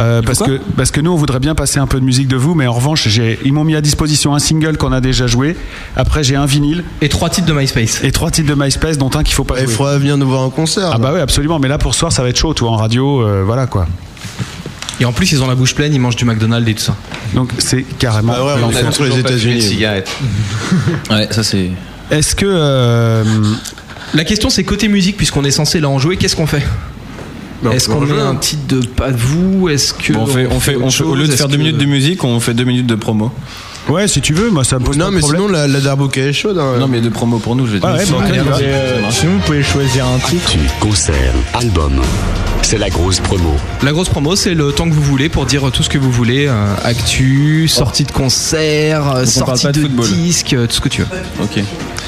D: Euh, parce, que, parce que nous, on voudrait bien passer un peu de musique de vous, mais en revanche, j'ai- ils m'ont mis à disposition un single qu'on a déjà joué. Après, j'ai un vinyle.
E: Et trois titres de MySpace.
D: Et trois titres de MySpace, dont un qu'il faut pas jouer. Il
F: faudra venir nous voir en concert.
D: Ah bah oui, absolument. Mais là, pour ce soir, ça va être chaud, toi, en radio. euh, voilà quoi.
E: Et en plus ils ont la bouche pleine, ils mangent du McDonald's et tout ça.
D: Donc c'est carrément.
F: Ah ouais, on est contre les États-Unis.
H: Ouais, ça c'est.
D: Est-ce que. euh,
E: La question c'est côté musique puisqu'on est censé là en jouer, qu'est-ce qu'on fait
H: Bah, on
E: Est-ce
H: peut
E: qu'on
H: en jouer,
E: met un
H: hein.
E: titre de pas de vous Est-ce que
H: Bon, on fait, on fait, on
E: autre
H: fait- au lieu
E: chose
H: de faire
E: Est-ce
H: deux
E: que-
H: minutes de musique, on fait deux minutes de promo.
D: Ouais, si tu veux, moi ça me pose
F: non,
H: Ah, pas de
F: mais
H: problème.
F: sinon, la, la darboca est chaude. Hein.
H: Non, mais de promo pour nous, je vais
F: Ah ouais, bah, ok, vas-y. Euh,
K: sinon, vous pouvez choisir un titre.
Q: concert, album. C'est la grosse promo.
E: La grosse promo, c'est le temps que vous voulez pour dire tout ce que vous voulez euh, actu, sortie de concert, euh,
H: Donc on parle
E: sortie
H: pas de
E: de,
H: football.
E: disque, euh, tout ce que tu veux.
H: Ok.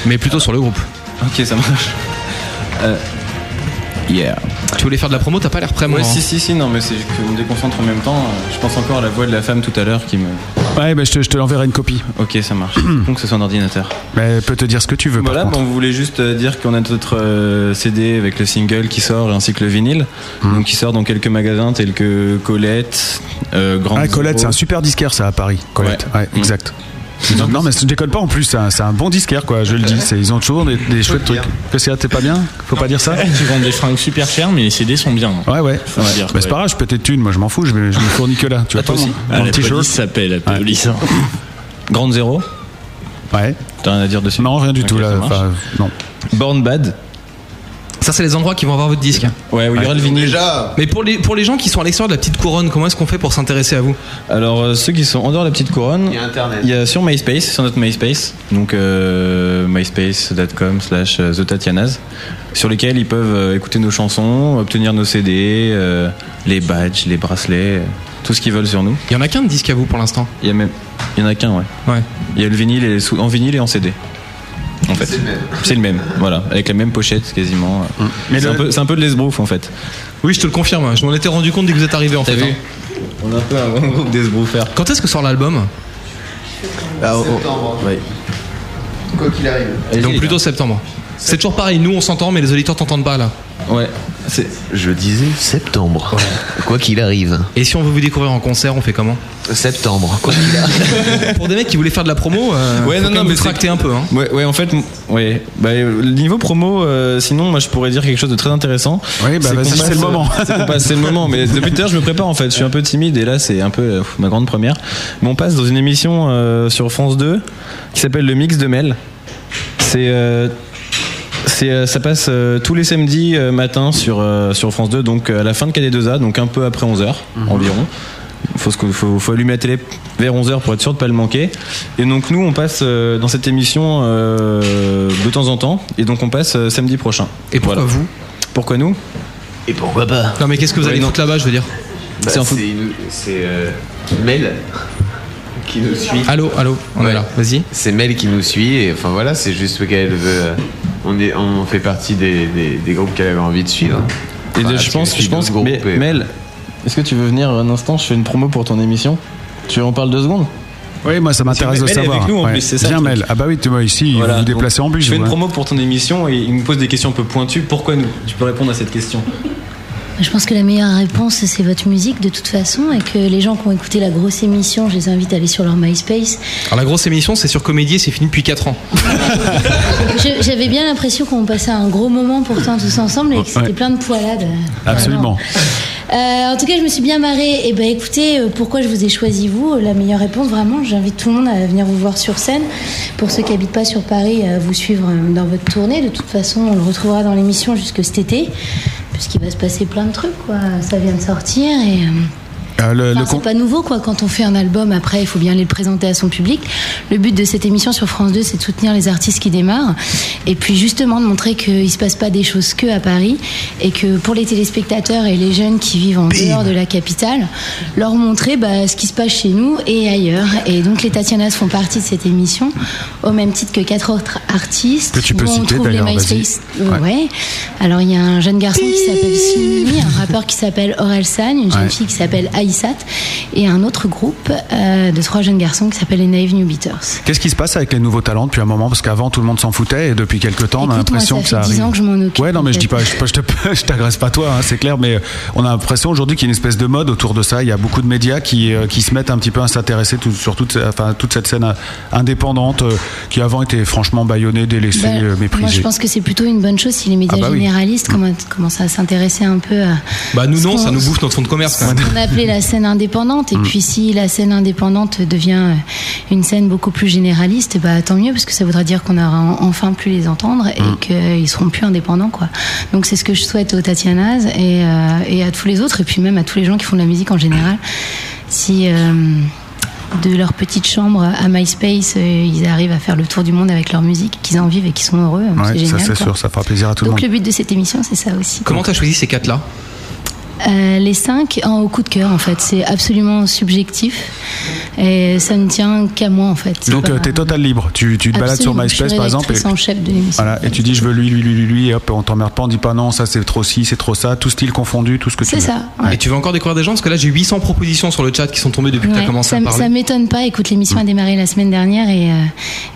E: Mais plutôt sur le groupe.
H: Ok, ça marche. Euh, yeah.
E: Tu voulais faire de la promo, t'as pas l'air prêt, moi.
H: Ouais,
E: hein.
H: si, si, si, non, mais c'est qu'on me déconcentre en même temps. Euh, Je pense encore à la voix de la femme tout à l'heure qui me.
D: Ouais, bah, je te, je te l'enverrai une copie.
H: Ok, ça marche. Donc, que ce soit un ordinateur.
D: Mais peut te dire ce que tu veux. par
H: Voilà,
D: contre.
H: bon, on voulait juste euh, dire qu'on a notre euh, CD avec le single qui sort ainsi que le vinyle.
F: Hmm.
H: Donc, qui sort dans quelques magasins tels que Colette, euh, Grand.
D: Ah, Colette, c'est
H: Zéro.
D: un super disquaire ça à Paris. Colette, ouais, exact. Ils ont- Non, mais je décolle pas en plus, c'est un, c'est un bon disquaire quoi, je le dis. C'est- Ils ont toujours des, des chouettes trucs. Que c'est, t'es pas bien Faut pas dire ça
K: Ils vendent des fringues super chères, mais les CD sont bien. hein.
D: Ouais, ouais.
K: Faut dire,
D: Bah, c'est
K: ouais.
D: pas grave, je peux être une, moi je m'en fous, je, vais- je me fournis que là. Tu vois, toi aussi
K: Ah, la police s'appelle la police. hein.
H: Grande Zéro.
D: Ouais.
H: T'as rien Euh, à dire dessus
D: Non, rien du tout là. enfin, non.
E: Born Bad. Ça, c'est les endroits qui vont avoir votre disque.
H: Ouais, où il y aura le vinyle. Déjà.
E: Mais pour les, pour les gens qui sont à l'extérieur de la petite couronne, comment est-ce qu'on fait pour s'intéresser à vous
H: Alors, euh, ceux qui sont en dehors de la petite couronne, il y a
F: Internet.
H: sur MySpace, sur notre MySpace, donc euh, myspace.com slash The Tatianas, sur lesquels ils peuvent euh, écouter nos chansons, obtenir nos CD, euh, les badges, les bracelets, euh, tout ce qu'ils veulent sur nous.
E: Il y en a qu'un de disque à vous pour l'instant
H: Il y, a même, il y en a qu'un, ouais.
E: Ouais.
H: Il y a le vinyle et sous- en vinyle et en CD. En fait. C'est le même. Mm. voilà. Avec la même pochette quasiment.
E: Mais
H: C'est
E: le-
H: un, peu- c'est un peu de l'esbrouf en fait.
E: Oui, je te le confirme. Je m'en étais rendu compte dès que vous êtes arrivé en fait. hein.
H: On a un peu un bon groupe d'esbroufers.
E: Quand est-ce que sort l'album
F: Septembre. Quoi qu'il arrive.
E: Donc plutôt septembre. C'est toujours pareil, nous on s'entend, mais les auditeurs t'entendent pas là.
H: Ouais.
Q: Je disais septembre. Quoi qu'il arrive.
E: Et si on veut vous découvrir en concert, on fait comment
Q: Septembre. Quoi qu'il arrive.
E: Pour des mecs qui voulaient faire de la promo, euh,
H: Ouais,
E: faut
H: non,
E: quand
H: non,
E: même
H: mais
E: vous
H: c'est-
E: tracter un peu. hein.
H: Ouais, ouais, en fait, m- ouais. Bah, euh, niveau promo, euh, sinon, moi, je pourrais dire quelque chose de très intéressant.
D: Oui, bah, vas-y,
H: C'est qu'on
D: c'est
H: passe,
D: le
H: euh,
D: moment.
H: c'est qu'on passe, C'est le moment. Mais depuis tout à l'heure, je me prépare, en fait. Je suis un peu timide et là, c'est un peu euh, pff, ma grande première. Mais on passe dans une émission euh, sur France 2 qui s'appelle Le Mix de Mel. C'est. euh, c'est, euh, ça passe euh, tous les samedis euh, matin sur, euh, sur France 2, donc euh, à la fin de KD2A, donc un peu après 11h
D: Mhm.
H: environ. Faut, ce que- faut, faut allumer la télé vers 11h pour être sûr de pas le manquer. Et donc nous, on passe euh, dans cette émission euh, de temps en temps, et donc on passe euh, samedi prochain.
E: Et pourquoi vous
H: Pourquoi nous
Q: Et pourquoi pas
E: Non, mais qu'est-ce que vous
H: Ouais,
E: allez
H: non. Bah,
E: foutre là-bas, je veux dire
H: C'est un foot.
Q: Bah, C'est euh, Mel qui nous suit.
E: Allô, allô, on est là. Vas-y.
Q: C'est Mel qui nous suit et enfin voilà, c'est juste qu'elle veut. euh, On, est, on fait partie des, des, des groupes qu'elle avait envie de suivre.
H: Et
Q: Enfin,
H: de-
Q: parce
H: je
Q: qu'elle
H: pense,
Q: suit
H: je pense que
Q: d'autres
H: mais-
Q: groupes et-
H: Mel, est-ce que tu veux venir un instant Je fais une promo pour ton émission. Tu en parles deux secondes
D: Oui, moi ça m'intéresse de
H: Mel est
D: savoir.
H: avec nous, en
D: Ouais.
H: plus, c'est ça,
D: Viens,
H: le truc.
D: Mel. Ah bah oui, tu vois ici, vous vous déplacez en bus.
H: Je fais une
D: vous, hein.
H: promo pour ton émission et il me pose des questions un peu pointues. Pourquoi nous Tu peux répondre à cette question.
S: Je pense que la meilleure réponse, c'est votre musique de toute façon, et que les gens qui ont écouté la grosse émission, je les invite à aller sur leur MySpace.
E: Alors la grosse émission, c'est sur Comédie, et c'est fini depuis 4 ans.
S: Je- J'avais bien l'impression qu'on passait un gros moment pourtant tous ensemble et que c'était
E: Ouais.
S: plein de poilades.
D: Absolument.
S: Euh, en tout cas, je me suis bien marrée. Et ben, écoutez, euh, pourquoi je vous ai choisi vous La meilleure réponse, vraiment, j'invite tout le monde à venir vous voir sur scène. Pour ceux qui habitent pas sur Paris, à vous suivre euh, dans votre tournée. De toute façon, on le retrouvera dans l'émission jusque cet été, puisqu'il va se passer plein de trucs. Quoi. Ça vient de sortir et. euh,
D: Euh, le- le
S: Enfin,
D: con-
S: c'est pas nouveau quoi. Quand on fait un album, après, il faut bien les présenter à son public. Le but de cette émission sur France 2, c'est de soutenir les artistes qui démarrent, et puis justement de montrer qu'il se passe pas des choses que à Paris, et que pour les téléspectateurs et les jeunes qui vivent en dehors de la capitale, leur montrer bah, ce qui se passe chez nous et ailleurs. Et donc les Tatianas font partie de cette émission, au même titre que quatre autres artistes.
D: Que tu peux
S: Nous, on
D: citer,
S: trouve les
D: d'ailleurs, vas-y.
S: MySpace. Euh, ouais. Alors il y a un jeune garçon qui s'appelle Sunmi, un rappeur qui s'appelle Orelsan, une jeune
D: Ouais.
S: fille qui s'appelle Aïsat et un autre groupe euh, de trois jeunes garçons qui s'appelle les Naive New Beaters.
D: Qu'est-ce qui se passe avec les nouveaux talents depuis un moment Parce qu'avant, tout le monde s'en foutait et depuis quelques temps, on a
S: Écoute, moi,
D: l'impression
S: ça
D: que ça
S: fait
D: arrive.
S: 10 ans que je m'en occupe,
D: ouais, non,
S: en
D: mais je
S: fait.
D: dis pas, je, je te- je t'agresse pas toi, hein, c'est clair, mais on a l'impression aujourd'hui qu'il y a une espèce de mode autour de ça. Il y a beaucoup de médias qui, euh, qui se mettent un petit peu à s'intéresser tout- sur toute, enfin, toute cette scène euh, indépendante euh, qui avant était franchement bâillonnée, délaissée,
S: Bah,
D: euh, méprisée.
S: moi je pense que c'est plutôt une bonne chose si les médias
D: Ah bah oui.
S: généralistes commen- commencent à s'intéresser un peu à
E: Bah nous
S: Ce
E: non,
S: qu'on-
E: ça nous bouffe notre fonds de commerce quand
S: ce qu'on
E: même.
S: appelait la scène indépendante. Et
E: Mm.
S: puis si la scène indépendante devient euh, une scène beaucoup plus généraliste, bah tant mieux parce que ça voudra dire qu'on aura en- enfin plus les entendre et
T: Mm.
S: qu'ils seront plus indépendants quoi. Donc c'est ce que je souhaite aux Tatianas et, euh, et à tous les autres et puis même à tous les gens qui font de la musique en général. Si euh, de leur petite chambre à MySpace, euh, ils arrivent à faire le tour du monde avec leur musique, qu'ils en vivent et qu'ils sont heureux, euh, c'est
D: Ouais, ça
S: génial.
D: c'est
S: quoi.
D: sûr, ça fera plaisir à tout
S: Donc
D: le
S: le
D: monde.
S: but de cette émission, c'est ça aussi.
E: Comment t'as choisi ces quatre là
S: Euh, les cinq en, au coup de cœur en fait, c'est absolument subjectif et ça ne tient qu'à moi en fait. C'est
D: Donc
S: pas-
D: euh, t'es total libre. Tu, tu te balades sur
S: Absolument, je
D: MySpace
S: suis
D: par exemple.
S: rédactrice en chef de l'émission.
D: Voilà, et tu dis je veux lui, lui, lui, lui, lui, et hop, on t'emmerde pas, on dit pas non, ça c'est trop ci, c'est trop ça, tout style confondu, tout ce que tu
S: C'est
D: veux.
S: ça,
E: Et tu veux encore découvrir des gens parce que là j'ai 800 propositions sur le chat qui sont tombées
D: Ah,
E: depuis que
S: Ouais,
E: t'as commencé
S: ça,
E: à
S: m-
E: parler.
S: ça m'étonne pas. Écoute, l'émission a démarré la semaine dernière et, euh,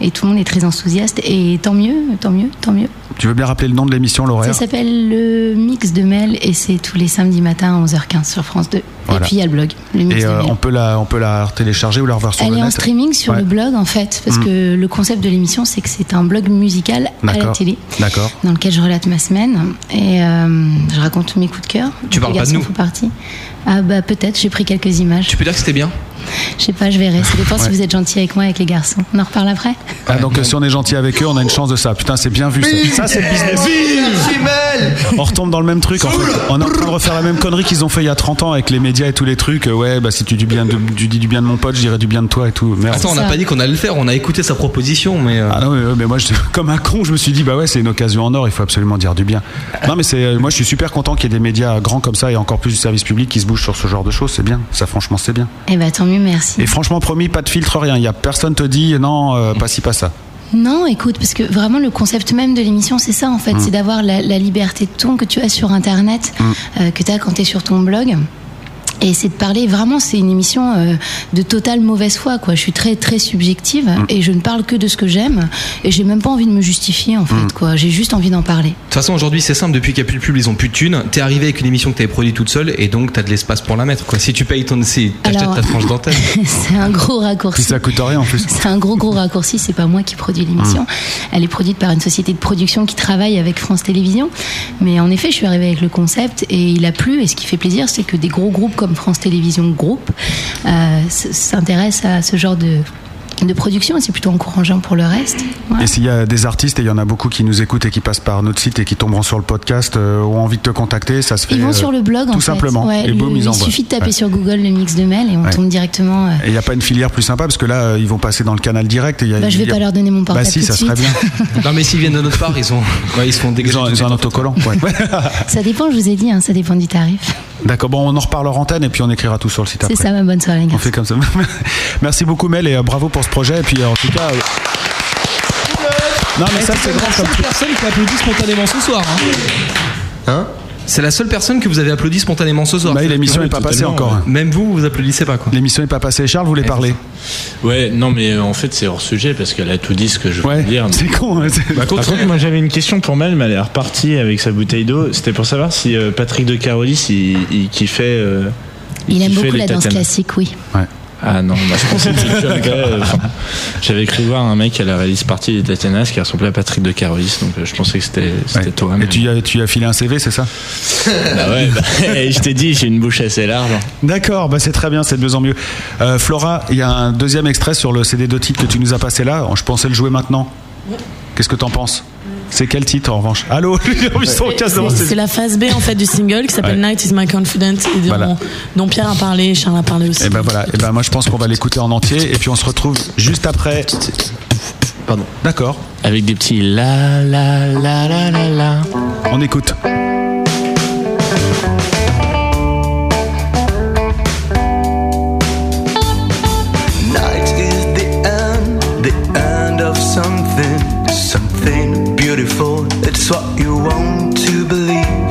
S: et tout le monde est très enthousiaste et tant mieux, tant mieux, tant mieux.
D: Tu veux bien rappeler le nom de l'émission,
S: Ça
D: l'horaire
S: s'appelle le mix de Mel et c'est tous les samedis matins à 11h15 sur France 2.
D: Voilà.
S: Et puis il y a le blog, le mix
D: Et
S: de
D: euh,
S: Mel.
D: on peut la, on peut la télécharger ou la revoir sur
S: Elle
D: le
S: est en
D: net
S: streaming sur
D: Ouais.
S: le blog en fait, parce
D: Mm.
S: que le concept de l'émission c'est que c'est un blog musical à la
D: D'accord.
S: télé.
D: D'accord.
S: dans lequel je relate ma semaine et euh, je raconte mes coups de cœur.
E: Tu
S: Les
E: parles pas de
S: garçons
E: nous
S: font partie. Ah bah peut-être, j'ai pris quelques images.
E: Tu peux dire que c'était bien
S: Je sais pas, je verrai. Ça dépend si
D: Ouais.
S: vous êtes gentil avec moi, avec les garçons. On en reparle après
D: Ah, donc euh, si on est gentil avec eux, on a une chance de ça. Putain, c'est bien vu. ça. Ça, c'est business. On retombe dans le même truc. en fait. On est en train de refaire la même connerie qu'ils ont fait il y a 30 ans avec les médias et tous les trucs. Euh, Ouais, bah si tu dis, bien de, tu dis du bien de mon pote, je dirais du bien de toi et tout. Merde.
E: Attends, on n'a pas dit qu'on allait le faire, on a écouté sa proposition, mais.
D: Ah non, mais, euh, mais moi, je- comme un con, je me suis dit, bah ouais, c'est une occasion en or, il faut absolument dire du bien. Non, mais c'est, euh, moi, je suis super content qu'il y ait des médias grands comme ça et encore plus du service public qui se bougent sur ce genre de choses. C'est bien. Ça, franchement, c'est bien.
S: Eh ben tant mieux, merci.
D: Et franchement, promis, pas de filtre, rien. Il y a personne te dit, non, euh, pas ci, pas ça.
S: Non, écoute, parce que vraiment le concept même de l'émission, c'est ça en fait,
D: Mm.
S: c'est d'avoir la, la liberté de ton que tu as sur Internet,
D: Mm.
S: euh, que tu as quand tu es sur ton blog. Et c'est de parler, vraiment, c'est une émission euh, de totale mauvaise foi, quoi. Je suis très, très subjective
D: Mm.
S: et je ne parle que de ce que j'aime et j'ai même pas envie de me justifier,
D: Mm.
S: en fait, quoi. J'ai juste envie d'en parler.
E: De toute façon, aujourd'hui, c'est simple. Depuis qu'il n'y a plus de pub, ils ont plus de thunes. T'es arrivé avec une émission que t'avais produite toute seule et donc t'as de l'espace pour la mettre. Quoi. Si tu payes ton. Si t'achètes
S: Alors-
E: ta tranche dentelle.
S: c'est un gros raccourci.
D: Ça coûte rien en plus.
S: C'est un gros gros raccourci, c'est pas moi qui produis l'émission.
D: Mm.
S: Elle est produite par une société de production qui travaille avec France Télévisions. Mais en effet, je suis arrivée avec le concept et il a plu. Et ce qui fait plaisir, c'est que des gros groupes comme France Télévisions Groupe euh, s- s'intéressent à ce genre de, de production et c'est plutôt encourageant pour le reste.
D: Et s'il y a des artistes, et il y en a beaucoup qui nous écoutent et qui passent par notre site et qui tomberont sur le podcast, euh, ont envie de te contacter, ça se fait.
S: Ils vont
D: euh,
S: sur le blog
D: Tout
S: en fait.
D: simplement.
S: Ouais,
D: et
S: le-
D: boum, ils
S: il
D: envoient.
S: suffit de taper
D: Ouais.
S: sur Google le mix de mail et on
D: Ouais.
S: tombe directement. euh,
D: Et il n'y a pas une filière plus sympa parce que là, euh, ils vont passer dans le canal direct. Et il y a-
S: Bah, je vais
D: il y a-
S: pas leur donner mon
D: Bah
S: portable
D: si,
S: tout de
D: ça serait bien.
S: suite.
E: non, mais s'ils viennent de notre part, ils sont. Ouais, ils se font dégager.
D: Ils ont un autocollant. ouais.
S: ça dépend, je vous ai dit, hein, ça dépend du tarif.
D: D'accord, bon, on en reparle en antenne et puis on écrira tout sur le site après.
S: C'est ça ma bonne soirée. les gars.
D: On fait comme ça. Merci beaucoup, Mel, et euh, bravo pour ce projet. Et puis, euh, en tout cas. euh, Non, mais ça, c'est grand comme
E: personne qui applaudit spontanément ce soir. Hein, C'est la seule personne que vous avez applaudi spontanément ce soir.
D: Bah, l'émission n'est pas passée encore. hein.
E: Même vous, vous applaudissez pas quoi. Eh,
D: L'émission n'est pas passée. Charles voulait parler.
K: Ouais, non, mais euh, en fait, c'est hors sujet parce qu'elle a tout dit ce que je voulais dire. euh,
D: C'est con. hein, c'est-
K: Par Bah, contre, moi j'avais une question pour Mel, mais elle est repartie avec sa bouteille d'eau. C'était pour savoir si euh, Patrick de Carolis, il, il kiffait. euh,
S: Il aime
K: kiffait
S: beaucoup
K: les
S: la danse
K: tatanas.
S: classique, oui.
K: Ah non, bah, je pensais que c'était que le gars, euh, enfin, J'avais cru voir un mec à la réalise partie des Tatanas qui ressemblait à Patrick de Carolis, donc euh, je pensais que c'était c'était toi.
D: Et tu y as, tu y as filé un CV, c'est ça
K: Bah ouais, bah, je t'ai dit, j'ai une bouche assez large.
D: D'accord, bah c'est très bien, c'est de mieux en mieux. Euh, Flora, il y a un deuxième extrait sur le CD de titres que tu nous as passé là. Je pensais le jouer maintenant. Qu'est-ce que t'en penses C'est quel titre en revanche Allô Ils sont
L: C'est-
D: cassés dans mon
L: c'est-
D: CD.
L: C'est la phase B en fait du single qui s'appelle
D: Ouais.
L: Night is my confidence et dont,
D: Voilà.
L: dont Pierre a parlé, Charles a parlé aussi.
D: Et ben voilà, et ben moi je pense qu'on va l'écouter en entier et puis on se retrouve juste après. Pardon. D'accord.
K: Avec des petits la la la la la la.
D: On écoute.
G: Night is the end, the end of something, something beautiful. It's what you want to believe.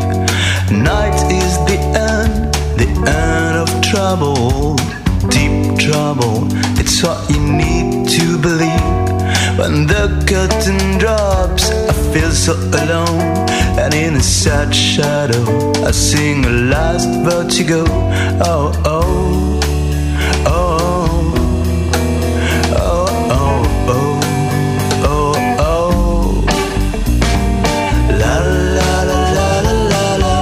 G: Night is the end, the end of trouble, deep trouble. It's what you need to believe. When the curtain drops, I feel so alone. And in a sad shadow, I sing a last vertigo. Oh, oh, oh, oh. Oh, oh, oh, oh, oh. La, la, la, la, la, la, la.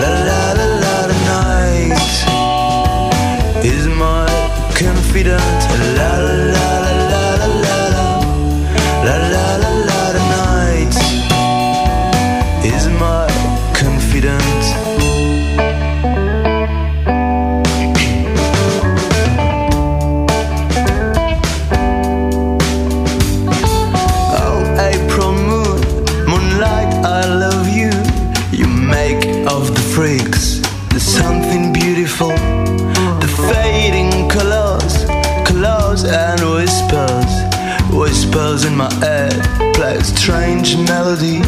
G: La, la, la, la, la, night is my confidant. La, la, la, la, la, la, la. La, la, la, la, la, night is my confidant. Oh, April moon, moonlight, I love you. You make of the freaks. There's something beautiful. The fading colors, colors and whispers. Whispers in my head play a strange melody.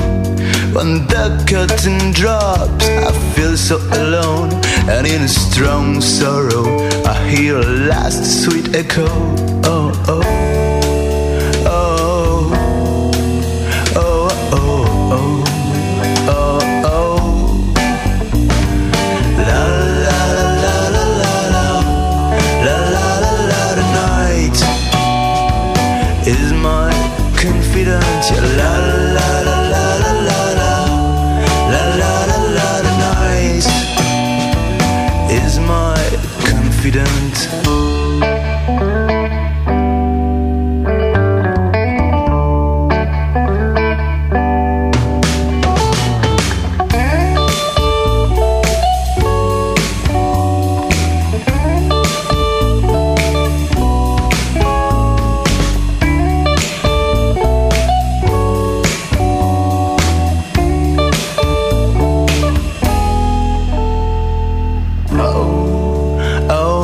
G: When the curtain drops, I feel so alone. And in a strong sorrow, I hear a last sweet echo. Oh, oh, oh. Oh, oh, oh, oh, oh. La, la, la, la, la, la, la. La, la, la, la, la, night is my confidant. La, la, la, la, la, la, la. La, la, la, la, la, night is my confidant. Oh, Oh,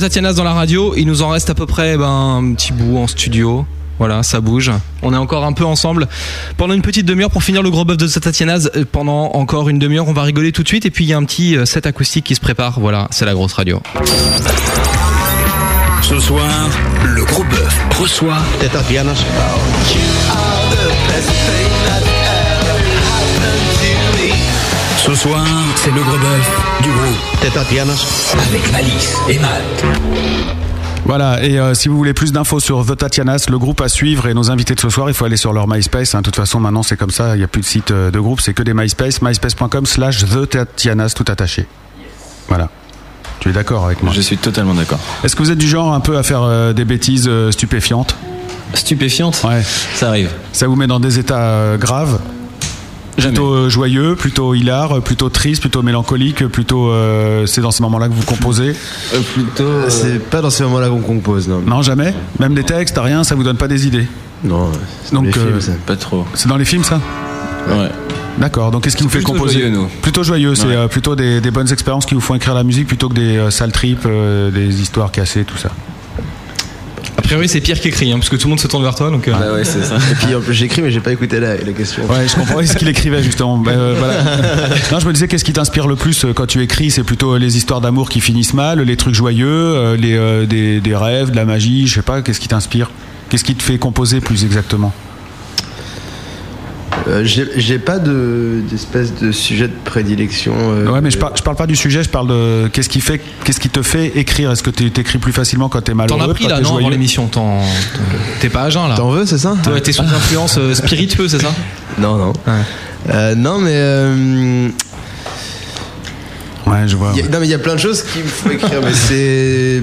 E: Tatianas dans la radio. Il nous en reste à peu près ben, un petit bout en studio. Voilà, ça bouge. On est encore un peu ensemble pendant une petite demi-heure pour finir le gros bœuf de Tatianas. Euh, Pendant encore une demi-heure, on va rigoler tout de suite. Et puis il y a un petit euh, set acoustique qui se prépare. Voilà, c'est la grosse radio.
A: Ce soir, le gros bœuf reçoit Tatianas. Ce soir, c'est le gros bœuf du groupe Tatianas avec Malice et Matt.
D: Voilà, et euh, si vous voulez plus d'infos sur The Tatianas, le groupe à suivre et nos invités de ce soir, il faut aller sur leur MySpace. hein. De toute façon, maintenant c'est comme ça, il n'y a plus de site euh, de groupe, c'est que des MySpace, myspace.com slash The Tatianas, tout attaché. Voilà. Tu es d'accord avec moi
H: Je suis totalement d'accord.
D: Est-ce que vous êtes du genre un peu à faire euh, des bêtises euh, stupéfiantes
H: Stupéfiantes
D: Ouais.
H: Ça arrive.
D: Ça vous met dans des états euh, graves Plutôt euh, joyeux, plutôt hilar, euh, plutôt triste, plutôt mélancolique, euh, plutôt. euh, c'est dans ces moments-là que vous composez
F: Plutôt. Ah, C'est pas dans ces moments-là qu'on compose, non.
D: Non, jamais Même des textes, rien, ça vous donne pas des idées
F: Non, c'est dans
D: Donc,
F: les
D: euh,
F: films, ça.
H: Pas trop.
D: C'est dans les films, ça
H: Ouais.
D: D'accord, donc qu'est-ce qui vous fait
H: Plutôt
D: composer
H: joyeux, nous.
D: Plutôt joyeux, c'est
H: Ouais.
D: euh, plutôt des, des bonnes expériences qui vous font écrire la musique plutôt que des euh, sales tripes, euh, des histoires cassées, tout ça.
E: A priori, c'est Pierre qui écrit, hein, parce que tout le monde se tourne vers toi. Donc, euh,
F: Ah ouais, c'est ça. Et puis en plus, j'écris, mais j'ai pas écouté la, la question.
D: Ouais, je comprends ce qu'il écrivait justement. Ben, euh, voilà. Non, je me disais qu'est-ce qui t'inspire le plus euh, quand tu écris C'est plutôt euh, les histoires d'amour qui finissent mal, les trucs joyeux, euh, les, euh, des, des rêves, de la magie, je sais pas, qu'est-ce qui t'inspire Qu'est-ce qui te fait composer plus exactement
F: Euh, j'ai j'ai pas de- d'espèce de, sujet de prédilection. euh,
D: Ouais, mais je, par- je parle pas du sujet, je parle de qu'est-ce qui fait, qu'est-ce qui te fait écrire Est-ce que tu t'écris plus facilement quand t'es malheureux
E: T'en as pris
D: quand
E: là,
D: t'es
E: non, avant
D: joyeux
E: l'émission. t'en- t'en- T'es pas à jeun là.
F: T'en veux, c'est ça
E: Toi, t'es sous influence euh, spiritueux, c'est ça
F: Non, non. Euh, non, mais. euh,
D: Ouais, je vois.
F: y a- non, mais il y a plein de choses qu'il faut écrire, mais c'est.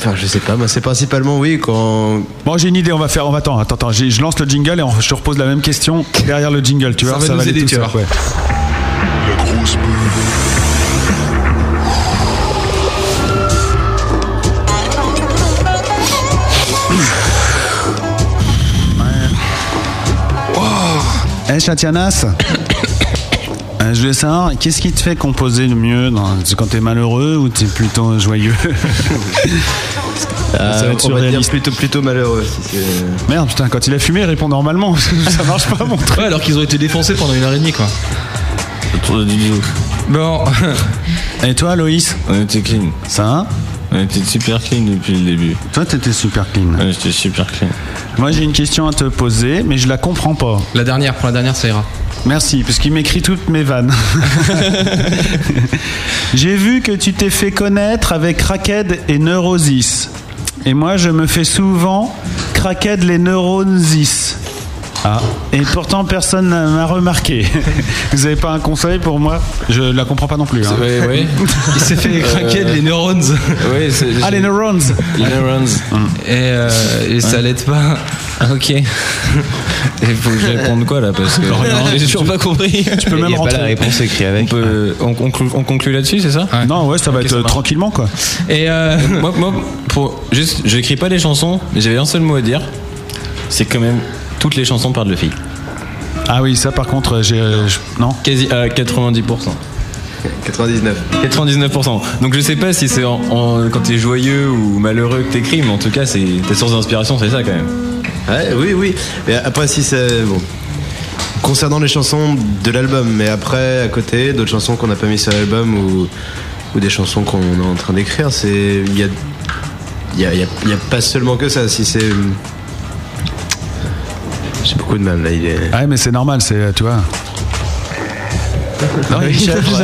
F: Enfin, je sais pas, moi, c'est principalement, oui, quand.
D: Bon, j'ai une idée, on va faire. On va, attends, attends, attends, j'ai- je lance le jingle et on- je te repose la même question derrière le jingle, tu
E: Ça
D: vois,
E: va
D: ça
E: nous
D: va
E: aider,
D: aller tout
E: tu
D: seul.
E: vas
D: ouais. Eh, Chatianas Euh, je voulais savoir, qu'est-ce qui te fait composer le mieux dans- C'est quand t'es malheureux ou t'es plutôt joyeux
F: Euh,
D: Ça va être
F: on va dire
D: surréaliste.
F: plutôt, plutôt malheureux. si c'est-
D: Merde, putain, quand il a fumé, il répond normalement. ça marche pas, mon truc.
E: Ouais, alors qu'ils ont été défoncés pendant une heure et demie, quoi. Bon.
D: Et toi, Loïs
H: On était clean.
D: Ça va
H: On était super clean depuis le début.
D: Toi, t'étais super clean.
H: Ouais, j'étais super clean.
D: Moi, j'ai une question à te poser, mais je la comprends pas.
E: La dernière, pour la dernière, ça ira.
D: Merci, parce qu'il m'écrit toutes mes vannes. J'ai vu que tu t'es fait connaître avec Crackhead et Neurosis. Et moi, je me fais souvent Crackhead les Neurosis. Ah. Et pourtant, personne n'a m'a remarqué. Vous avez pas un conseil pour moi Je la comprends pas non plus. hein.
H: Ouais, ouais.
E: Il s'est fait craquer
H: Euh,
E: les neurones.
H: Ouais, c'est-
D: Ah, les Hum. Neurons
H: Les neurons.
E: Et, euh, et ça l'aide pas. Ah, Ok.
H: Il faut que je réponde quoi là Parce que j'ai toujours pas compris.
D: Tu peux même
H: Il y a pas
D: rentrer.
H: la réponse écrite avec. On, peut- on conclut, on conclut là-dessus, c'est ça
D: Non, ouais, ça va être euh, tranquillement quoi.
E: Et euh,
H: Euh, moi, moi, pour, juste, je n'écris pas les chansons, mais j'avais un seul mot à dire. C'est quand même toutes les chansons parlent de filles.
D: Ah oui, ça par contre, j'ai. euh, je- non
H: Quasi à 90%.
F: 99.
H: 99%. Donc je sais pas si c'est en, en- quand t'es joyeux ou malheureux que t'écris, mais en tout cas, c'est ta source d'inspiration, c'est ça quand même.
F: Ouais, oui, oui. Mais après, si c'est. Bon. Concernant les chansons de l'album, mais après, à côté, d'autres chansons qu'on n'a pas mis sur l'album ou, ou des chansons qu'on est en train d'écrire, c'est. Il y a. Il y a, il y a- il y a pas seulement que ça. Si c'est. J'ai beaucoup de mal là, il est.
D: Ah Ouais, mais c'est normal, c'est. euh, Tu vois.
E: Ah
D: Non, il y a une chèvre.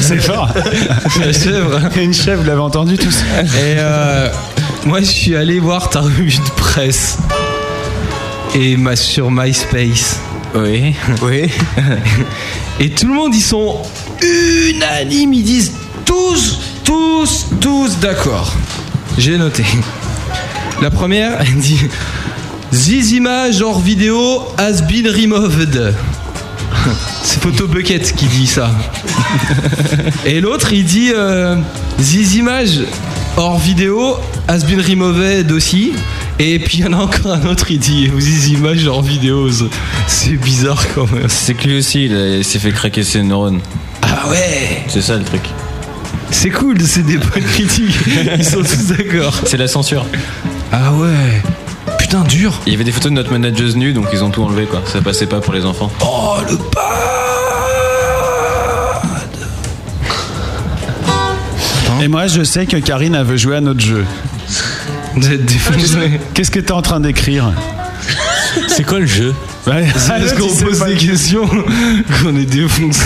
D: C'est fort.
E: La chèvre.
D: Une chèvre, vous l'avez entendu tous.
E: Et euh, moi, je suis allé voir ta revue de presse. Et ma, sur MySpace.
H: Oui.
F: Oui.
E: Et tout le monde, ils sont unanimes. Ils disent tous, tous, tous d'accord. J'ai noté. La première, elle dit These images hors vidéo has been removed. C'est Photo Bucket qui dit ça. Et l'autre, il dit euh, These images hors vidéo has been removed aussi. Et puis il y en a encore un autre, il dit These images hors videos. C'est bizarre quand même.
H: C'est que lui aussi, il, a- il s'est fait craquer ses neurones.
E: Ah ouais
H: C'est ça le truc.
E: C'est cool, c'est des bonnes critiques. Ils sont tous d'accord.
H: C'est la censure.
E: Ah ouais. Putain, dur.
H: Il y avait des photos de notre manageuse nue, donc ils ont tout enlevé, quoi. Ça passait pas pour les enfants.
E: Oh le
K: Hein
D: Et moi, je sais que Karine, elle veut jouer à notre jeu. Qu'est-ce que t'es en train d'écrire Ah,
K: C'est quoi le jeu
D: Parce qu'on pose des questions qu'on est défoncé.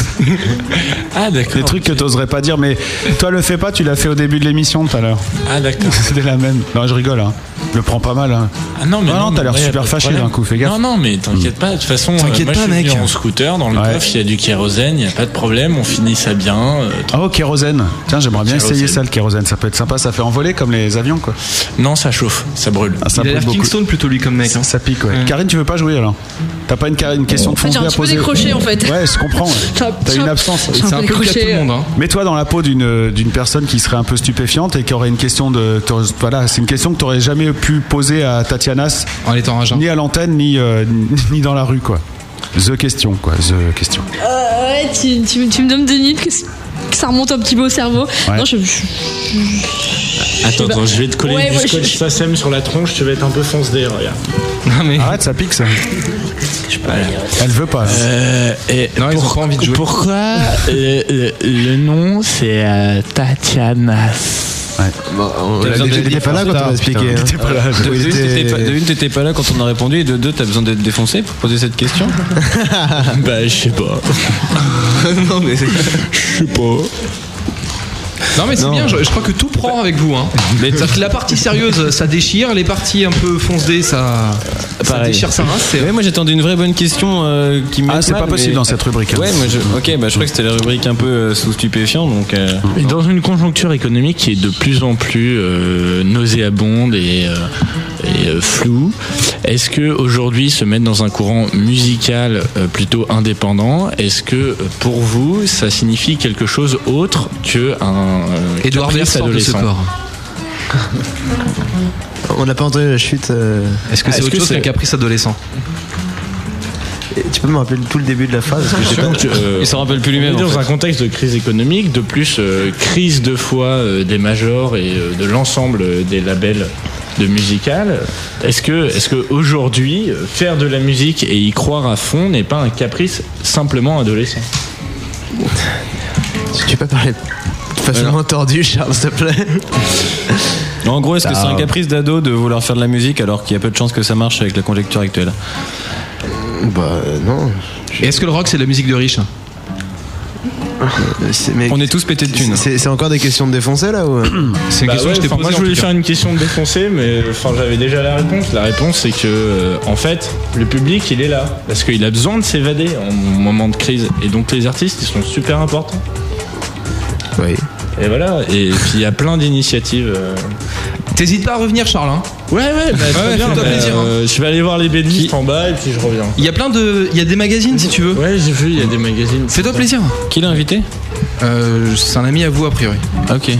K: Ah d'accord.
D: Des trucs que t'oserais pas dire, mais toi le fais pas, tu l'as fait au début de l'émission tout à l'heure.
K: Ah d'accord.
D: C'était la même. Non, je rigole. Hein. Je le prends pas mal. Hein.
K: Ah non, mais
D: non,
K: non,
D: t'as
K: mais
D: l'air
K: ouais, pas
D: super
K: de
D: fâché
K: problème.
D: d'un coup, fais gaffe.
K: Non, non, mais t'inquiète pas. De toute façon, euh,
D: T'inquiète
K: moi,
D: pas,
K: je suis
D: mec.
K: venu en scooter, dans le
D: Ouais.
K: coffre, il y a du kérosène, il n'y a pas de problème, on finit ça bien. euh,
D: Ah, Oh, kérosène. Tiens, j'aimerais bien
K: Kérosène.
D: essayer ça, le kérosène. Ça peut être sympa. Ça fait envoler comme les avions, quoi.
K: Non, ça chauffe, ça brûle.
D: Ah,
K: Il
D: ça
K: a
D: brûle
K: l'air
D: beaucoup.
K: Kingston
E: plutôt, lui, comme mec.
D: Ça, ça pique, ouais. Karine, tu veux pas jouer alors T'as pas une, une question
L: En
D: de
L: fait,
D: fond
L: j'ai un
D: à
L: petit peu
D: poser
L: décroché, en fait.
D: Ouais, je comprends. ouais.
L: J'ai un-
D: T'as
L: j'ai
D: une
L: un-
D: absence.
L: j'ai un peu décroché, euh,
D: Mets-toi dans la peau d'une euh, d'une personne qui serait un peu stupéfiante et qui aurait une question de. t'aurais- Voilà, c'est une question que t'aurais jamais pu poser à Tatianas.
E: En étant agent.
D: Ni à l'antenne, ni, euh, ni dans la rue, quoi. The question, quoi. The question.
L: Euh, ouais, tu, tu- tu me donnes des nids que, c- que ça remonte un petit peu au cerveau.
D: Ouais.
L: Non, je, je-
K: Attends, attends, je vais te coller
L: Ouais,
K: du
L: ouais,
K: scotch
L: je-
K: Sacem sur la tronche, tu vas être un peu foncedé, regarde.
D: Arrête, ça pique, ça. Elle veut pas. hein.
K: Euh, et pour- Pourquoi le, le- le nom c'est euh, Tatiana
D: Oh,
F: on l'a déjà dit, il était pas là quand on l'a expliqué, hein.
H: De
F: Oui, il
H: une,
F: était-
H: t'étais pas- de une, t'étais pas là quand on a répondu, et de deux, t'as besoin d'être défoncé pour poser cette question
K: Bah, je sais pas.
H: non, mais.
K: Je sais pas.
E: Non mais c'est
H: Non.
E: bien, je, je crois que tout prend avec vous. Hein. C'est-à-dire que la partie sérieuse, ça déchire, les parties un peu foncedées, ça, ça
H: Pareil.
E: déchire sa race.
H: Ouais, moi j'attendais une vraie bonne question euh, qui me.
D: Ah, c'est pas possible dans cette rubrique, hein.
H: Ouais, moi je. Ok, bah je crois que c'était la rubrique un peu euh, sous stupéfiant, donc. euh,
K: Et dans une conjoncture économique qui est de plus en plus euh, nauséabonde et, euh, et, euh, floue, est-ce que aujourd'hui se mettre dans un courant musical euh, plutôt indépendant, est-ce que euh, pour vous ça signifie quelque chose autre que un euh,
E: Edouard
K: caprice
E: Baird sort de ce
K: adolescent
E: corps.
F: On n'a pas entendu la chute. euh.
E: Est-ce que c'est
F: Ah,
E: autre chose qu'un caprice adolescent
F: Tu peux me rappeler tout le début de la phrase parce que j'ai
K: Donc,
F: pas-
K: euh, On est dans un contexte de crise économique, de plus euh, crise de foi euh, des majors et euh, de l'ensemble euh, des labels de musical. Est-ce que, est-ce que aujourd'hui, euh, faire de la musique et y croire à fond n'est pas un caprice simplement adolescent
F: Tu peux parler de façon moins tordue, Charles, s'il te plaît
H: En gros, est-ce que
F: Ah.
H: c'est un caprice d'ado de vouloir faire de la musique alors qu'il y a peu de chances que ça marche avec la conjecture actuelle
F: Bah non.
E: Et est-ce que le rock c'est de la musique de riche hein.
H: On est tous pétés de thunes.
F: Euh, C'est c'est encore des questions de défoncés là ou... euh
E: C'est une
K: Bah
E: question
K: ouais,
E: que je t'ai
K: enfin,
E: posée.
K: Moi, je
E: en
K: voulais
E: tout cas.
K: faire une question de défoncée, mais enfin, j'avais déjà la réponse. La réponse, c'est que, euh, en fait, le public, il est là parce qu'il a besoin de s'évader en moment de crise. Et donc, les artistes, ils sont super importants.
F: Oui.
K: Et voilà. Et puis, il y a plein d'initiatives. euh.
E: T'hésites pas à revenir, Charles. hein.
K: Ouais, ouais, bah, très bien,
E: fais-toi
K: mais,
E: plaisir, hein.
K: euh, je vais aller voir les bédistes en bas et puis je reviens.
E: Il y a plein de, il y a des magazines si tu veux.
K: Ouais, j'ai vu, il y a des magazines.
E: Fais-toi plaisir.
H: Qui l'a invité
E: Euh, C'est un ami à vous a priori.
H: Ok.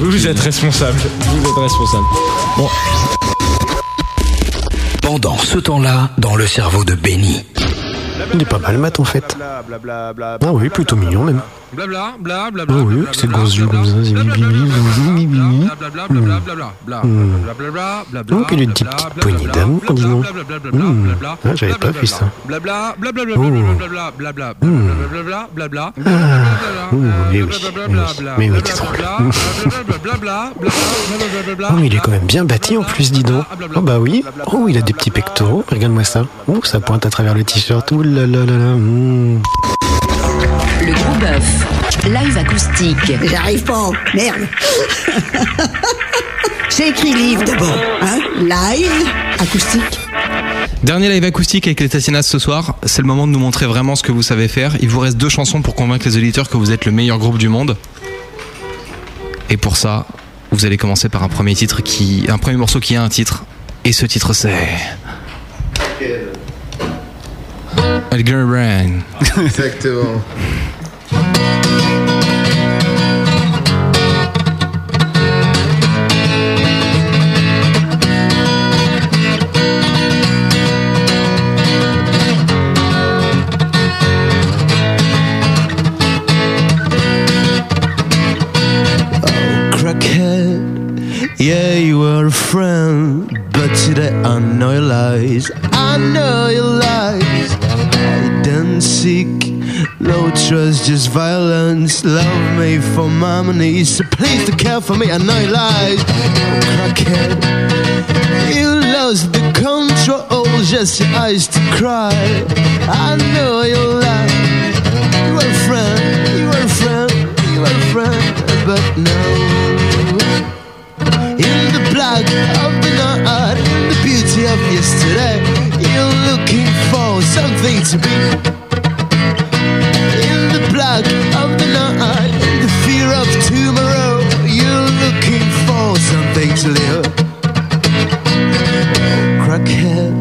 K: Vous, vous êtes responsable. Vous êtes responsable. Bon.
A: Pendant ce temps-là, dans le cerveau de Benny.
J: Il est pas mal, Matt, en fait. Ah oui, plutôt mignon, même.
E: Blabla, bla bla
J: Ah oui, c'est grosse yeux comme ça, c'est bibi, bibi, bibi. Hmm. Donc, il y a une petite petite poignée d'amour, dis donc. Hmm. Ah, J'avais pas vu ça. Oh. Hmm. Ah. Oh, mais oui, mais oui. Mais oui, t'es drôle. Oh, mais il est quand même bien bâti en plus, dis donc. Oh, bah oui. Oh, il a des petits pectoraux. Regarde-moi ça. Oh, ça pointe à travers le t-shirt. Ouh là là là là. Hmm.
N: Le gros bœuf, live acoustique.
C: J'arrive pas, merde. J'ai écrit livre d'abord, hein Live, acoustique.
E: Dernier live acoustique avec les Tassinas ce soir. C'est le moment de nous montrer vraiment ce que vous savez faire. Il vous reste deux chansons pour convaincre les auditeurs que vous êtes le meilleur groupe du monde. Et pour ça, vous allez commencer par un premier titre qui, un premier morceau qui a un titre. Et ce titre c'est. Edgar Brain.
F: Exactement.
M: Thank
G: I know your lies, I know your lies. I don't seek low trust, just violence. Love me for my money, so please do care for me. I know your lies, crackhead. You lost the control, just your eyes to cry. I know your lies. You are a friend, you are a friend, you are a friend, but no in the black of the night, in the beauty of yesterday. You're looking for something to be. In the black of the night, in the fear of tomorrow, you're looking for something to live. Crackhead,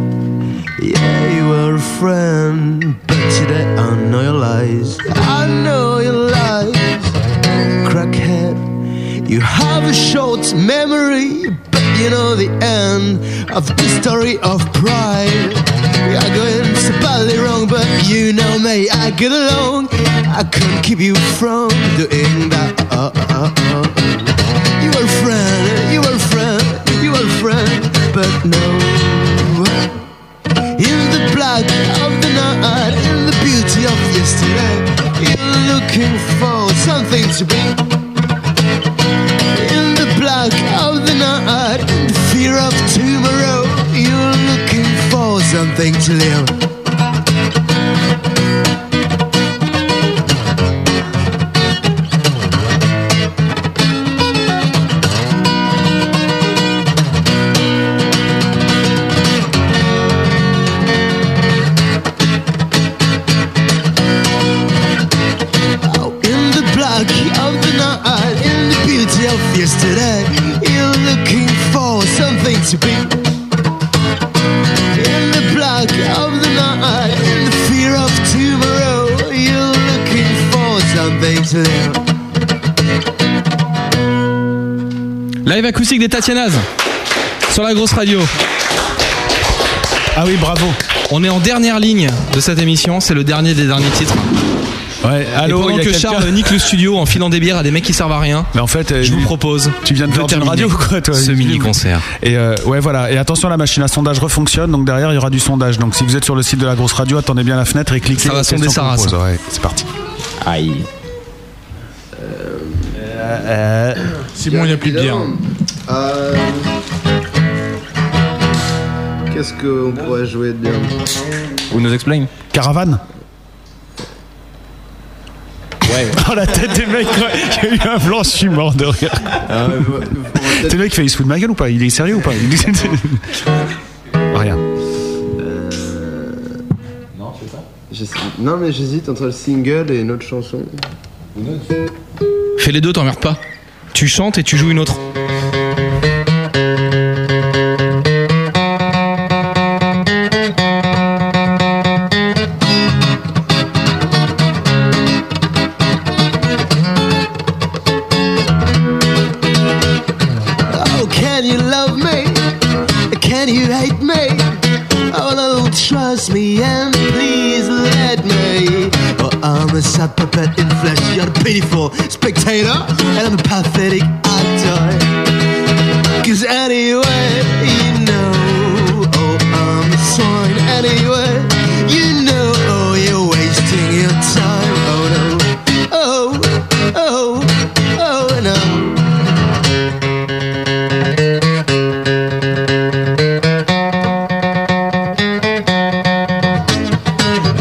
G: yeah, you are a friend, but today I know your lies. I know your lies, crackhead. You have a short memory, but you know the end of the story of pride. We are going so badly wrong, but you know me, I get along. I couldn't keep you from doing that. Oh, oh, oh. You are a friend, you are a friend, you are a friend, but no. In the black of the night, in the beauty of yesterday, you're looking for something to be. In the black of the night, in the fear of tomorrow, you're looking for something to live. In the black of the night, in the beauty of yesterday, you're looking for something to be. In the black of the night, in the fear of tomorrow, you're looking for something to live.
E: Live acoustique des Tatianas sur la grosse radio.
D: Ah oui, bravo.
E: On est en dernière ligne de cette émission, c'est le dernier des derniers titres.
D: Ouais,
E: allô, pendant
D: il y a
E: que
D: quelqu'un-
E: Charles nique le studio en filant des bières à des mecs qui servent à rien.
D: Mais en fait, euh,
E: je vous propose.
D: Tu viens de
E: faire
D: Terminer
E: radio,
D: quoi, toi.
E: Ce mini concert.
D: Et euh, ouais, voilà. Et attention, la machine à sondage refonctionne. Donc derrière, il y aura du sondage. Donc si vous êtes sur le site de la grosse radio, attendez bien la fenêtre et cliquez.
E: Ça va
D: aux
E: sonder
D: questions
E: sa
D: qu'on
E: race.
D: pose. Ouais, c'est parti.
O: Aïe.
G: Euh,
K: C'est bon, il n'y a plus de bière.
F: Euh, Qu'est-ce qu'on pourrait jouer de bien
O: Vous nous explain
D: Caravane.
O: Ouais.
D: Oh la tête des mecs, quoi. il y a eu un blanc, je suis mort de rire.
E: Ah,
D: T'es le mec qui fait il se fout de ma gueule ou pas Il est sérieux ou pas Il est- Rien.
F: Euh, Non, je sais pas. Non, mais j'hésite entre le single et une autre chanson. Une autre
E: Fais les deux, t'emmerdes pas. Tu chantes et tu joues une autre.
M: Oh, can you love me? Can you hate me? Oh, no, trust me and please let me. Oh, I'm a sad puppet in flesh. You're a pitiful spectator, and I'm a pathetic actor. Cause anyway, you know, oh, I'm a swine. Anyway, you know, oh, you're wasting your time. Oh, no. Oh, oh, oh, no.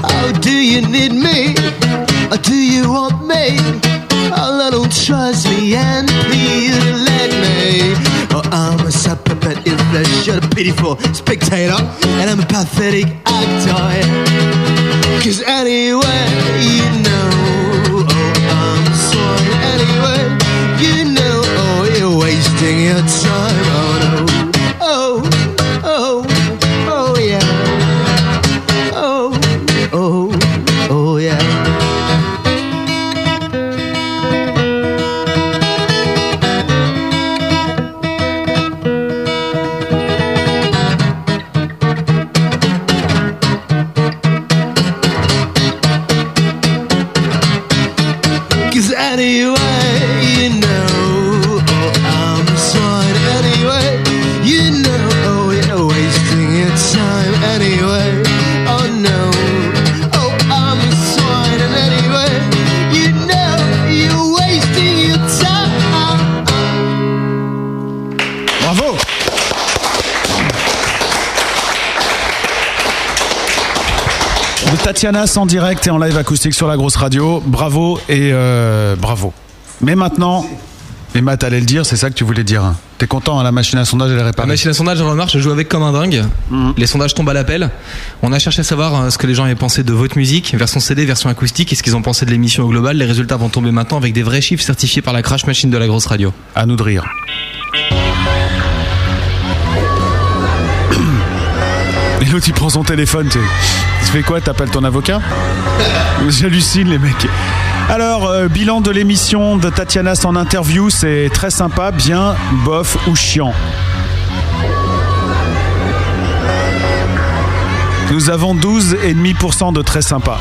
M: Oh, do you need me? Or do you want me? Oh, no, don't trust me and please let me. Oh, I'm a sad puppet in flesh, you're a pitiful spectator, and I'm a pathetic actor. Cause anyway, you know, oh, I'm sorry. Anyway, you know, oh, you're wasting your time. Oh, no. Oh, oh, oh, yeah. Oh, oh, oh yeah. Cause anyway, oh, you know, oh, I'm sorry. oh,
D: de Tatianas en direct et en live acoustique sur la grosse radio. Bravo et euh, bravo. Mais maintenant, et Matt allait le dire, c'est ça que tu voulais dire. T'es content, hein, la machine à sondage, elle est
E: La
D: réparée. Mmh.
E: machine à sondage, j'en remarche, je joue avec comme un dingue. Les sondages tombent à l'appel. On a cherché à savoir euh, ce que les gens avaient pensé de votre musique, version CD, version acoustique, et ce qu'ils ont pensé de l'émission au global. Les résultats vont tomber maintenant avec des vrais chiffres certifiés par la Crash Machine de la grosse radio.
D: À nous de rire. Et l'autre il prend son téléphone, tu sais. Tu fais quoi T'appelles ton avocat J'hallucine les mecs. Alors, euh, bilan de l'émission de Tatiana en interview, c'est très sympa, bien, bof ou chiant. Nous avons 12,5% de très sympa.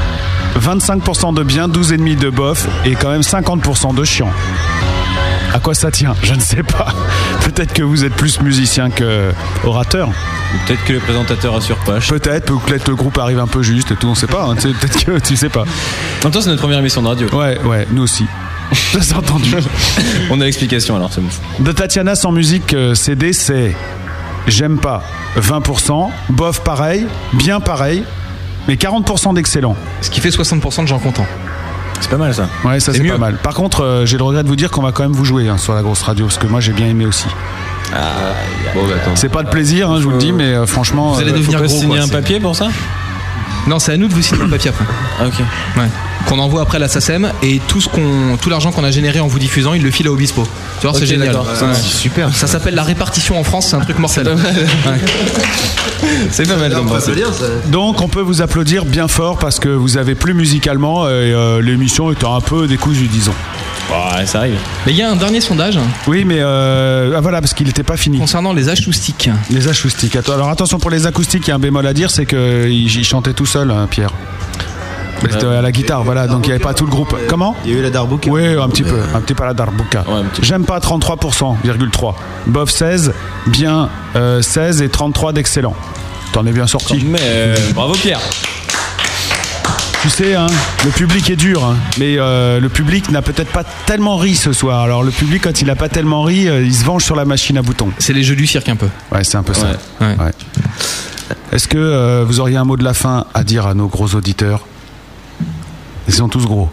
D: 25% de bien, 12,5% de bof et quand même 50% de chiant. À quoi ça tient Je ne sais pas. Peut-être que vous êtes plus musicien que orateur.
H: Peut-être que le présentateur assure pas.
D: Peut-être, peut-être le groupe arrive un peu juste et tout, on sait pas. hein, tu sais, peut-être que tu sais pas.
H: En même temps, c'est notre première émission de radio.
D: Ouais, ouais, nous aussi. Ça s'est entendu.
H: On a l'explication alors, c'est bon.
D: De Tatiana sans musique euh, CD, c'est j'aime pas 20%, bof pareil, bien pareil, mais 40% d'excellent.
E: Ce qui fait 60% de gens contents.
H: C'est pas mal ça.
D: Ouais, ça c'est pas mal. Par contre, euh, j'ai le regret de vous dire qu'on va quand même vous jouer hein, sur la grosse radio, parce que moi j'ai bien aimé aussi.
H: Ah, bon, bah,
D: C'est pas de plaisir, hein, je vous le dis, mais euh, franchement.
H: Vous allez
D: euh,
H: devenir
D: faut pas
H: gros,
D: signer
H: quoi,
D: un
H: c'est-
D: papier
H: pour ça Ah,
E: Non, c'est à nous de vous signer un papier après.
H: ok.
E: Ouais. Qu'on envoie après à la SACEM E et tout ce qu'on, tout l'argent qu'on a généré en vous diffusant, il le file à Obispo. Tu vois,
H: Ok,
E: c'est génial.
H: d'accord. Ça, c'est
E: super. Ça s'appelle la répartition en France, c'est un truc mortel.
H: C'est pas mal
E: comme principe.
D: Donc on peut vous applaudir bien fort parce que vous avez plu musicalement et euh, l'émission était un peu décousue, disons.
H: Ouais, ça arrive.
E: Mais il y a un dernier sondage.
D: Oui, mais euh, ah, voilà, parce qu'il n'était pas fini.
E: Concernant les acoustiques.
D: Les acoustiques. Attends, Alors attention pour les acoustiques, il y a un bémol à dire, c'est qu'il chantait tout seul, hein, Pierre. Mais C'était à la guitare, voilà, donc il n'y avait pas tout le groupe. Comment Il y a eu la Darbuka. Oui, un petit peu, un petit peu la Darbuka. J'aime pas 33%, 3. Bof 16, bien euh, 16 et 33 d'excellent. T'en es bien sorti.
H: Mais euh,
E: bah.
H: bravo Pierre.
D: Tu sais, hein, le public est dur, hein, mais euh, le public n'a peut-être pas tellement ri ce soir. Alors le public, quand il n'a pas tellement ri, euh, il se venge sur la machine à boutons.
E: C'est les jeux du cirque un peu.
D: Ouais, c'est un peu ça.
E: Ouais. Ouais.
D: Est-ce que euh, vous auriez un mot de la fin à dire à nos gros auditeurs Ils sont tous gros.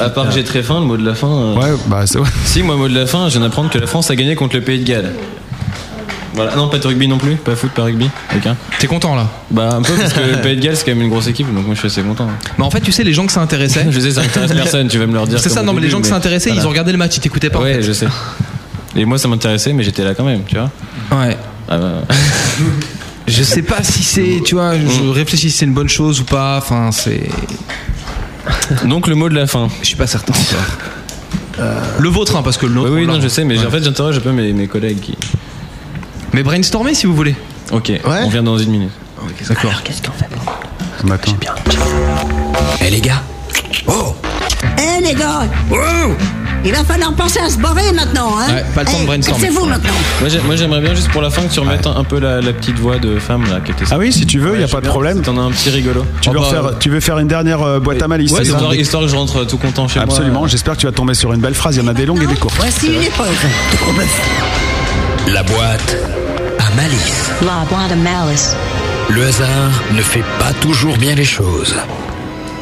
H: À part que j'ai très faim, le mot de la fin. euh,
D: Ouais, bah c'est vrai.
H: Si, moi, mot de la fin, je viens d'apprendre que la France a gagné contre le pays de Galles. Voilà, non, pas de rugby non plus, pas foot, pas rugby. Aucun.
E: T'es content là
H: Bah, un peu, parce que le pays de Galles, c'est quand même une grosse équipe, donc moi, je suis assez content.
E: Mais Bah, en fait, tu sais, les gens que ça intéressait.
H: Je sais, ça intéresse personne, tu vas me leur dire.
E: C'est ça,
H: comme
E: non,
H: au
E: mais les
H: début,
E: gens que ça intéressait,
H: voilà.
E: ils ont regardé le match, ils t'écoutaient pas.
H: Ouais, je sais. Et moi, ça m'intéressait, mais j'étais là quand même, tu vois.
E: Ouais.
H: Ah bah.
E: Je sais pas si c'est, tu vois, je
H: Mm.
E: réfléchis si c'est une bonne chose ou pas. Enfin, c'est.
H: Donc le mot de la fin.
E: Je suis pas certain. encore. Le vôtre, hein, parce que le nôtre.
H: Oui,
E: on
H: non,
E: l'a.
H: je sais, mais
E: Ouais.
H: en fait, j'interroge un peu mes, mes collègues qui.
E: Mais brainstormez si vous voulez.
H: Ok, on vient dans une minute.
E: D'accord.
A: Eh les gars Oh
C: Eh les gars Il va falloir penser à se barrer maintenant, hein
H: Ouais, pas le temps de
C: Eh,
H: brainstormer.
C: cassez-vous maintenant
H: Moi, j'ai- moi, j'aimerais bien juste pour la fin que tu remettes un, un peu la, la petite voix de femme là qui était.
D: Ah oui, si tu veux, il y a pas de problème.
H: T'en as un petit rigolo.
D: Tu veux,
H: Oh, bah,
D: refaire- tu veux faire une dernière euh, boîte à malice
H: Ouais,
D: c'est ça
H: histoire, histoire que je rentre tout content chez moi.
D: Absolument, j'espère que tu vas tomber sur une belle phrase. Il y en a des longues et des courtes.
C: Voici une épreuve de gros bœuf.
A: La boîte à malice.
C: La boîte de malice.
A: Le hasard ne fait pas toujours bien les choses.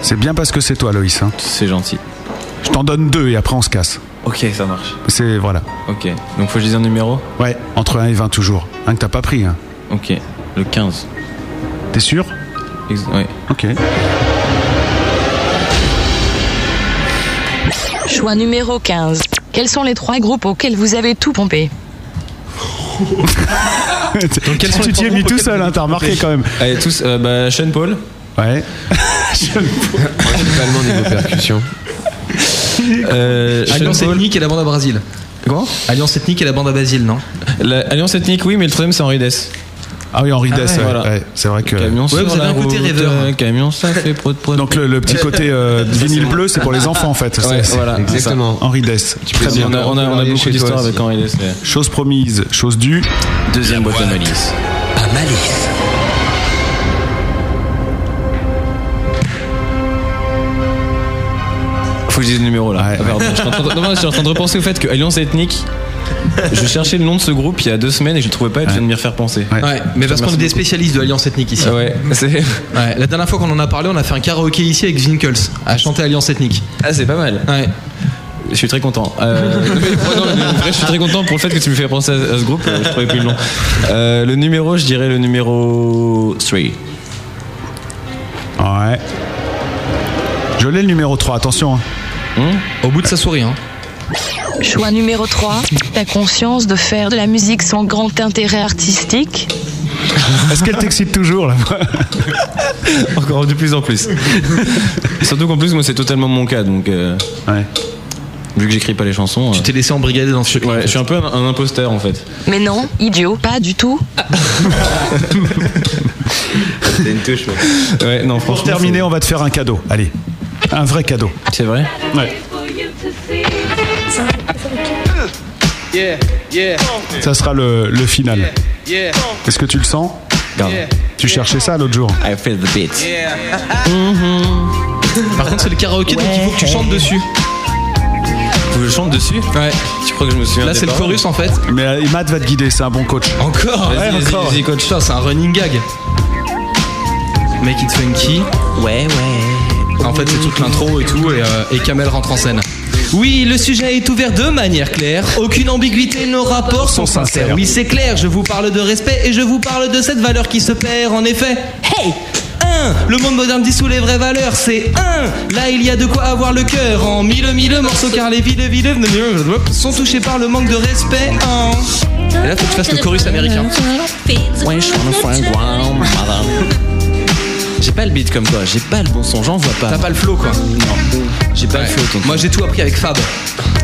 D: C'est bien parce que c'est toi, Loïs. hein.
H: C'est gentil.
D: Je t'en donne deux et après on se casse.
H: Ok, ça marche.
D: C'est voilà.
H: Ok, donc faut que je dise un numéro
D: Ouais, entre 1 et 20 toujours. Un que t'as pas pris. Hein.
H: Ok, le 15.
D: T'es sûr
H: Ex- Ouais.
D: Ok.
P: Choix numéro 15. Quels sont les trois groupes auxquels vous avez tout pompé
H: quels sont
D: tu t'y es
H: les trois
D: mis
H: groupes
D: tout
H: auxquels
D: seul, hein, t'as remarqué quand même.
H: Allez, tous, euh, bah, Sean Paul.
D: Ouais.
H: Principalement niveau percussion. Euh, Sean
E: Alliance
H: Paul.
E: ethnique et la bande à Brésil.
H: Comment
E: Alliance ethnique et la bande à Basile, non
H: La- Alliance ethnique, oui, mais le troisième c'est Henri Dess.
D: Ah oui, Henri
H: Ah
D: Dess,
H: ouais.
D: ouais,
H: Voilà.
D: ouais, c'est vrai que.
H: Camion
E: Ouais,
H: sur
E: vous avez
H: la
E: un côté
H: route,
E: rêveur.
H: euh, Camion, ça fait prod prod.
D: hein. Donc le, le petit côté euh, vinyle bleu, c'est pour les enfants en fait.
H: Ouais, voilà, exactement.
D: Henri Dess. Très
H: peux
D: bien.
H: dire, on a- on a- on a beaucoup d'histoires avec Henri Dess, ouais.
D: Chose promise, chose due.
H: Deuxième boîte à malice.
A: À malice.
H: Faut que je dise le numéro là. Ah, pardon, je suis en train de- non, non, je suis en train de repenser au fait que Alliance ethnique, Je cherchais le nom de ce groupe il y a deux semaines et je le trouvais pas et tu viens de m'y refaire penser.
E: Ouais, mais parce qu'on est des
H: Merci
E: spécialistes de l'Alliance ethnique ici.
H: Ouais,
E: Ouais, la dernière fois qu'on en a parlé, on a fait un karaoké ici avec Zinkles à chanter Alliance ethnique.
H: Ah, c'est pas mal.
E: Ouais.
H: Je suis très content. Euh, non, mais pour- non, mais en vrai, je suis très content pour le fait que tu me fais penser à, à ce groupe. euh, Je trouvais plus le nom. Euh, le numéro, je dirais le numéro 3.
D: Ouais. Je l'ai le numéro 3, attention. hein.
E: Au bout de sa souris, hein.
P: Choix numéro 3. T'as conscience de faire de la musique sans grand intérêt artistique
D: Est-ce qu'elle t'excite toujours là
H: Encore de plus en plus. Surtout qu'en plus, moi, c'est totalement mon cas. Donc, euh, vu que j'écris pas les chansons. Tu
E: t'es laissé embrigader dans ce
H: Ouais, je suis un peu un, un imposteur en fait.
P: Mais non, idiot, pas du tout.
H: C'est une touche. Ouais, non,
D: Pour terminer, on va te faire un cadeau. Allez. Un vrai cadeau.
H: C'est vrai
D: Ouais.
G: Yeah, yeah.
D: Ça sera le, le final.
G: Yeah.
D: Est-ce que tu le sens
G: Grave.
D: Tu cherchais ça l'autre jour
H: I feel the beat.
E: Par contre, c'est le karaoké, donc il faut que tu chantes dessus.
H: Vous le chante dessus
E: Ouais.
H: Tu crois que je me souviens
E: Là,
H: des
E: c'est le
H: paroles
E: chorus en fait.
D: Mais euh, Matt va te guider, c'est un bon coach.
E: Encore
D: Ouais,
E: Vas-y, vas-y,
D: encore.
E: vas-y, coach. Putain, c'est un running gag. Make it funky. Ouais, ouais. En fait, c'est toute l'intro et tout, et, euh, et Kamel rentre en scène. Oui, le sujet est ouvert de manière claire. Aucune ambiguïté, nos rapports sont sincères. Oui, c'est clair, je vous parle de respect et je vous parle de cette valeur qui se perd en effet. Hey 1. Le monde moderne dissout les vraies valeurs, c'est 1. Là, il y a de quoi avoir le cœur en mille mille morceaux car les villes et villes sont touchés par le manque de respect. En... Et là, faut que tu fasses le chorus américain.
H: Wesh, on a fait un grand malin. J'ai pas le beat comme toi, j'ai pas le bon son, j'en vois pas.
E: T'as pas le flow quoi
H: Non. J'ai pas
E: Ouais.
H: le flow, tonton.
E: Moi j'ai tout appris avec Fab.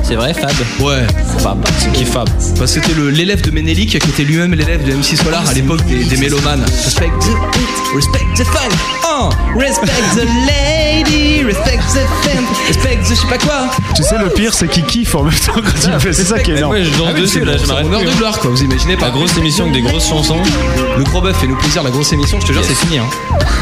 H: C'est vrai, Fab
E: Ouais.
H: Fab, c'est qui Fab
E: Bah, C'était le- l'élève de Ménélic qui était lui-même l'élève de MC Solar à l'époque des, des mélomanes. Respect the beat, respect the funk, oh, respect the lady, respect the femme, respect the je sais pas quoi.
D: Tu sais, le pire, c'est qu'il kiffe en même temps quand il le fait. C'est ça qui est énorme.
H: Ouais, je
E: Ah
H: danse dessus, là, je m'arrête.
E: On meurt de
H: plus, hein.
E: gloire quoi, vous imaginez pas.
H: La grosse émission avec des grosses chansons.
E: Le gros bœuf fait nous plaisir, la grosse émission, je te jure, c'est fini. Hein.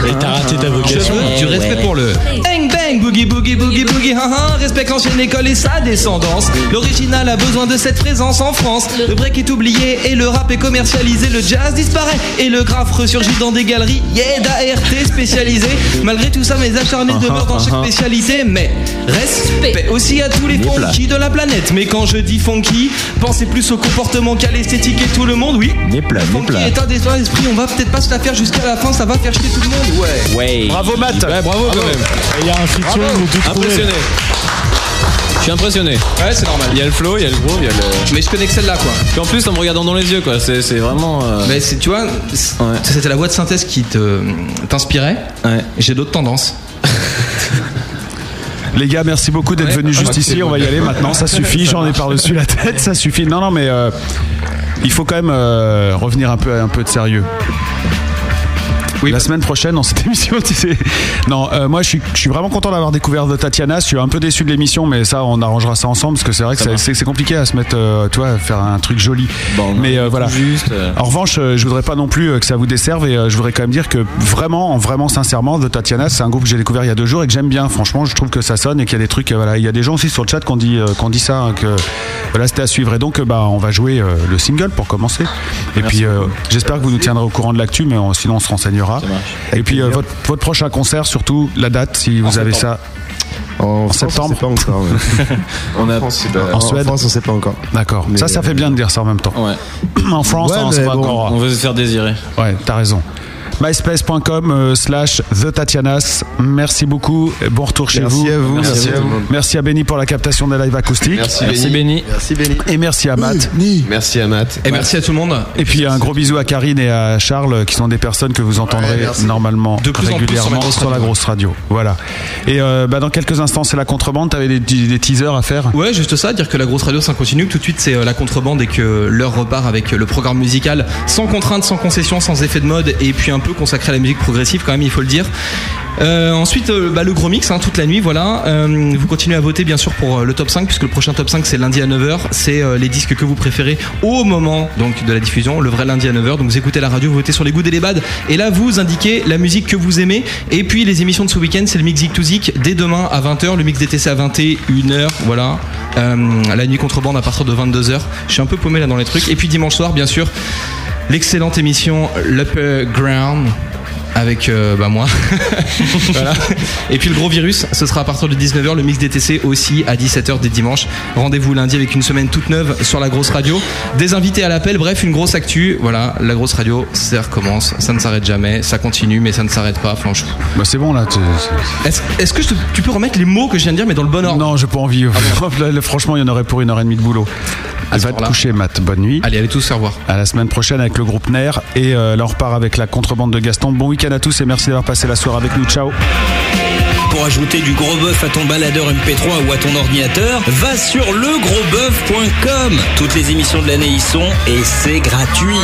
H: Et t'as raté ta
E: Je
H: vocation.
E: veux du
H: Eh
E: respect
H: ouais.
E: pour le Bang bang, boogie boogie boogie boogie, hein, hein, respect l'ancienne école et sa descendance. L'original a besoin de cette présence en France. Le break est oublié et le rap est commercialisé. Le jazz disparaît et le graphe ressurgit dans des galeries. Yeah, d'ART spécialisé. Malgré tout ça, mes acharnés demeurent dans
H: Ah,
E: chaque spécialité. Mais respect aussi à tous les
H: Nipla.
E: funky de la planète. Mais quand je dis funky, pensez plus au comportement qu'à l'esthétique et tout le monde, oui.
H: Nipla,
E: Funky est un des soins d'esprit, on va peut-être pas se la faire jusqu'à la fin, ça va faire chier tout le monde, ouais.
H: Ouais.
D: Bravo, Matt.
H: Ouais, bravo quand même.
U: Il y a un featuring où tout trouver.
H: Impressionné. Je suis impressionné.
E: Ouais, c'est normal.
H: Il y a le flow, il y a le groove, il y a le.
E: Mais je connais que celle-là, quoi.
H: Puis en plus, en me regardant dans les yeux, quoi. C'est c'est vraiment. euh,
E: Mais c'est- tu vois, c'est- c'était la voix de synthèse qui te- t'inspirait. J'ai d'autres tendances.
D: Les gars, merci beaucoup d'être venus juste ici. On va y aller maintenant. Ça suffit. J'en ai par-dessus la tête. Ça suffit. Non, non, mais euh, il faut quand même euh, revenir un peu, un peu de sérieux. Oui, la semaine prochaine dans cette émission, tu sais. Non, euh, moi je suis, je suis vraiment content d'avoir découvert de Tatiana. Je suis un peu déçu de l'émission, mais ça, on arrangera ça ensemble parce que c'est vrai que c'est- c'est c'est compliqué à se mettre, euh, tu vois, à faire un truc joli. mais euh, voilà. En revanche, euh, je voudrais pas non plus euh, que ça vous desserve et euh, je voudrais quand même dire que vraiment, en vraiment sincèrement, The Tatiana, c'est un groupe que j'ai découvert il y a deux jours et que j'aime bien. Franchement, je trouve que ça sonne et qu'il y a des trucs. euh, voilà, il y a des gens aussi sur le chat qui ont dit, euh, qui ont dit ça, hein, que voilà, c'était à suivre. Et donc, euh, bah, on va jouer euh, le single pour commencer. Et puis, euh, j'espère que vous nous tiendrez au courant de l'actu, mais on- sinon on se renseignera. Et puis, euh, votre, votre prochain concert, surtout la date, si vous avez ça. En, septembre
F: Pas encore.
H: On a.
F: En,
D: En Suède.
F: France, on sait pas encore.
D: D'accord.
F: Mais, euh,
D: Ça, ça fait bien de dire ça en même temps. En France,
F: Ouais,
D: on
F: mais
D: sait pas
F: bon,
D: encore. euh,
H: On veut se faire désirer.
D: Ouais, t'as raison. MySpace.com euh, slash The Tatianas. Merci beaucoup. Bon retour chez
F: Merci
D: vous.
F: à vous. Merci à vous.
D: Merci à Benny pour la captation des lives acoustiques.
F: Merci, Merci, Benny. Benny. Merci, Benny.
D: Et merci à Matt.
F: Merci à Matt.
E: Et merci à tout le monde.
D: Et puis un gros bisou à Karine et à Charles qui sont des personnes que vous entendrez
E: merci.
D: normalement
E: De plus en plus
D: régulièrement
E: sur la grosse
D: sur la
E: radio.
D: grosse radio. Voilà. Et euh, bah, dans quelques instants, c'est la contrebande. T'avais des, des teasers à faire
E: Ouais, juste ça, dire que la grosse radio, ça continue, que tout de suite c'est euh, la contrebande et que l'heure repart avec euh, le programme musical sans contrainte, sans concession, sans effet de mode et puis un peu consacré à la musique progressive quand même, il faut le dire. Euh, ensuite, euh, bah, le gros mix, hein, toute la nuit, voilà. Euh, vous continuez à voter bien sûr pour euh, le top 5, puisque le prochain top 5 c'est lundi à 9h. C'est euh, les disques que vous préférez au moment donc de la diffusion, le vrai lundi à 9h. Donc vous écoutez la radio, vous votez sur les goûts et les bad. Et là, vous indiquez la musique que vous aimez. Et puis les émissions de ce week-end, c'est le Mix Zik to Zik dès demain à 20h, le mix DTC à 21h, voilà. Euh, la nuit contrebande à partir de 22h. Je suis un peu paumé là dans les trucs. Et puis dimanche soir, bien sûr, l'excellente émission L'Upper Ground avec euh, bah, moi. voilà. Et puis le gros virus, ce sera à partir de 19h, le mix DTC aussi à 17h des dimanches. Rendez-vous lundi avec une semaine toute neuve sur la grosse radio. Des invités à l'appel, bref, une grosse actu. Voilà, la grosse radio, ça recommence, ça ne s'arrête jamais, ça continue, mais ça ne s'arrête pas. Enfin, je-
D: Bah c'est bon là. tu-
E: Est-ce est-ce que je te- tu peux remettre les mots que je viens de dire, mais dans le bon ordre Ah
D: Non, j'ai pas envie. Là, Franchement, il y en aurait pour une heure et demie de boulot. va te coucher, Matt. Bonne nuit.
E: Allez, allez tous au revoir.
D: À la semaine prochaine avec le groupe NER. Et euh, là, on repart avec la contrebande de Gaston. Bon week-end à tous et merci d'avoir passé la soirée avec nous. Ciao.
A: Pour ajouter du gros bœuf à ton baladeur MP3 ou à ton ordinateur, va sur legrosboeuf.com. Toutes les émissions de l'année y sont et c'est gratuit.